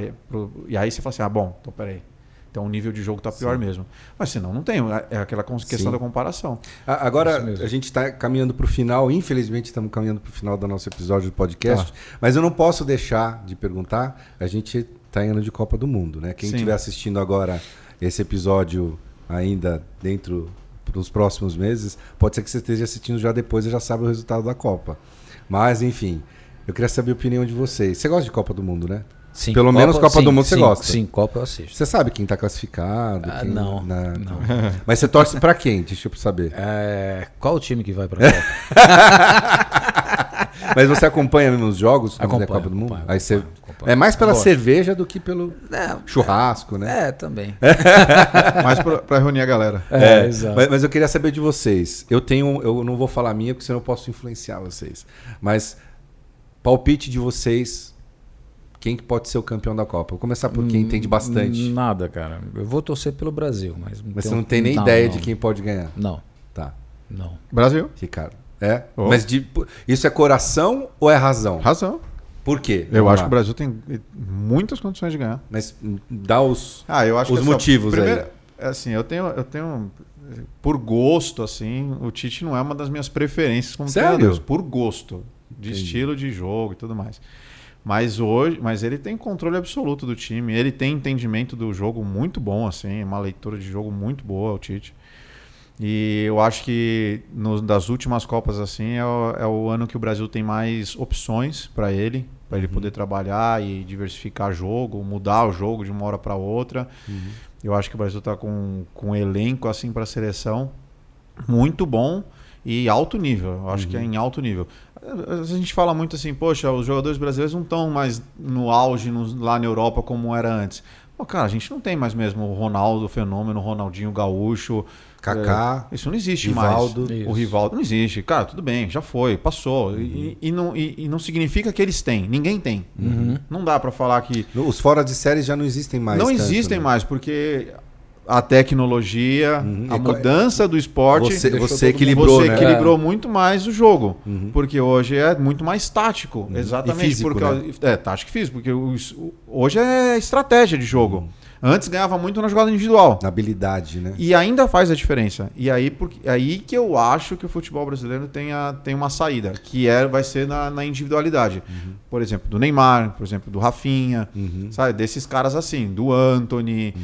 Speaker 3: E aí você fala assim, ah, bom, então peraí, então o nível de jogo tá pior mesmo. Mas senão não tem, é aquela cons- questão
Speaker 1: Sim.
Speaker 3: da comparação.
Speaker 1: A-
Speaker 2: Isso
Speaker 1: Agora
Speaker 2: mesmo.
Speaker 1: a gente está caminhando para o final, infelizmente estamos caminhando para o final do nosso episódio do podcast,
Speaker 2: Tá.
Speaker 1: mas eu não posso deixar de perguntar. A gente está em ano de Copa do Mundo, né? Quem
Speaker 3: Sim.
Speaker 1: estiver assistindo agora esse episódio ainda dentro dos próximos meses, pode ser que você esteja assistindo já depois e já sabe o resultado da Copa. Mas enfim, eu queria saber a opinião de vocês. Você gosta de Copa do Mundo, né?
Speaker 2: Sim,
Speaker 1: Pelo menos Copa do
Speaker 2: sim,
Speaker 1: Mundo você
Speaker 2: sim,
Speaker 1: gosta.
Speaker 2: Sim, Copa eu assisto.
Speaker 1: Você sabe quem está classificado?
Speaker 2: Ah,
Speaker 1: quem
Speaker 2: não,
Speaker 1: na-
Speaker 2: não.
Speaker 1: <laughs> Mas você torce para quem? Deixa eu saber.
Speaker 2: É, qual o time que vai pra Copa?
Speaker 1: Mas você acompanha mesmo os jogos quando
Speaker 2: Acompanho,
Speaker 1: é Copa do Mundo?
Speaker 2: acompanho,
Speaker 1: Aí você...
Speaker 2: acompanho.
Speaker 1: É mais pela
Speaker 2: Gosto.
Speaker 1: cerveja do que pelo
Speaker 2: É,
Speaker 1: churrasco, né?
Speaker 2: é, também.
Speaker 3: <laughs> Mas pra- pra reunir a galera.
Speaker 2: É,
Speaker 1: Mas, mas eu queria saber de vocês. Eu tenho, eu não vou falar a minha porque senão eu posso influenciar vocês. Mas palpite de vocês, quem que pode ser o campeão da Copa? Vou começar por
Speaker 2: Hum,
Speaker 1: quem entende bastante.
Speaker 2: Nada, cara. Eu vou torcer pelo Brasil, mas.
Speaker 1: Mas você
Speaker 2: tenho-
Speaker 1: não tem nem
Speaker 2: não,
Speaker 1: ideia
Speaker 2: um não.
Speaker 1: de quem pode ganhar.
Speaker 2: Não,
Speaker 1: Tá,
Speaker 2: não.
Speaker 3: Brasil,
Speaker 1: Ricardo. É?
Speaker 3: Oh.
Speaker 1: Mas de- isso é coração ou é razão?
Speaker 3: razão.
Speaker 1: Por quê?
Speaker 3: Eu
Speaker 1: Vamos
Speaker 3: acho
Speaker 1: lá.
Speaker 3: que o Brasil tem muitas condições de ganhar.
Speaker 1: Mas hum, dá os...
Speaker 3: Ah, eu acho
Speaker 1: Os
Speaker 3: que essa-
Speaker 1: motivos
Speaker 3: primeiro, aí. Assim, eu tenho, eu tenho por gosto assim, o Tite não é uma das minhas preferências como
Speaker 1: Sério?
Speaker 3: treinador, por gosto, de estilo de jogo e tudo mais. Mas hoje, mas ele tem controle absoluto do time, ele tem entendimento do jogo muito bom assim, uma leitura de jogo muito boa o Tite. E eu acho que no- das últimas Copas assim é o, é o ano que o Brasil tem mais opções para ele, para ele poder trabalhar e diversificar jogo, mudar o jogo de uma hora para outra. Eu acho que o Brasil está com, com um elenco assim para a seleção muito bom e alto nível. Eu acho que é em alto nível. A gente fala muito assim, poxa, os jogadores brasileiros não estão mais no auge nos- lá na Europa como era antes. Pô, cara, a gente não tem mais mesmo o Ronaldo, o Fenômeno, o Ronaldinho Gaúcho.
Speaker 1: Kaká,
Speaker 3: Isso não existe
Speaker 1: Rivaldo.
Speaker 3: mais.
Speaker 2: É. Isso.
Speaker 3: O Rivaldo não existe. Cara, tudo bem, já foi, passou. E, e não, e- e não significa que eles têm. Ninguém tem.
Speaker 2: Uhum.
Speaker 1: Uhum.
Speaker 3: Não dá pra falar que.
Speaker 1: No- Os fora de série já não existem mais.
Speaker 3: não
Speaker 1: tanto,
Speaker 3: existem
Speaker 1: né?
Speaker 3: mais, porque a tecnologia,
Speaker 1: Uhum.
Speaker 3: a
Speaker 1: E co-
Speaker 3: mudança do esporte.
Speaker 1: Você,
Speaker 2: Deixou todo
Speaker 1: você
Speaker 2: mundo-
Speaker 1: equilibrou,
Speaker 3: você
Speaker 1: né?
Speaker 3: equilibrou muito mais o jogo.
Speaker 1: Uhum.
Speaker 3: Porque hoje é muito mais tático. Exatamente.
Speaker 1: E físico, né?
Speaker 3: porque, É, tático e físico. Porque os- o- hoje é estratégia de jogo.
Speaker 1: Uhum.
Speaker 3: Antes ganhava muito na jogada individual.
Speaker 1: Na habilidade, né?
Speaker 3: E ainda faz a diferença. E aí, porque, aí que eu acho que o futebol brasileiro tem, a, tem uma saída, que é, vai ser na, na individualidade. Por exemplo, do Neymar, por exemplo, do Rafinha,
Speaker 1: Uhum.
Speaker 3: sabe? Desses caras assim, do Anthony,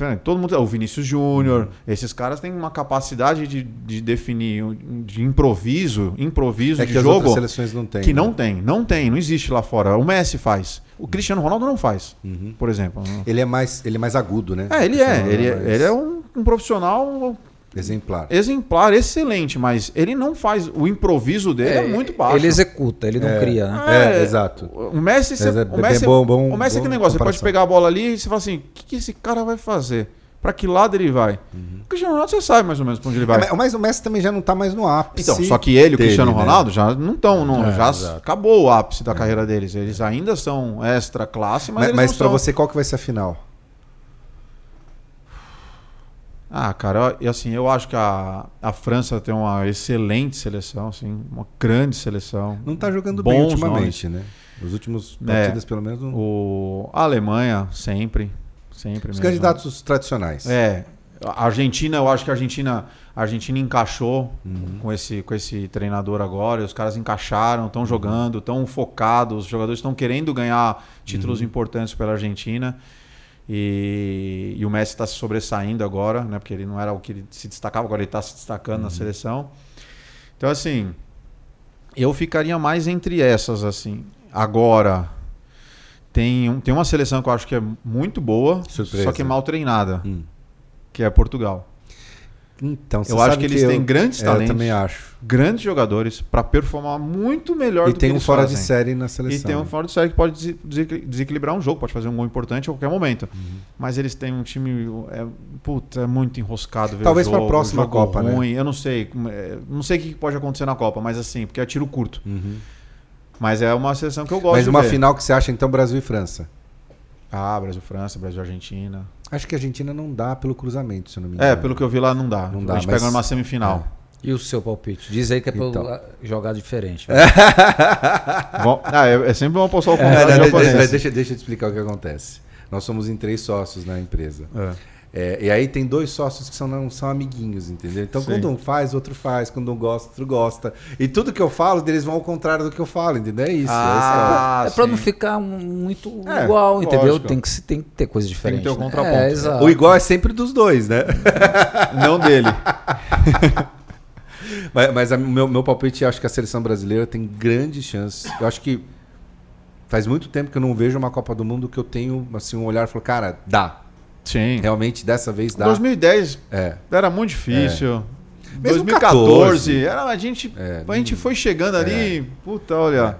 Speaker 3: é, todo mundo, o Vinícius Júnior, esses caras têm uma capacidade de, de definir, um- de improviso, improviso
Speaker 1: É
Speaker 3: de
Speaker 1: que as outras
Speaker 3: jogo
Speaker 1: seleções não têm.
Speaker 3: que
Speaker 1: né?
Speaker 3: não tem, não tem, não existe lá fora. O Messi faz, o Cristiano Ronaldo não faz,
Speaker 1: Uhum.
Speaker 3: por exemplo.
Speaker 1: Ele é mais, ele é mais agudo, né?
Speaker 3: É, ele é,
Speaker 1: Assim,
Speaker 3: ele
Speaker 1: mais
Speaker 3: é, ele é um- um profissional
Speaker 1: exemplar.
Speaker 3: exemplar, excelente, mas ele não faz. O improviso dele é, muito baixo.
Speaker 2: Ele executa, ele não cria, né?
Speaker 1: É, exato.
Speaker 3: O Messi, você,
Speaker 1: Mas é
Speaker 3: o
Speaker 1: bem
Speaker 3: Messi,
Speaker 1: bom- bom-
Speaker 3: o Messi é
Speaker 1: bom
Speaker 3: aquele negócio, você pode
Speaker 1: comparação.
Speaker 3: pegar a bola ali e você fala assim, o que, que esse cara vai fazer? Pra que lado ele vai? O Cristiano Ronaldo você sabe mais ou menos pra onde ele vai.
Speaker 1: Uhum. É, mas o Messi também já não tá mais no ápice.
Speaker 3: Então, só que ele e o
Speaker 1: dele,
Speaker 3: Cristiano
Speaker 1: né?
Speaker 3: Ronaldo já não estão,
Speaker 1: É,
Speaker 3: já
Speaker 1: exato. É.
Speaker 3: acabou o ápice da carreira deles. Eles ainda são extra classe, mas,
Speaker 1: Mas,
Speaker 3: eles
Speaker 1: mas
Speaker 3: não
Speaker 1: pra
Speaker 3: são.
Speaker 1: você, qual que vai ser a final?
Speaker 3: Ah, cara, eu- e assim, eu acho que a, a França tem uma excelente seleção, assim, uma grande seleção.
Speaker 1: Não tá jogando bem
Speaker 3: Bons
Speaker 1: ultimamente, né? Nos últimos
Speaker 3: É.
Speaker 1: partidas, pelo menos, não...
Speaker 3: O... A Alemanha, sempre. Sempre
Speaker 1: os
Speaker 3: mesmo.
Speaker 1: candidatos tradicionais.
Speaker 3: né? É. A Argentina, eu acho que a Argentina, a Argentina encaixou com, esse, com esse treinador agora. e Os caras encaixaram, estão jogando, estão focados. Os jogadores estão querendo ganhar títulos importantes pela Argentina. E, e o Messi está se sobressaindo agora, né? Porque ele não era o que ele se destacava, agora ele está se destacando na seleção. Então, assim, eu ficaria mais entre essas, assim. Agora, tem, um- tem uma seleção que eu acho que é muito boa,
Speaker 1: Surpresa.
Speaker 3: só que mal treinada,
Speaker 1: Hum.
Speaker 3: que é Portugal.
Speaker 1: Então, você
Speaker 3: eu acho
Speaker 1: sabe
Speaker 3: que eles têm grandes
Speaker 1: é,
Speaker 3: talentos,
Speaker 1: Eu também acho.
Speaker 3: grandes jogadores, para performar muito melhor
Speaker 1: E
Speaker 3: do
Speaker 1: tem
Speaker 3: que
Speaker 1: um
Speaker 3: eles
Speaker 1: fora
Speaker 3: fazem.
Speaker 1: de série na
Speaker 3: E
Speaker 1: seleção.
Speaker 3: tem um
Speaker 1: né?
Speaker 3: fora de série que pode desi- desequil- desequilibrar um jogo, pode fazer um gol importante a qualquer momento.
Speaker 1: Uhum.
Speaker 3: Mas eles têm um time. É, puta, é muito enroscado. ver o
Speaker 1: Talvez pra
Speaker 3: jogo,
Speaker 1: próxima
Speaker 3: jogo
Speaker 1: Copa, né?
Speaker 3: ruim, Eu não sei. como é- Não sei o que pode acontecer na Copa, mas assim, porque é tiro curto.
Speaker 1: Uhum.
Speaker 3: Mas é uma seleção que eu gosto.
Speaker 1: Mas
Speaker 3: de
Speaker 1: uma
Speaker 3: ver.
Speaker 1: final que você acha, então, Brasil e França?
Speaker 3: Ah, Brasil-França, Brasil-Argentina.
Speaker 1: Acho que a Argentina não dá pelo cruzamento, se eu não me engano.
Speaker 3: É,
Speaker 1: <laughs>
Speaker 3: pelo que eu vi lá, não dá.
Speaker 1: Não dá,
Speaker 3: a gente
Speaker 1: mas-
Speaker 3: pega numa semifinal.
Speaker 2: E o seu palpite? Diz aí que é pra eu
Speaker 1: Então.
Speaker 2: ah, jogar diferente.
Speaker 3: Bom, ah, é, é sempre bom apostar o
Speaker 1: É,
Speaker 3: contrário
Speaker 1: não,
Speaker 3: de
Speaker 1: deixa-
Speaker 3: japonês.
Speaker 1: deixa, deixa eu te explicar o que acontece. Nós somos em três sócios na empresa.
Speaker 3: É.
Speaker 1: É, e aí tem dois sócios que são, não são amiguinhos, entendeu? Então,
Speaker 3: Sim.
Speaker 1: quando um faz, outro faz. Quando um gosta, outro gosta. E tudo que eu falo, eles vão ao contrário do que eu falo, entendeu? É isso.
Speaker 3: Ah,
Speaker 2: é pra não
Speaker 3: sim.
Speaker 2: ficar um- muito
Speaker 3: É,
Speaker 2: igual,
Speaker 3: lógico.
Speaker 2: entendeu? Tem que, se- tem que ter coisa diferente.
Speaker 3: ter o
Speaker 2: né?
Speaker 3: contraponto,
Speaker 2: É,
Speaker 3: né?
Speaker 1: é isso.
Speaker 2: exato.
Speaker 1: O igual é sempre dos dois, né?
Speaker 3: Não dele.
Speaker 1: Mas, mas a- meu, meu palpite, acho que a seleção brasileira tem grandes chances. Eu acho que faz muito tempo que eu não vejo uma Copa do Mundo que eu tenho assim, um olhar e falo, cara, dá.
Speaker 3: Sim.
Speaker 1: Realmente, dessa vez dá.
Speaker 3: 2010
Speaker 1: É.
Speaker 3: era muito difícil.
Speaker 1: Mesmo É,
Speaker 3: 2014, era, a, gente, a gente foi chegando ali, puta, olha,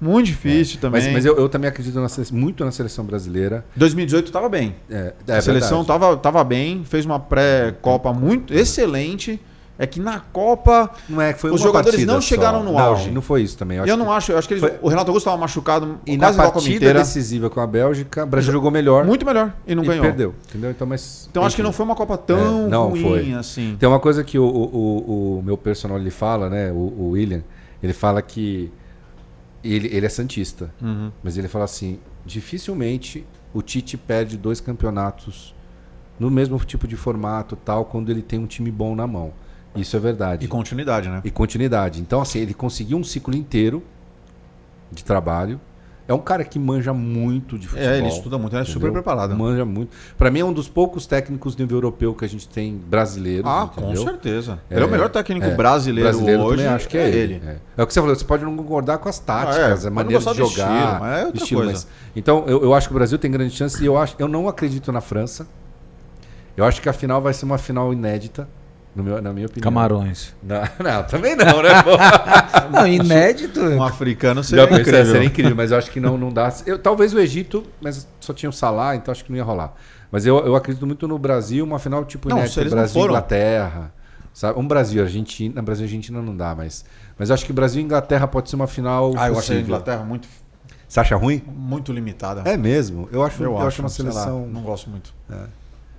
Speaker 3: muito difícil também.
Speaker 1: É. Mas, mas eu, eu também acredito na sele- muito na seleção brasileira.
Speaker 3: 2018 tava bem.
Speaker 1: É,
Speaker 3: a seleção tava, tava bem, fez uma pré-copa muito excelente. É que na Copa,
Speaker 1: Não é que foi
Speaker 3: tá- Os
Speaker 1: uma
Speaker 3: jogadores
Speaker 1: partida
Speaker 3: não chegaram
Speaker 1: só.
Speaker 3: no
Speaker 1: Não,
Speaker 3: auge.
Speaker 1: Não foi isso também.
Speaker 3: eu,
Speaker 1: acho
Speaker 3: não
Speaker 1: que-
Speaker 3: acho, eu acho que eles-
Speaker 1: foi-
Speaker 3: o Renato Augusto tava machucado
Speaker 1: E na
Speaker 3: quase igual a Copa
Speaker 1: partida
Speaker 3: inteira.
Speaker 1: decisiva com a Bélgica, o Brasil jogou melhor
Speaker 3: Muito melhor e não
Speaker 1: e
Speaker 3: ganhou.
Speaker 1: perdeu. Entendeu? Então, mas,
Speaker 3: Então acho que
Speaker 1: enfim.
Speaker 3: não foi uma Copa tão
Speaker 1: É, não
Speaker 3: ruim
Speaker 1: foi.
Speaker 3: assim.
Speaker 1: Tem uma coisa que o, o- o- o meu personal ele fala, né? O, o William, ele fala que ele, ele é santista,
Speaker 3: Uhum.
Speaker 1: mas ele fala assim: dificilmente o Tite perde dois campeonatos no mesmo tipo de formato, tal, quando ele tem um time bom na mão. Isso é verdade.
Speaker 3: E continuidade, né?
Speaker 1: E continuidade. Então, assim, ele conseguiu um ciclo inteiro de trabalho. É um cara que manja muito de futebol.
Speaker 3: É, ele estuda muito, ele é super
Speaker 1: entendeu?
Speaker 3: preparado.
Speaker 1: Manja muito. Pra mim é um dos poucos técnicos nível europeu que a gente tem brasileiros.
Speaker 3: Ah,
Speaker 1: entendeu?
Speaker 3: com certeza.
Speaker 1: É,
Speaker 3: ele é o melhor técnico brasileiro,
Speaker 1: brasileiro eu
Speaker 3: hoje.
Speaker 1: também acho que é, ele. É. É o que você falou, você pode não concordar com as
Speaker 3: Ah, é,
Speaker 1: táticas,
Speaker 3: pode
Speaker 1: a
Speaker 3: não
Speaker 1: maneira
Speaker 3: gostar
Speaker 1: de
Speaker 3: do
Speaker 1: jogar,
Speaker 3: estilo, mas é outra
Speaker 1: estilo,
Speaker 3: coisa.
Speaker 1: mas- então eu, eu acho que o Brasil tem grande chance e eu acho, eu não acredito na França. Eu acho que a final vai ser uma final inédita. no meu- na minha opinião.
Speaker 2: Camarões.
Speaker 1: Não, <laughs> não, também não, né? pô?
Speaker 2: Não, inédito. É,
Speaker 3: Um africano seria
Speaker 1: Já pensei,
Speaker 3: incrível.
Speaker 1: é, seria incrível, mas eu acho que não, não dá. Eu, talvez o Egito, mas só tinha o Salah, então acho que não ia rolar. Mas eu, eu acredito muito no Brasil, uma final tipo
Speaker 3: Não, se
Speaker 1: inédita,
Speaker 3: eles não
Speaker 1: Brasil e
Speaker 3: foram.
Speaker 1: Inglaterra. Sabe? Um Brasil, Argentina. Brasil e Argentina não dá, mas. Mas eu acho que Brasil e Inglaterra pode ser uma final.
Speaker 3: Ah, eu achei a
Speaker 1: é possível.
Speaker 3: Inglaterra muito,
Speaker 1: Você acha ruim?
Speaker 3: muito limitada.
Speaker 1: É mesmo. Eu acho,
Speaker 3: eu, acho,
Speaker 1: uma
Speaker 3: sei lá,
Speaker 1: seleção.
Speaker 3: não gosto muito.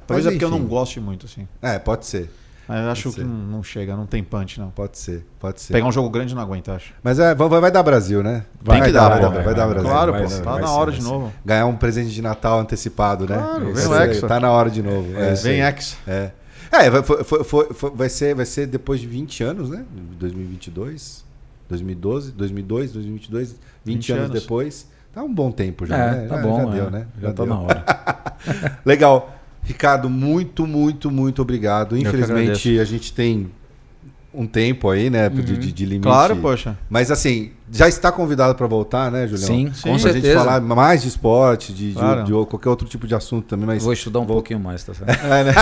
Speaker 3: Talvez é porque eu não gosto muito, assim.
Speaker 1: É, pode ser,
Speaker 3: Mas eu acho
Speaker 1: Pode
Speaker 3: que
Speaker 1: ser.
Speaker 3: não, não chega, não tem punch, não.
Speaker 1: pode ser, pode ser.
Speaker 3: Pegar um jogo grande não aguenta, acho.
Speaker 1: Mas é, vai, vai dar Brasil, né?
Speaker 3: Tem que dar,
Speaker 1: vai,
Speaker 3: pô.
Speaker 1: dar, vai dar Brasil.
Speaker 3: Claro,
Speaker 1: vai
Speaker 3: pô.
Speaker 1: dar.
Speaker 3: Tá
Speaker 4: vai
Speaker 3: na
Speaker 4: ser,
Speaker 3: hora
Speaker 4: vai
Speaker 3: de
Speaker 4: ser.
Speaker 3: novo.
Speaker 1: Ganhar um presente de Natal antecipado, né?
Speaker 3: Claro,
Speaker 1: Vai
Speaker 3: vem o
Speaker 1: ser-
Speaker 3: Hexa.
Speaker 1: Tá na hora de novo. É,
Speaker 3: Vem Hexa.
Speaker 1: É. É, vai, foi- foi- foi- foi- vai, ser, vai ser depois de 20 anos, né? 2022, 2012, 2002, 2022, 20,
Speaker 3: 20
Speaker 1: anos,
Speaker 3: anos.
Speaker 1: depois. Tá um bom tempo já,
Speaker 2: É,
Speaker 1: né?
Speaker 2: tá
Speaker 1: já,
Speaker 2: bom.
Speaker 1: já deu,
Speaker 2: é.
Speaker 1: né?
Speaker 2: Já tá
Speaker 1: deu.
Speaker 2: na
Speaker 1: <laughs>
Speaker 2: hora.
Speaker 1: Legal. Ricardo, muito, muito, muito obrigado.
Speaker 4: que
Speaker 1: Infelizmente,
Speaker 4: agradeço.
Speaker 1: a gente tem um tempo aí, né?
Speaker 2: Uhum.
Speaker 1: De, de, de limite.
Speaker 3: Claro, poxa.
Speaker 1: Mas assim, já está convidado para voltar, né, Julião?
Speaker 2: Sim,
Speaker 3: Sim.
Speaker 2: com
Speaker 1: Pra gente
Speaker 2: certeza.
Speaker 1: falar mais de esporte, de, de-
Speaker 3: Claro.
Speaker 1: de qualquer outro tipo de assunto também, mas
Speaker 2: Vou estudar um
Speaker 1: Vou-
Speaker 2: pouquinho mais, tá certo?
Speaker 1: É, né?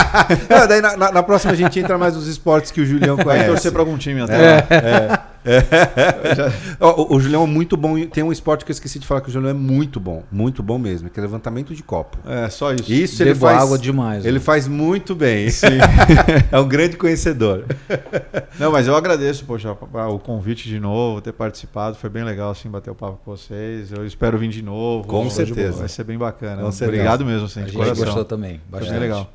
Speaker 1: Não, daí na, na- na próxima a gente entra mais nos esportes que o Julião
Speaker 3: Vai
Speaker 1: conhece.
Speaker 3: torcer pra algum time
Speaker 1: É.
Speaker 3: até. lá.
Speaker 1: Ó, o, o Julião é muito bom. em- Tem um esporte que eu esqueci de falar que o Julião é muito bom. Muito bom mesmo, que é levantamento de copo.
Speaker 3: É, só isso.
Speaker 1: <laughs> Isso ele
Speaker 2: Bebo
Speaker 1: faz.
Speaker 2: água demais.
Speaker 1: Ele
Speaker 2: né?
Speaker 1: faz muito bem. <laughs> é um grande conhecedor.
Speaker 3: Não, mas eu agradeço, poxa, a- o convite de novo, ter participado. Foi bem legal, assim, bater o papo com vocês. Eu espero vir de novo.
Speaker 1: Com
Speaker 3: Vai-
Speaker 1: certeza.
Speaker 3: Vai ser bem bacana.
Speaker 1: Com certeza.
Speaker 3: Obrigado mesmo, assim,
Speaker 2: A
Speaker 3: de
Speaker 2: gente
Speaker 3: coração.
Speaker 2: gostou também.
Speaker 3: Foi
Speaker 2: Bastante.
Speaker 3: bem legal.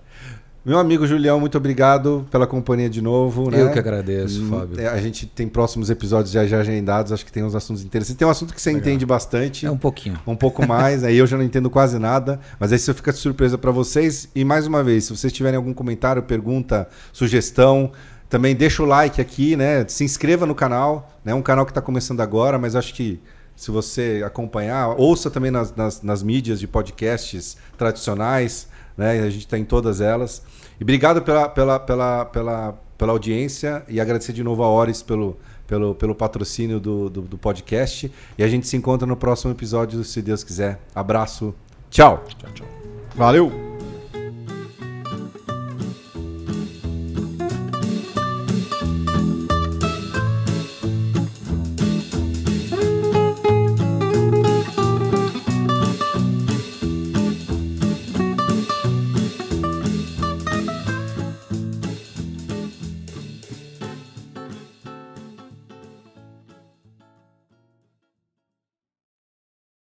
Speaker 1: Meu amigo Julião, muito obrigado pela companhia de novo. né?
Speaker 2: Eu que agradeço,
Speaker 1: Hum,
Speaker 2: Fábio.
Speaker 1: é, A gente tem próximos episódios já, já agendados. Acho que tem uns assuntos interessantes. Tem um assunto que você entende bastante.
Speaker 2: É um pouquinho.
Speaker 1: um pouco mais, aí eu já não entendo quase nada, mas aí isso fica de surpresa pra vocês. E mais uma vez, se vocês tiverem algum comentário, pergunta, sugestão, também deixa o like aqui, né? Se inscreva no canal, né? Um canal que tá começando agora, mas acho que se você acompanhar, ouça também nas, nas, nas mídias de podcasts tradicionais, né? A gente tá em todas elas. E obrigado pela, pela, pela, pela, pela audiência e agradecer de novo a Oris pelo, pelo, pelo patrocínio do, do, do podcast. E a gente se encontra no próximo episódio, se Deus quiser. Abraço, tchau!
Speaker 3: Valeu!